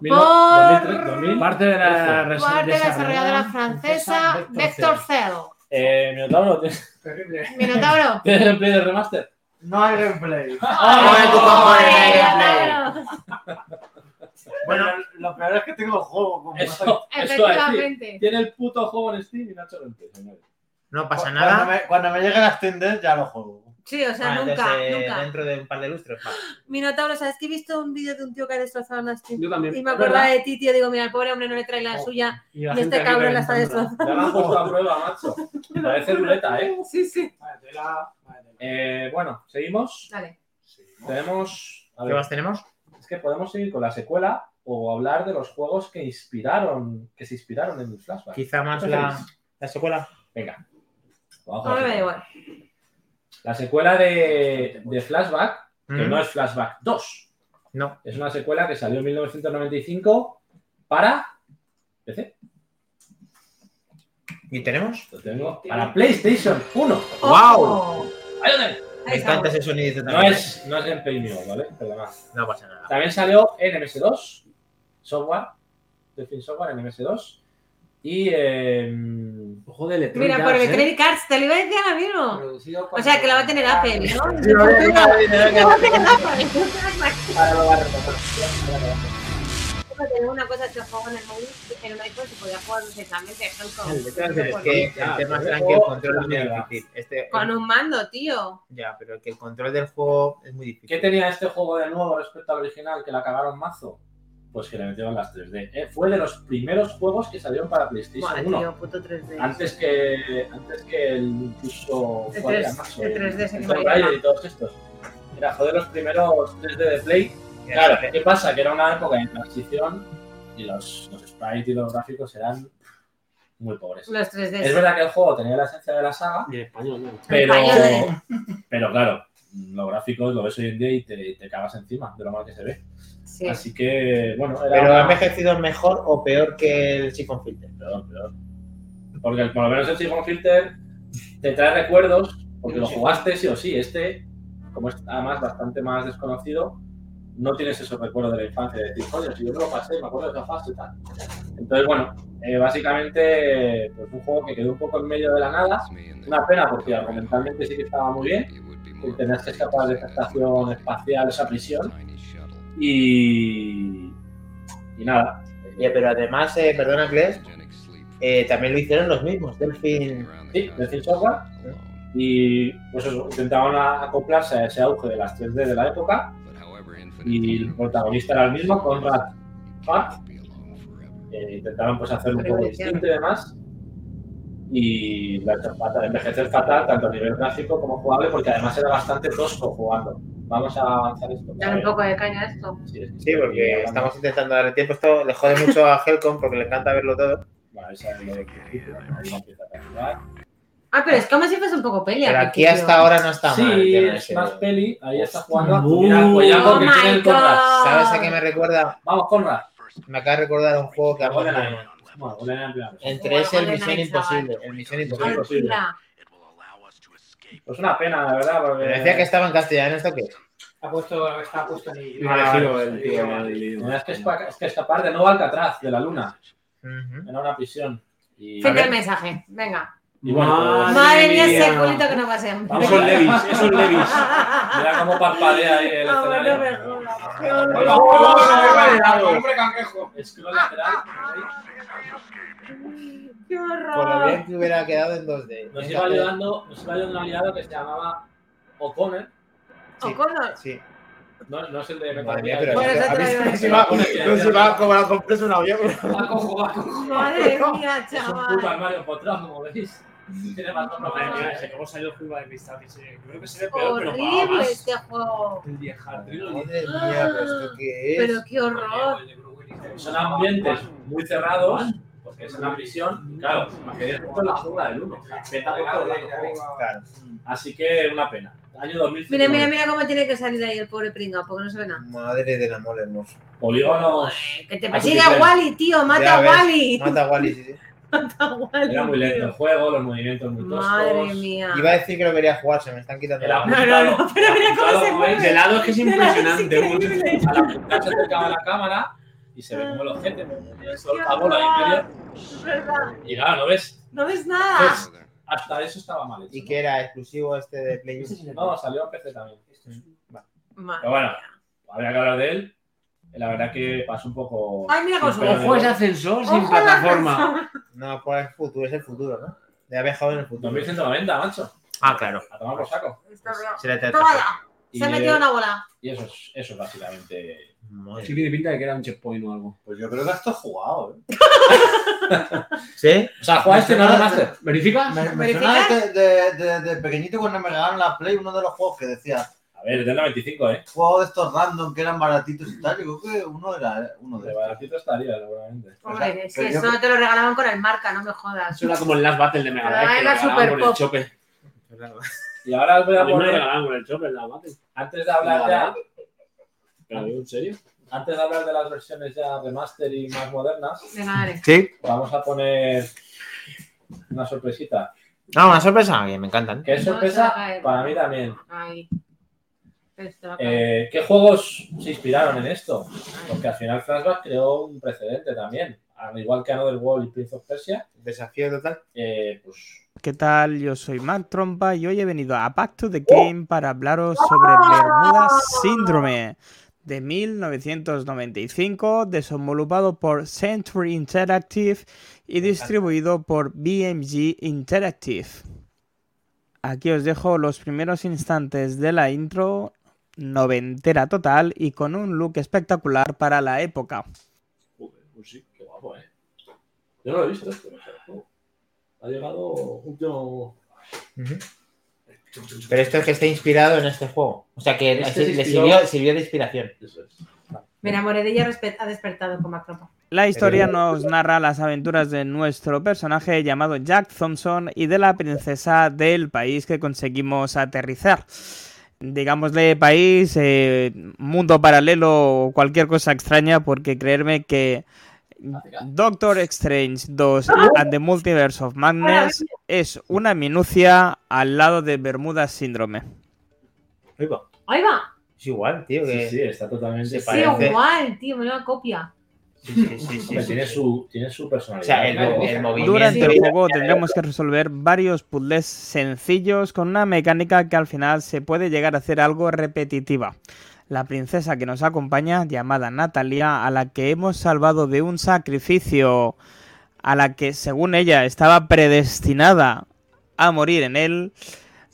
Speaker 2: Mil-
Speaker 3: por
Speaker 2: 2003, 2000.
Speaker 4: Parte de la res-
Speaker 3: parte de la desarrolladora
Speaker 4: desarrolladora
Speaker 3: francesa Vector Cell.
Speaker 2: Eh, Minotauro, ¿tienes
Speaker 6: Terrible.
Speaker 3: Minotauro.
Speaker 2: tienes el play de remaster?
Speaker 7: No hay replay.
Speaker 1: Ay, tu cojones, Play.
Speaker 3: Minotauro.
Speaker 1: Bueno.
Speaker 7: Bueno, lo peor es que tengo el juego. Como
Speaker 2: Eso, eso a decir.
Speaker 3: Efectivamente.
Speaker 2: Tiene el puto juego en Steam y no ha hecho replay, señores.
Speaker 1: No pasa
Speaker 7: Cuando
Speaker 1: nada.
Speaker 7: me- Cuando me, llegue la Steam Deck ya lo juego.
Speaker 3: Sí, o sea,
Speaker 1: Ah, entonces,
Speaker 3: nunca,
Speaker 1: eh,
Speaker 3: nunca.
Speaker 1: Dentro de un par de lustros. va.
Speaker 3: Minotauro, ¿sabes que he visto un vídeo de un tío que ha destrozado una stream?
Speaker 4: Yo también.
Speaker 3: Y me
Speaker 4: ¿Verdad? Oh,
Speaker 3: acordaba de ti, tío. Digo, mira, el pobre hombre no le trae la suya.
Speaker 4: Y, la
Speaker 3: Y este
Speaker 4: gente aquí
Speaker 3: cabrón la está
Speaker 4: reventándola.
Speaker 2: Ya la han puesto a prueba, macho. Parece ruleta, ¿eh?
Speaker 3: Sí, sí.
Speaker 6: Vale, tela, vale, tela.
Speaker 2: Eh, Bueno, seguimos.
Speaker 3: Dale.
Speaker 2: Tenemos. A
Speaker 1: ¿Qué
Speaker 2: ver,
Speaker 1: más tenemos?
Speaker 2: es que podemos seguir con la secuela o hablar de los juegos que inspiraron, que se inspiraron en el flashback.
Speaker 1: Quizá más
Speaker 2: ¿Qué
Speaker 1: la,
Speaker 2: preferís?
Speaker 1: la secuela.
Speaker 2: Venga. Vamos a
Speaker 3: No
Speaker 2: la
Speaker 3: me da
Speaker 2: secuela.
Speaker 3: igual.
Speaker 2: La secuela de, de Flashback, que
Speaker 1: Mm.
Speaker 2: no es Flashback 2.
Speaker 1: No.
Speaker 2: Es una secuela que salió en 1995 para PC.
Speaker 1: ¿Y tenemos?
Speaker 2: Lo tengo para PlayStation 1.
Speaker 1: ¡Wow!
Speaker 2: Ahí lo tenéis.
Speaker 1: Me encanta ese sonidito
Speaker 2: No
Speaker 1: también. ¿eh?
Speaker 2: es, no es Gameplay New, ¿vale? Perdona.
Speaker 1: No pasa nada.
Speaker 2: También salió en MS2, software, de Film Software en MS2. Y. em,
Speaker 4: Ojo de Electronic
Speaker 3: Mira, por el
Speaker 4: Arts, ¿eh?
Speaker 3: Credit Cards, te lo iba a decir ahora mismo.
Speaker 6: Producido
Speaker 3: O sea, que la va a tener Apple, ¿no?
Speaker 6: Sí, lo voy a tener, lo voy a tener.
Speaker 3: La va a tener Apple.
Speaker 6: Ahora lo va a retomar. Ahora lo va a retomar.
Speaker 3: Pero tenía una cosa que juego en el móvil, en un iPhone se podía jugar perfectamente
Speaker 1: Entonces, es
Speaker 3: con,
Speaker 1: que el tema es que el control es muy difícil. Este,
Speaker 3: con un mando, tío.
Speaker 1: Ya, pero que el control del juego es muy difícil.
Speaker 2: ¿Qué tenía este juego de nuevo respecto al original que la cagaron mazo? Pues que le metieron las 3D. Eh, Fue de los primeros juegos que salieron para PlayStation
Speaker 3: Buah,
Speaker 2: 1.
Speaker 3: tío, puto 3D.
Speaker 6: Ah,
Speaker 2: Antes que, antes que el incluso
Speaker 3: El
Speaker 2: joder,
Speaker 3: tres-
Speaker 2: Max,
Speaker 3: el 3D se
Speaker 2: el
Speaker 3: llama
Speaker 2: Tomb Raider
Speaker 3: ya.
Speaker 2: y todos estos. Era joder los primeros 3D de Play. Claro, ¿qué pasa? Que era una época de transición y los, los sprites y los gráficos eran muy pobres.
Speaker 3: Los 3D.
Speaker 2: Es verdad que el juego tenía la esencia de la saga,
Speaker 4: Y en español, ¿no?
Speaker 2: pero,
Speaker 3: Español,
Speaker 2: pero claro, los gráficos lo ves hoy en día y te, te cagas encima de lo mal que se ve.
Speaker 3: Sí.
Speaker 2: Así que, bueno, era
Speaker 1: Pero ha
Speaker 2: una-
Speaker 1: envejecido mejor o peor que el Siphon Filter.
Speaker 2: peor, peor. Porque por lo menos el Siphon Filter te trae recuerdos, porque lo jugaste sí o sí. Este, como es además bastante más desconocido, no tienes esos recuerdos de la infancia de decir, coño, si yo me lo pasé, me acuerdo de esa fase y tal. Entonces, bueno, eh, básicamente, pues un juego que quedó un poco en medio de la nada. Una pena, porque argumentalmente sí que estaba muy bien. que Tenías que escapar de esa estación espacial, esa prisión. Y. Y nada.
Speaker 1: Oye, pero además, eh, perdona, Gles, eh, también lo hicieron los mismos, Delfin.
Speaker 2: Sí, Delfin Software. Y pues eso, intentaban a- acoplarse a ese auge de las 3D de la época. Y el protagonista era el mismo, Conrad Park. Eh, intentaron pues hacer un juego distinto y demás. Y la hecho fatal, envejecer fatal, tanto a nivel gráfico como jugable, porque además era bastante tosco jugando. Vamos a avanzar esto.
Speaker 3: Dar un poco de caña a esto.
Speaker 2: Sí, es que-
Speaker 1: Sí, porque estamos intentando darle tiempo. Esto le jode mucho a Helcom porque le encanta verlo todo.
Speaker 2: Bueno, esa es lo de principio, ahí empieza a cargar.
Speaker 3: Ah, pero es que aún así fue un poco pelea.
Speaker 1: Pero aquí hasta ahora no está
Speaker 2: Sí,
Speaker 1: mal. el tema
Speaker 2: es
Speaker 1: ese.
Speaker 2: más peli, ahí está jugando a
Speaker 1: Uh,
Speaker 2: Mira, pues ya porque
Speaker 3: oh
Speaker 2: tiene el
Speaker 3: my
Speaker 2: Conrad.
Speaker 3: God.
Speaker 1: ¿Sabes a qué me recuerda?
Speaker 2: Vamos, Conrad.
Speaker 1: Me acaba de recordar un juego que hago
Speaker 2: Goldeneye. Bueno, Goldeneye en plan.
Speaker 1: entre ese el Misión Imposible. El Misión
Speaker 2: Misión
Speaker 1: Imposible.
Speaker 2: Imposible. Pues una pena, la verdad, porque...
Speaker 1: Me decía que estaba en castellano, ¿esto qué es?
Speaker 6: Ha puesto, está puesto en el.
Speaker 2: Ah,
Speaker 4: Imagino el
Speaker 2: sí,
Speaker 4: tío,
Speaker 2: bueno.
Speaker 4: el lío.
Speaker 2: La verdad es que, espa- es que escapar de nuevo a Alcatraz, de la luna.
Speaker 1: Ujú.
Speaker 2: Era una prisión. Y,
Speaker 3: Fin del mensaje. Venga.
Speaker 2: y bueno, pues,
Speaker 3: Madre mía, ese
Speaker 4: mía.
Speaker 3: culito que no pasé.
Speaker 2: Vamos.
Speaker 4: Eso es Levis, eso es Levis.
Speaker 2: mira cómo parpadea ahí el
Speaker 3: Ah, bueno,
Speaker 2: escenario.
Speaker 3: me jodas.
Speaker 2: Oiga,
Speaker 3: Qué
Speaker 1: Ah,
Speaker 2: oiga,
Speaker 3: horror.
Speaker 2: oiga, oiga, oiga.
Speaker 6: Hombre cangrejo.
Speaker 2: Scroll lateral, ahí.
Speaker 3: ¡Qué
Speaker 1: Por lo
Speaker 3: horror!
Speaker 1: bien que hubiera quedado en 2D.
Speaker 2: Nos
Speaker 1: En
Speaker 2: iba
Speaker 1: castellano.
Speaker 2: ayudando, nos iba ayudando un aliado que se llamaba O'Connor.
Speaker 1: Sí.
Speaker 3: O'Connor.
Speaker 1: Sí,
Speaker 2: No, no es el de
Speaker 1: madre
Speaker 2: Metal
Speaker 1: mía,
Speaker 2: Gear.
Speaker 1: pero.
Speaker 3: Bueno,
Speaker 1: a mí
Speaker 3: eso
Speaker 1: se
Speaker 3: te-
Speaker 1: me va- no se me va a cobrar completo un avión.
Speaker 3: Madre mía,
Speaker 2: Es un Pulpa
Speaker 3: chaval.
Speaker 2: Mario Potrón, como veis. Tiene más nombre
Speaker 4: Madre mía,
Speaker 2: que
Speaker 4: ese cómo salió el Curva de Cristal. que se- Creo que se ve peor, pero pagaba
Speaker 3: Horrible
Speaker 4: más.
Speaker 3: este juego.
Speaker 4: El Die Hard Trilogy.
Speaker 1: Madre mía, pero esto qué es.
Speaker 3: Pero qué horror.
Speaker 2: Son ambientes muy cerrados, porque es una prisión. y Claro, imagínate esto es la jungla del 1.
Speaker 1: Claro.
Speaker 2: Así que una pena. Año 2005.
Speaker 3: Mira, mira, mira cómo tiene que salir ahí el pobre pringao, porque no se ve nada.
Speaker 1: Madre del amor hermoso.
Speaker 2: Polígonos.
Speaker 3: Que te
Speaker 2: A
Speaker 3: persigue a
Speaker 2: Cookie
Speaker 3: Wally, tío, mata
Speaker 1: Ya
Speaker 3: a
Speaker 1: ves,
Speaker 3: Wally.
Speaker 1: Mata a Wally, sí, sí.
Speaker 3: Mata a Wally.
Speaker 2: Era muy lento el
Speaker 3: tío.
Speaker 2: juego, los movimientos muy toscos.
Speaker 3: Madre mía.
Speaker 1: Ah. Iba a decir que lo quería jugar, se me están quitando
Speaker 2: El
Speaker 1: la
Speaker 2: apuntado,
Speaker 3: No, no, no, pero mira cómo
Speaker 2: apuntado,
Speaker 3: se
Speaker 2: como es,
Speaker 4: De
Speaker 3: mueve.
Speaker 4: lado es que es
Speaker 3: De lado es
Speaker 4: impresionante. un-
Speaker 3: increíble.
Speaker 2: Al apuntarse acercaba a la cámara y se ve como el ojete. tiene
Speaker 3: Qué
Speaker 2: Solo la bola ahí en
Speaker 3: horror. Es verdad.
Speaker 2: medio. Y claro, ¿no ves?
Speaker 3: No ves nada.
Speaker 2: Pues, Hasta eso estaba mal hecho.
Speaker 1: Y que era exclusivo este de Play
Speaker 2: No, salió a PC también.
Speaker 3: Madre.
Speaker 2: Pero bueno, habría que hablar de él. La verdad que pasó un poco.
Speaker 3: Ay, mira cómo sube.
Speaker 2: Pero
Speaker 4: Ojo ese ascensor sin
Speaker 3: Ojo, la
Speaker 4: plataforma.
Speaker 1: No, pues el futuro, es el futuro, ¿no? Le ha viajado en el futuro.
Speaker 2: 2190, macho.
Speaker 1: Ah, claro.
Speaker 2: A tomar por saco.
Speaker 3: Está bien.
Speaker 1: Se le trata.
Speaker 3: Toma ya.
Speaker 2: Y,
Speaker 3: Se ha metido
Speaker 2: eh,
Speaker 3: una bola.
Speaker 2: Y eso es, eso es básicamente.
Speaker 1: Madre.
Speaker 4: Sí, tiene pinta de que era un checkpoint o algo.
Speaker 7: Pues yo creo que esto es jugado, ¿eh?
Speaker 1: ¿Sí?
Speaker 2: O sea, juega este no
Speaker 7: Master.
Speaker 2: Master.
Speaker 4: ¿Verificas?
Speaker 7: Me, me suena de, que- de- de- de pequeñito cuando me regalaron la Play, uno de los juegos que decía,
Speaker 2: A ver, del 95, ¿eh?
Speaker 7: Juegos de estos random que eran baratitos y tal. Yo creo que uno era eh, uno de,
Speaker 2: de baratito estaría, seguramente.
Speaker 3: Hombre,
Speaker 2: O
Speaker 3: si
Speaker 2: sea,
Speaker 3: eso
Speaker 2: pero yo-
Speaker 3: te lo regalaban con el marca, no me jodas.
Speaker 4: Eso era como el Last Battle de Mega
Speaker 3: Ah,
Speaker 4: Drive. que
Speaker 3: era
Speaker 4: regalaban
Speaker 3: Super
Speaker 4: por
Speaker 3: Pop.
Speaker 4: el chope.
Speaker 2: Y ahora os voy
Speaker 4: A
Speaker 2: a
Speaker 4: mí me
Speaker 2: poner.
Speaker 4: regalaban por el chope el Last Battle.
Speaker 2: Antes de hablar ya.
Speaker 4: ¿Pero en serio?
Speaker 2: Antes de hablar de las versiones ya remaster y más modernas.
Speaker 3: De madre.
Speaker 1: Sí.
Speaker 2: Vamos a poner una sorpresita.
Speaker 1: No, una sorpresa, que me encantan.
Speaker 2: ¿Qué
Speaker 3: No se eh. va
Speaker 2: sorpresa?
Speaker 3: a caer.
Speaker 2: Para mí también.
Speaker 3: Ay. Esto Pues, va a acabar.
Speaker 2: Eh, ¿Qué juegos se inspiraron en esto? Porque al final Flashback creó un precedente también. Al igual que Another World y Prince of Persia.
Speaker 1: Desafío total.
Speaker 2: pues
Speaker 6: ¿Qué tal? Yo soy Matt Trompa y hoy he venido a Back to the Game para hablaros sobre Bermuda Síndrome de 1995, desenvolupado por Century Interactive y distribuido por BMG Interactive. Aquí os dejo los primeros instantes de la intro, noventera total y con un look espectacular para la época.
Speaker 2: Pues sí, qué guapo, ¿eh? Yo no lo he visto esto. Oh, Ha llegado último.
Speaker 1: Pero esto es que está inspirado en este juego. O sea, que
Speaker 2: Este
Speaker 1: así-
Speaker 2: se
Speaker 1: le
Speaker 2: inspiró-
Speaker 1: sirvió, sirvió de inspiración.
Speaker 3: Me enamoré de ella, respe- ha despertado con Macropa.
Speaker 6: La historia nos narra las aventuras de nuestro personaje llamado Jack Thompson y de la princesa del país que conseguimos aterrizar. Digámosle país, eh, mundo paralelo o cualquier cosa extraña, porque creerme que Doctor Strange 2 and the Multiverse of Madness es una minucia al lado de Bermuda Síndrome.
Speaker 3: Ahí va.
Speaker 1: Es igual, tío.
Speaker 2: Sí, sí, está totalmente.
Speaker 3: Sí, igual, tío, me lo copia.
Speaker 2: Hombre, tiene, su, tiene su personalidad. ¿no?
Speaker 6: Durante el juego tendremos que resolver varios puzzles sencillos con una mecánica que al final se puede llegar a hacer algo repetitiva. La princesa que nos acompaña, llamada Natalia, a la que hemos salvado de un sacrificio, a la que según ella estaba predestinada a morir en él,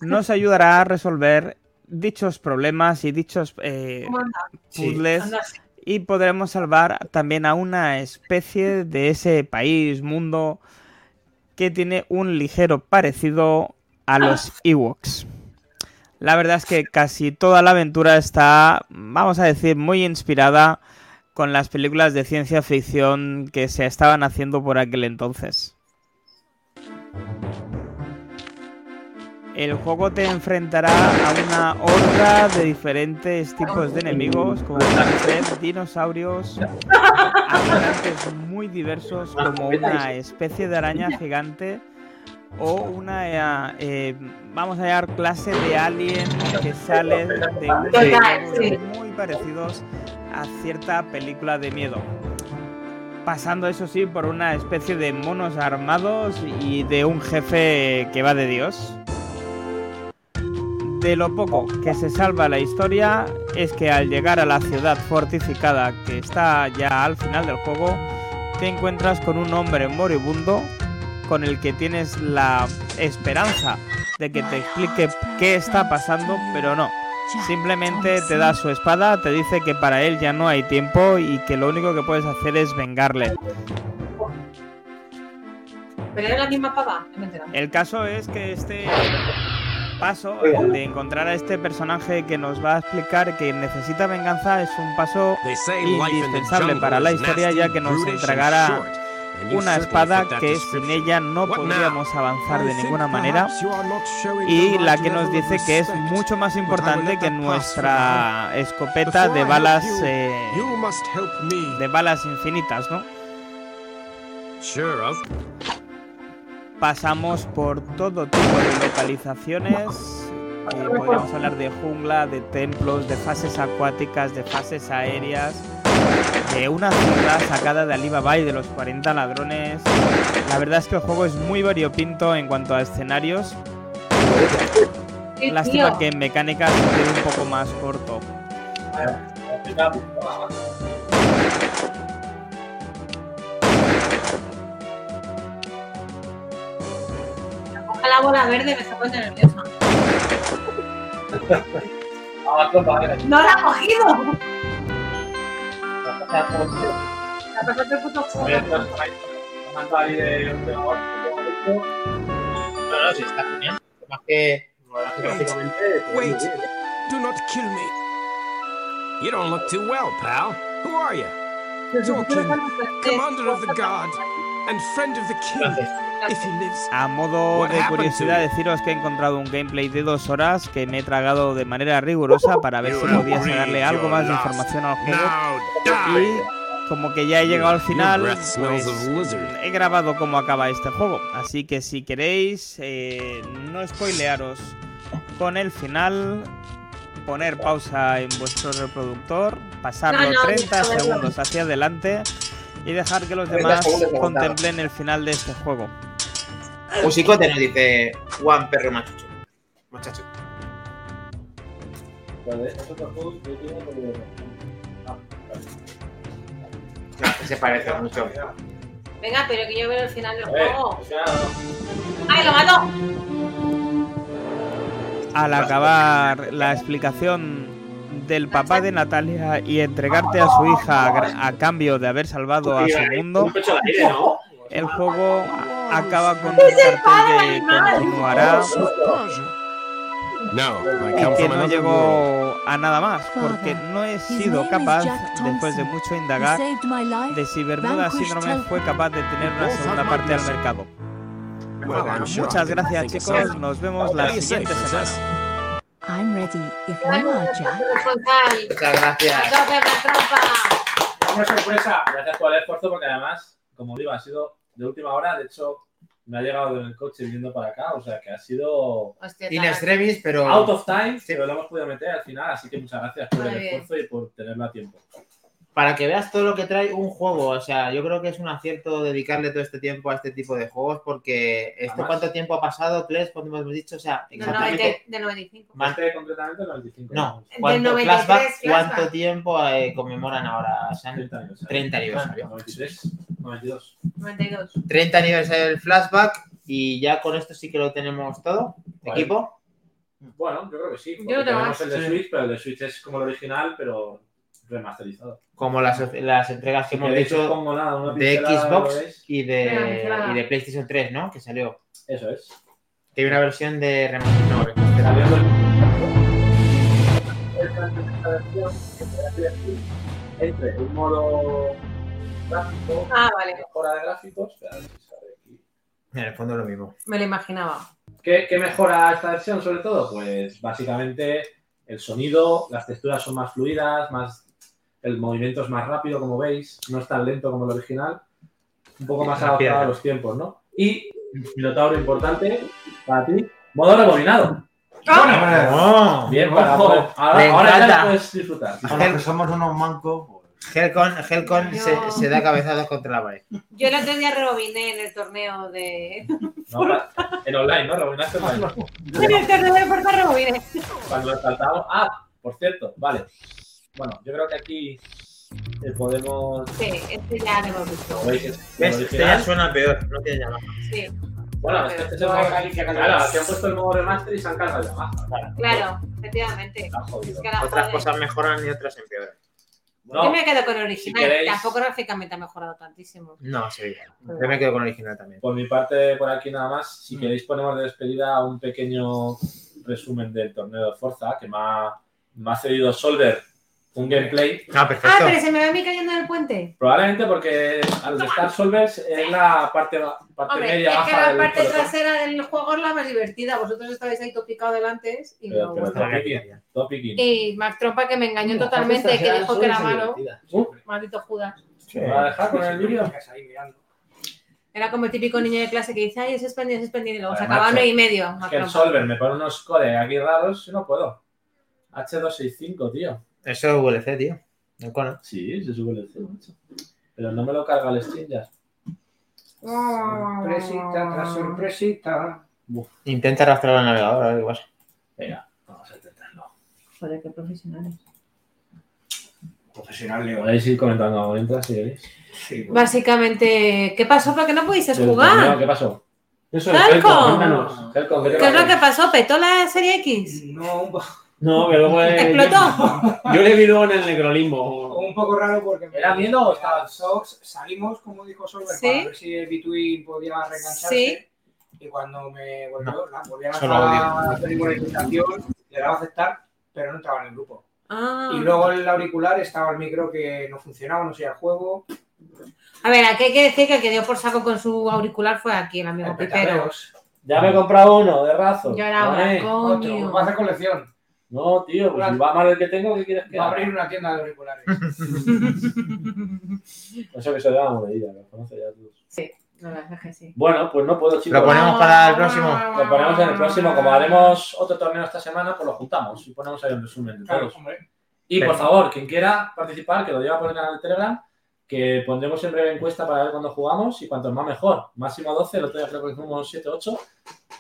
Speaker 6: nos ayudará a resolver dichos problemas y dichos eh,
Speaker 3: ¿Cómo anda? Sí.
Speaker 6: puzzles
Speaker 3: Anda así.
Speaker 6: y podremos salvar también a una especie de ese país, mundo, que tiene un ligero parecido a los Ewoks. La verdad es que casi toda la aventura está, vamos a decir, muy inspirada con las películas de ciencia ficción que se estaban haciendo por aquel entonces. El juego te enfrentará a una horda de diferentes tipos de enemigos, como pueden ser dinosaurios, atacantes muy diversos, como una especie de araña gigante o una, eh, eh, vamos a hallar clase de alien que sale de unos
Speaker 3: Sí.
Speaker 6: juegos muy parecidos a cierta película de miedo. Pasando eso sí por una especie de monos armados y de un jefe que va de Dios. De lo poco que se salva la historia es que al llegar a la ciudad fortificada que está ya al final del juego, te encuentras con un hombre moribundo con el que tienes la esperanza de que te explique qué está pasando, pero no. Simplemente te da su espada, te dice que para él ya no hay tiempo y que lo único que puedes hacer es vengarle.
Speaker 3: Pero era la misma pava. No me he enterado.
Speaker 6: El caso es que este paso el de encontrar a este personaje que nos va a explicar que necesita venganza es un paso indispensable para la historia ya que nos entregará una espada que sin ella no podríamos avanzar de ninguna manera y la que nos dice que es mucho más importante que nuestra escopeta de balas eh, de balas infinitas, ¿no? Pasamos por todo tipo de localizaciones. eh, podríamos hablar de jungla, de templos, de fases acuáticas, de fases aéreas, de una ciudad sacada de Alibaba y de los 40 ladrones. La verdad es que el juego es muy variopinto en cuanto a escenarios.
Speaker 3: Sí,
Speaker 6: Lástima
Speaker 3: tío.
Speaker 6: que en mecánicas se quede un poco más corto.
Speaker 3: Coja la bola verde, me está poniendo nerviosa.
Speaker 2: Ah, tropa, venga.
Speaker 3: ¡No la ha cogido! La pasó por el puto
Speaker 2: A ver, pues, ahí, tomando ahí de- de-
Speaker 1: No, no, sí, está genial. Más que.
Speaker 2: Gráficamente, pues, muy bien.
Speaker 13: Do not kill me. You don't look too well, pal. Who are you? Zorkin, commander of the
Speaker 3: este
Speaker 13: guard and friend of the king, if he lives.
Speaker 6: A modo de curiosidad, deciros que he encontrado un gameplay de dos horas que me he tragado de manera rigurosa para ver si podía sacarle algo más de información al juego. Y como que ya he llegado al final, pues, he grabado cómo acaba este juego. Así que si queréis, eh, no spoilearos con el final, poner pausa en vuestro reproductor, pasarlo
Speaker 3: No, no,
Speaker 6: 30
Speaker 3: no, no, no.
Speaker 6: segundos hacia adelante y dejar que los
Speaker 1: 30
Speaker 6: demás
Speaker 1: segundos de aguantar.
Speaker 6: contemplen el final de este juego.
Speaker 1: Musicote nos dice Juan Perro Machucho. Muchacho.
Speaker 2: Vale, es otro juego que yo tengo que- Ah, vale.
Speaker 1: Se parece mucho.
Speaker 3: Venga, pero que yo veo el final del
Speaker 2: A ver,
Speaker 3: juego.
Speaker 2: o sea, no.
Speaker 3: ¡Ay, lo mató!
Speaker 6: Al acabar la explicación del papá de Natalia y entregarte a su hija a gra- a cambio de haber salvado a su mundo, el juego a- acaba con un cartel de continuará
Speaker 13: No, I
Speaker 6: y
Speaker 13: come
Speaker 6: que
Speaker 13: from
Speaker 6: no
Speaker 13: another world.
Speaker 6: llegó a nada más, porque no he sido capaz, después de mucho indagar, de si Bermuda Síndrome fue capaz de tener una segunda parte al mercado.
Speaker 13: Well, I'm sure I
Speaker 6: Muchas
Speaker 13: didn't
Speaker 6: gracias
Speaker 13: think it's
Speaker 6: chicos,
Speaker 13: safe.
Speaker 6: nos vemos la
Speaker 13: What do you say,
Speaker 6: siguiente semana.
Speaker 13: princess?
Speaker 18: I'm ready if
Speaker 13: Oh
Speaker 18: you are, Jack.
Speaker 2: Muchas gracias.
Speaker 3: ¡A tope, Petrompa!
Speaker 2: Una sorpresa. Gracias por el esfuerzo porque además, como digo, ha sido de última hora. De hecho, me ha llegado en el coche viniendo para acá. O sea que ha sido
Speaker 3: Hostia,
Speaker 1: In extremis, pero.
Speaker 2: out of time, pero lo hemos podido meter al final. Así que muchas gracias por
Speaker 3: Muy
Speaker 2: el
Speaker 3: bien.
Speaker 2: esfuerzo y por tenerlo a tiempo.
Speaker 1: Para que veas todo lo que trae un juego. O sea, yo creo que es un acierto dedicarle todo este tiempo a este tipo de juegos porque. ¿Esto
Speaker 2: Además-
Speaker 1: cuánto tiempo ha pasado, Cles? ¿Cuánto hemos dicho? O sea,
Speaker 3: Del 90
Speaker 1: exactamente-
Speaker 3: del 95.
Speaker 1: Más-
Speaker 2: Este concretamente el 95.
Speaker 1: Ah. No,
Speaker 3: Del
Speaker 1: ¿cuánto
Speaker 3: 93
Speaker 1: flashback,
Speaker 3: flashback.
Speaker 1: ¿Cuánto tiempo eh, conmemoran ahora? O sea,
Speaker 2: 30 años.
Speaker 1: 30 aniversario.
Speaker 2: 93, 92.
Speaker 3: 92.
Speaker 1: 30 aniversario del flashback y ya con esto sí que lo tenemos todo.
Speaker 2: Vale.
Speaker 1: Equipo.
Speaker 2: Bueno, yo creo que sí. porque
Speaker 3: Yo creo que
Speaker 2: tenemos
Speaker 3: más.
Speaker 2: el de
Speaker 1: Sí.
Speaker 2: Switch, pero el de Switch es como el original, pero remasterizado.
Speaker 1: Como las, las entregas que
Speaker 2: Si
Speaker 1: hemos
Speaker 2: queréis,
Speaker 1: dicho
Speaker 2: os pongo nada, una
Speaker 1: de
Speaker 2: pincelada, lo
Speaker 1: Xbox
Speaker 2: veis.
Speaker 1: y
Speaker 2: Una
Speaker 1: de,
Speaker 2: pincelada.
Speaker 1: y de PlayStation 3, ¿no? Que salió.
Speaker 2: Eso es.
Speaker 1: Que hay una versión de remaster. No,
Speaker 2: remaster. Entre un modo gráfico,
Speaker 3: Ah, vale.
Speaker 2: mejora de gráficos. espera, a ver si sale aquí.
Speaker 1: En el fondo lo mismo.
Speaker 3: Me lo imaginaba.
Speaker 2: ¿Qué, qué mejora esta versión sobre todo? Pues básicamente el sonido, las texturas son más fluidas, más el movimiento es más rápido, como veis, no es tan lento como el original, un poco más
Speaker 1: Las
Speaker 2: adaptado a
Speaker 1: piernas.
Speaker 2: los tiempos, ¿no? Y, Minotauro importante, para ti, modo rebobinado.
Speaker 1: ¡Ah!
Speaker 2: Bien,
Speaker 1: ¡Oh!
Speaker 2: para
Speaker 1: ¡Ojo! Me
Speaker 2: ahora, ahora ya
Speaker 1: encanta.
Speaker 2: lo puedes disfrutar.
Speaker 19: Aunque somos unos mancos.
Speaker 7: pues.
Speaker 1: Helcon, Helcon
Speaker 3: Yo-
Speaker 1: se, se da cabezadas contra la pared.
Speaker 3: Yo el otro día rebobiné en el torneo de.
Speaker 2: No, para- en online, ¿no? Rebobinaste online.
Speaker 3: en el torneo de Forza rebobiné.
Speaker 2: Cuando saltamos. Ah, por cierto, vale. Bueno, yo creo que aquí eh, podemos.
Speaker 3: Sí, este ya lo hemos visto.
Speaker 2: Como veis, es
Speaker 1: ¿Ves?
Speaker 2: el
Speaker 1: Este ya
Speaker 2: original.
Speaker 1: suena peor, no tiene llamada.
Speaker 3: Sí,
Speaker 2: Bueno, es que este es el modo Claro, aquí han puesto el modo remaster y se han cargado la baja.
Speaker 3: claro, efectivamente.
Speaker 2: Está jodido.
Speaker 3: Es que ahora,
Speaker 1: Otras
Speaker 3: joder.
Speaker 1: cosas mejoran y otras empeoran.
Speaker 3: eh. Yo
Speaker 2: Bueno,
Speaker 3: me quedo con el original.
Speaker 2: si queréis-
Speaker 3: Tampoco gráficamente ha mejorado tantísimo.
Speaker 1: No, sí. Yo me quedo con el original también.
Speaker 2: por mi parte, por aquí nada más. Si queréis, ponemos de despedida un pequeño resumen del torneo de Forza que me ha, me ha cedido Solver un gameplay.
Speaker 1: Ah,
Speaker 3: Ah,
Speaker 1: perfecto.
Speaker 3: pero se me va a mí cayendo del puente.
Speaker 2: Probablemente porque al estar Solvers es la parte, ba- parte
Speaker 3: Hombre, es
Speaker 2: media
Speaker 3: que
Speaker 2: baja
Speaker 3: la
Speaker 2: del
Speaker 3: parte
Speaker 2: pelotón.
Speaker 3: trasera del juego es la más divertida. Vosotros estabais ahí topicados delante y
Speaker 2: Pero-
Speaker 3: luego.
Speaker 2: pero
Speaker 1: gusta.
Speaker 2: top picking, top picking.
Speaker 3: Y Max Trompa que me engañó totalmente, que dijo que era malo.
Speaker 2: Uh.
Speaker 3: Maldito Judas.
Speaker 2: ¿Me va a dejar con el vídeo?
Speaker 3: Era como el típico niño de clase que dice, ay, es suspendido, es suspendido, y luego se
Speaker 2: Además,
Speaker 3: acababa nueve y
Speaker 2: es-
Speaker 3: medio.
Speaker 2: Es
Speaker 3: Max
Speaker 2: que el
Speaker 3: Trompa.
Speaker 2: Solver me pone unos codes aquí raros y no puedo. H265, tío.
Speaker 1: Eso es VLC, tío. El cono.
Speaker 2: Sí, se sube el C, macho. Pero no me lo carga el Steam ya.
Speaker 7: Sorpresita tras sorpresita.
Speaker 1: Intenta arrastrar al navegador, a ver qué pasa.
Speaker 2: Venga, vamos a intentarlo.
Speaker 3: Joder, qué profesionales.
Speaker 7: Profesional Leo.
Speaker 2: Podéis ir comentando mientras si queréis.
Speaker 7: Sí, bueno.
Speaker 3: Básicamente, ¿qué pasó? ¿Por qué no pudisteis
Speaker 2: Del torneo, ¿Qué
Speaker 3: jugar?
Speaker 2: pasó? Eso
Speaker 3: es, Helcom, Helcom.
Speaker 2: cuéntanos. Helcom, ¿qué te
Speaker 3: ¿Qué es lo
Speaker 2: parece?
Speaker 3: que pasó? ¿Petó la serie X?
Speaker 7: No,
Speaker 4: No, pero luego. eh,
Speaker 3: ¿Explotó?
Speaker 4: Yo, yo le vi luego en el Necrolimbo.
Speaker 7: un poco raro porque me
Speaker 2: ¿Era miedo o estaba?
Speaker 7: Sox, salimos, como dijo Solver,
Speaker 3: Sí.
Speaker 7: para ver si el Between podía reengancharse.
Speaker 3: Sí.
Speaker 7: Y cuando me volvió, la volví a
Speaker 1: solo
Speaker 7: lanzar la, la invitación, le daba a aceptar
Speaker 6: pero no entraba en el grupo.
Speaker 3: Ah.
Speaker 6: Y luego el auricular estaba el micro que no funcionaba, no sé, el juego.
Speaker 3: A ver, aquí hay que decir que el que dio por saco con su auricular fue aquí el amigo Pipero.
Speaker 2: Ya me he comprado uno, de razo.
Speaker 3: Yo era una,
Speaker 2: Vale.
Speaker 3: coño.
Speaker 6: Va a hacer colección.
Speaker 2: No, tío, pues si va mal el que tengo, ¿qué quieres que
Speaker 6: Va a
Speaker 2: haga?
Speaker 6: abrir una tienda de auriculares.
Speaker 2: Eso que se le da la medida, lo conoce ya tú.
Speaker 3: Sí, la verdad es que sí.
Speaker 2: Bueno, pues no puedo, chicos.
Speaker 1: Lo ponemos para el próximo.
Speaker 2: Lo ponemos en el próximo. Como haremos otro torneo esta semana, pues lo juntamos y ponemos ahí un resumen de todos. Y por
Speaker 1: Perfecto.
Speaker 2: favor, quien quiera participar, que lo lleva por el canal de Telegram, que pondremos en breve encuesta para ver cuándo jugamos y cuantos más mejor. Máximo 12, el otro día creo que hicimos 7, 8.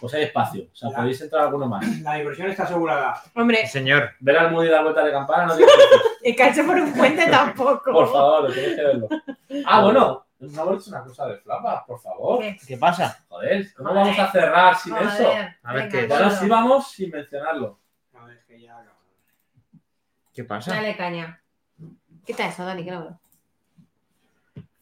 Speaker 2: Pues hay espacio. O sea, podéis entrar alguno más.
Speaker 6: La diversión está asegurada.
Speaker 3: Hombre,
Speaker 1: Señor.
Speaker 2: Ver al Moody dar vuelta de campana no digo
Speaker 3: el cacho por un puente tampoco.
Speaker 2: Por favor, lo tenéis que verlo. Ah, bueno. No hemos hecho una cosa de flapas, por favor.
Speaker 3: ¿Qué?
Speaker 1: ¿Qué pasa?
Speaker 2: Joder, ¿cómo
Speaker 3: Joder.
Speaker 2: vamos a cerrar sin
Speaker 3: Joder.
Speaker 2: eso?
Speaker 1: A ver
Speaker 3: Venga,
Speaker 1: qué es.
Speaker 2: Bueno, sí vamos sin mencionarlo.
Speaker 1: ¿Qué pasa?
Speaker 3: Dale caña. Quita eso, Dani, que no veo.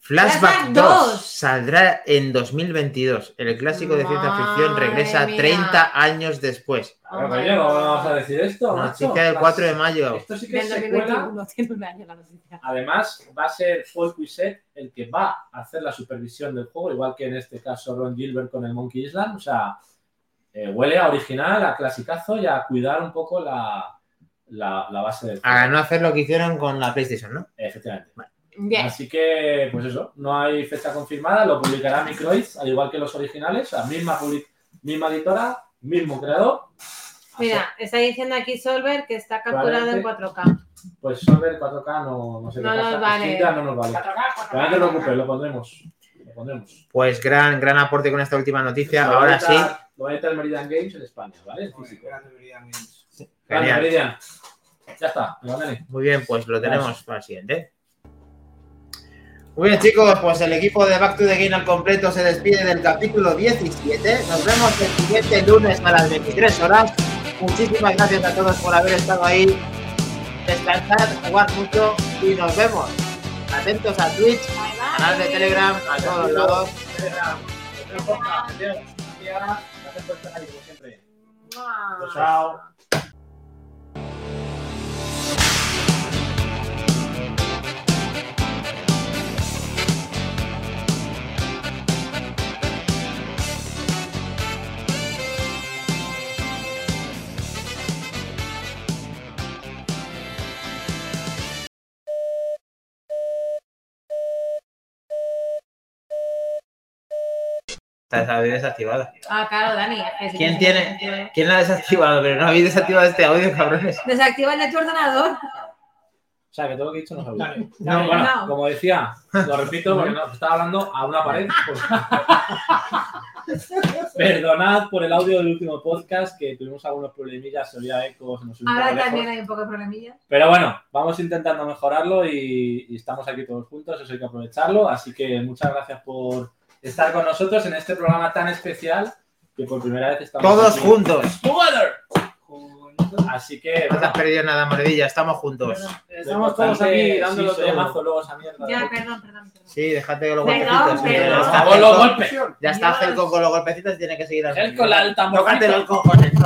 Speaker 1: Flashback
Speaker 3: Flashback
Speaker 1: 2
Speaker 3: 2.
Speaker 1: saldrá en 2022. El clásico de ciencia ficción
Speaker 3: Madre
Speaker 1: regresa
Speaker 3: mía.
Speaker 1: 30 años después.
Speaker 2: Pero, coño, ¿cómo vamos a decir esto?
Speaker 1: La
Speaker 2: macho?
Speaker 1: chica del 4 de mayo.
Speaker 2: Esto sí que
Speaker 3: Del
Speaker 2: es secuela.
Speaker 3: 2021 tiene un año la noticia.
Speaker 2: Además, va a ser Paul Cuisset el que va a hacer la supervisión del juego, igual que en este caso Ron Gilbert con el Monkey Island. O sea, eh, huele a original, a clasicazo y a cuidar un poco la, la- la base del juego.
Speaker 1: A no hacer lo que hicieron con la PlayStation, ¿no?
Speaker 2: Efectivamente.
Speaker 3: Bien.
Speaker 2: Así que, pues eso, no hay fecha confirmada, lo publicará Microids, al igual que los originales, la misma, public- misma editora, mismo creador. Ah,
Speaker 3: Mira, está diciendo aquí Solver que está capturado en
Speaker 2: Claramente.
Speaker 3: 4K.
Speaker 2: Pues Solver 4K no, no se
Speaker 3: No nos vale.
Speaker 2: no nos vale.
Speaker 6: 4K,
Speaker 2: Pero no te preocupes, lo pondremos. Lo pondremos.
Speaker 1: Pues gran, gran aporte con esta última noticia.
Speaker 2: Lo va a
Speaker 1: Ahora sí.
Speaker 2: editar- Lo va a editar el Meridian Games en España, ¿vale? En físico. Grande,
Speaker 1: Genial.
Speaker 2: Meridian. Ya está, me lo gané.
Speaker 1: Muy bien, pues lo tenemos
Speaker 2: Gracias.
Speaker 1: para el siguiente. Muy bien, chicos, pues el equipo de Back to the Game al completo se despide del capítulo 17. Nos vemos el siguiente lunes a las 23 horas. Muchísimas gracias a todos por haber estado ahí. Descansad, jugad mucho y nos vemos. Atentos a Twitch, canal de Telegram, a todos lados.
Speaker 2: Y ahora, gracias por estar ahí, como siempre.
Speaker 7: Chao.
Speaker 1: Está desactivada.
Speaker 3: Ah, claro, Dani. que sí
Speaker 1: ¿Quién
Speaker 3: que
Speaker 1: tiene? ¿Quién la ha desactivado? Pero no habéis desactivado este audio, cabrones.
Speaker 3: Desactiva el de tu ordenador.
Speaker 2: O sea, que todo lo que he dicho no sabía.
Speaker 1: No,
Speaker 2: bueno,
Speaker 3: no.
Speaker 2: como decía, lo repito porque no, estaba hablando a una pared. pues. Perdonad por el audio del último podcast que tuvimos algunos problemillas, se oía eco, se nos oía
Speaker 3: Ahora
Speaker 2: lejos.
Speaker 3: también hay un poco de problemilla.
Speaker 2: Pero bueno, vamos intentando mejorarlo y, y estamos aquí todos juntos, eso hay que aprovecharlo. Así que muchas gracias por estar con nosotros en este programa tan especial que por primera vez estamos
Speaker 1: Todos
Speaker 2: aquí.
Speaker 1: juntos.
Speaker 2: ¡Together! Así que
Speaker 1: No te has
Speaker 2: bueno,
Speaker 1: perdido nada, Mordilla. Estamos juntos.
Speaker 2: estamos todos aquí dándolo
Speaker 1: Sí,
Speaker 2: todo.
Speaker 1: sí.
Speaker 2: mazo luego esa mierda.
Speaker 3: Ya, perdón, perdón.
Speaker 1: Sí, déjate de los
Speaker 3: Perdón,
Speaker 1: golpecitos.
Speaker 3: perdón.
Speaker 1: Ya está
Speaker 2: Con los
Speaker 1: Helco-
Speaker 2: golpes.
Speaker 1: Ya está
Speaker 3: Dios.
Speaker 1: Helco con los golpecitos, tiene que seguir así.
Speaker 2: Helco, la alta mojita.
Speaker 1: Tócatelo el cojones.
Speaker 3: Te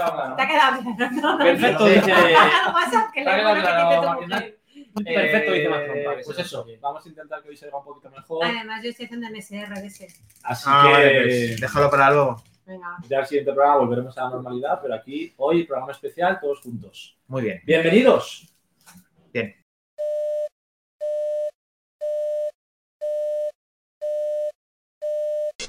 Speaker 3: ha quedado bien. ¿no?
Speaker 2: Perfecto,
Speaker 1: Sí.
Speaker 2: dice.
Speaker 3: Lo pasa que
Speaker 2: Te ha
Speaker 3: le
Speaker 2: quedado
Speaker 3: bueno que
Speaker 2: claro,
Speaker 3: quite tu
Speaker 2: Marina.
Speaker 3: mujer.
Speaker 2: Perfecto, dice
Speaker 4: Eh,
Speaker 2: Macron. para que
Speaker 4: pues
Speaker 2: se-
Speaker 4: eso.
Speaker 2: Vamos a intentar que hoy salga un poquito mejor.
Speaker 3: Además, yo estoy haciendo MSR de ese.
Speaker 2: Así
Speaker 1: Ah,
Speaker 2: que
Speaker 1: vale, pues, déjalo para luego.
Speaker 3: Venga.
Speaker 2: ya el siguiente programa volveremos a la normalidad, pero aquí hoy programa especial todos juntos.
Speaker 1: Muy bien.
Speaker 2: Bienvenidos.
Speaker 1: Bien.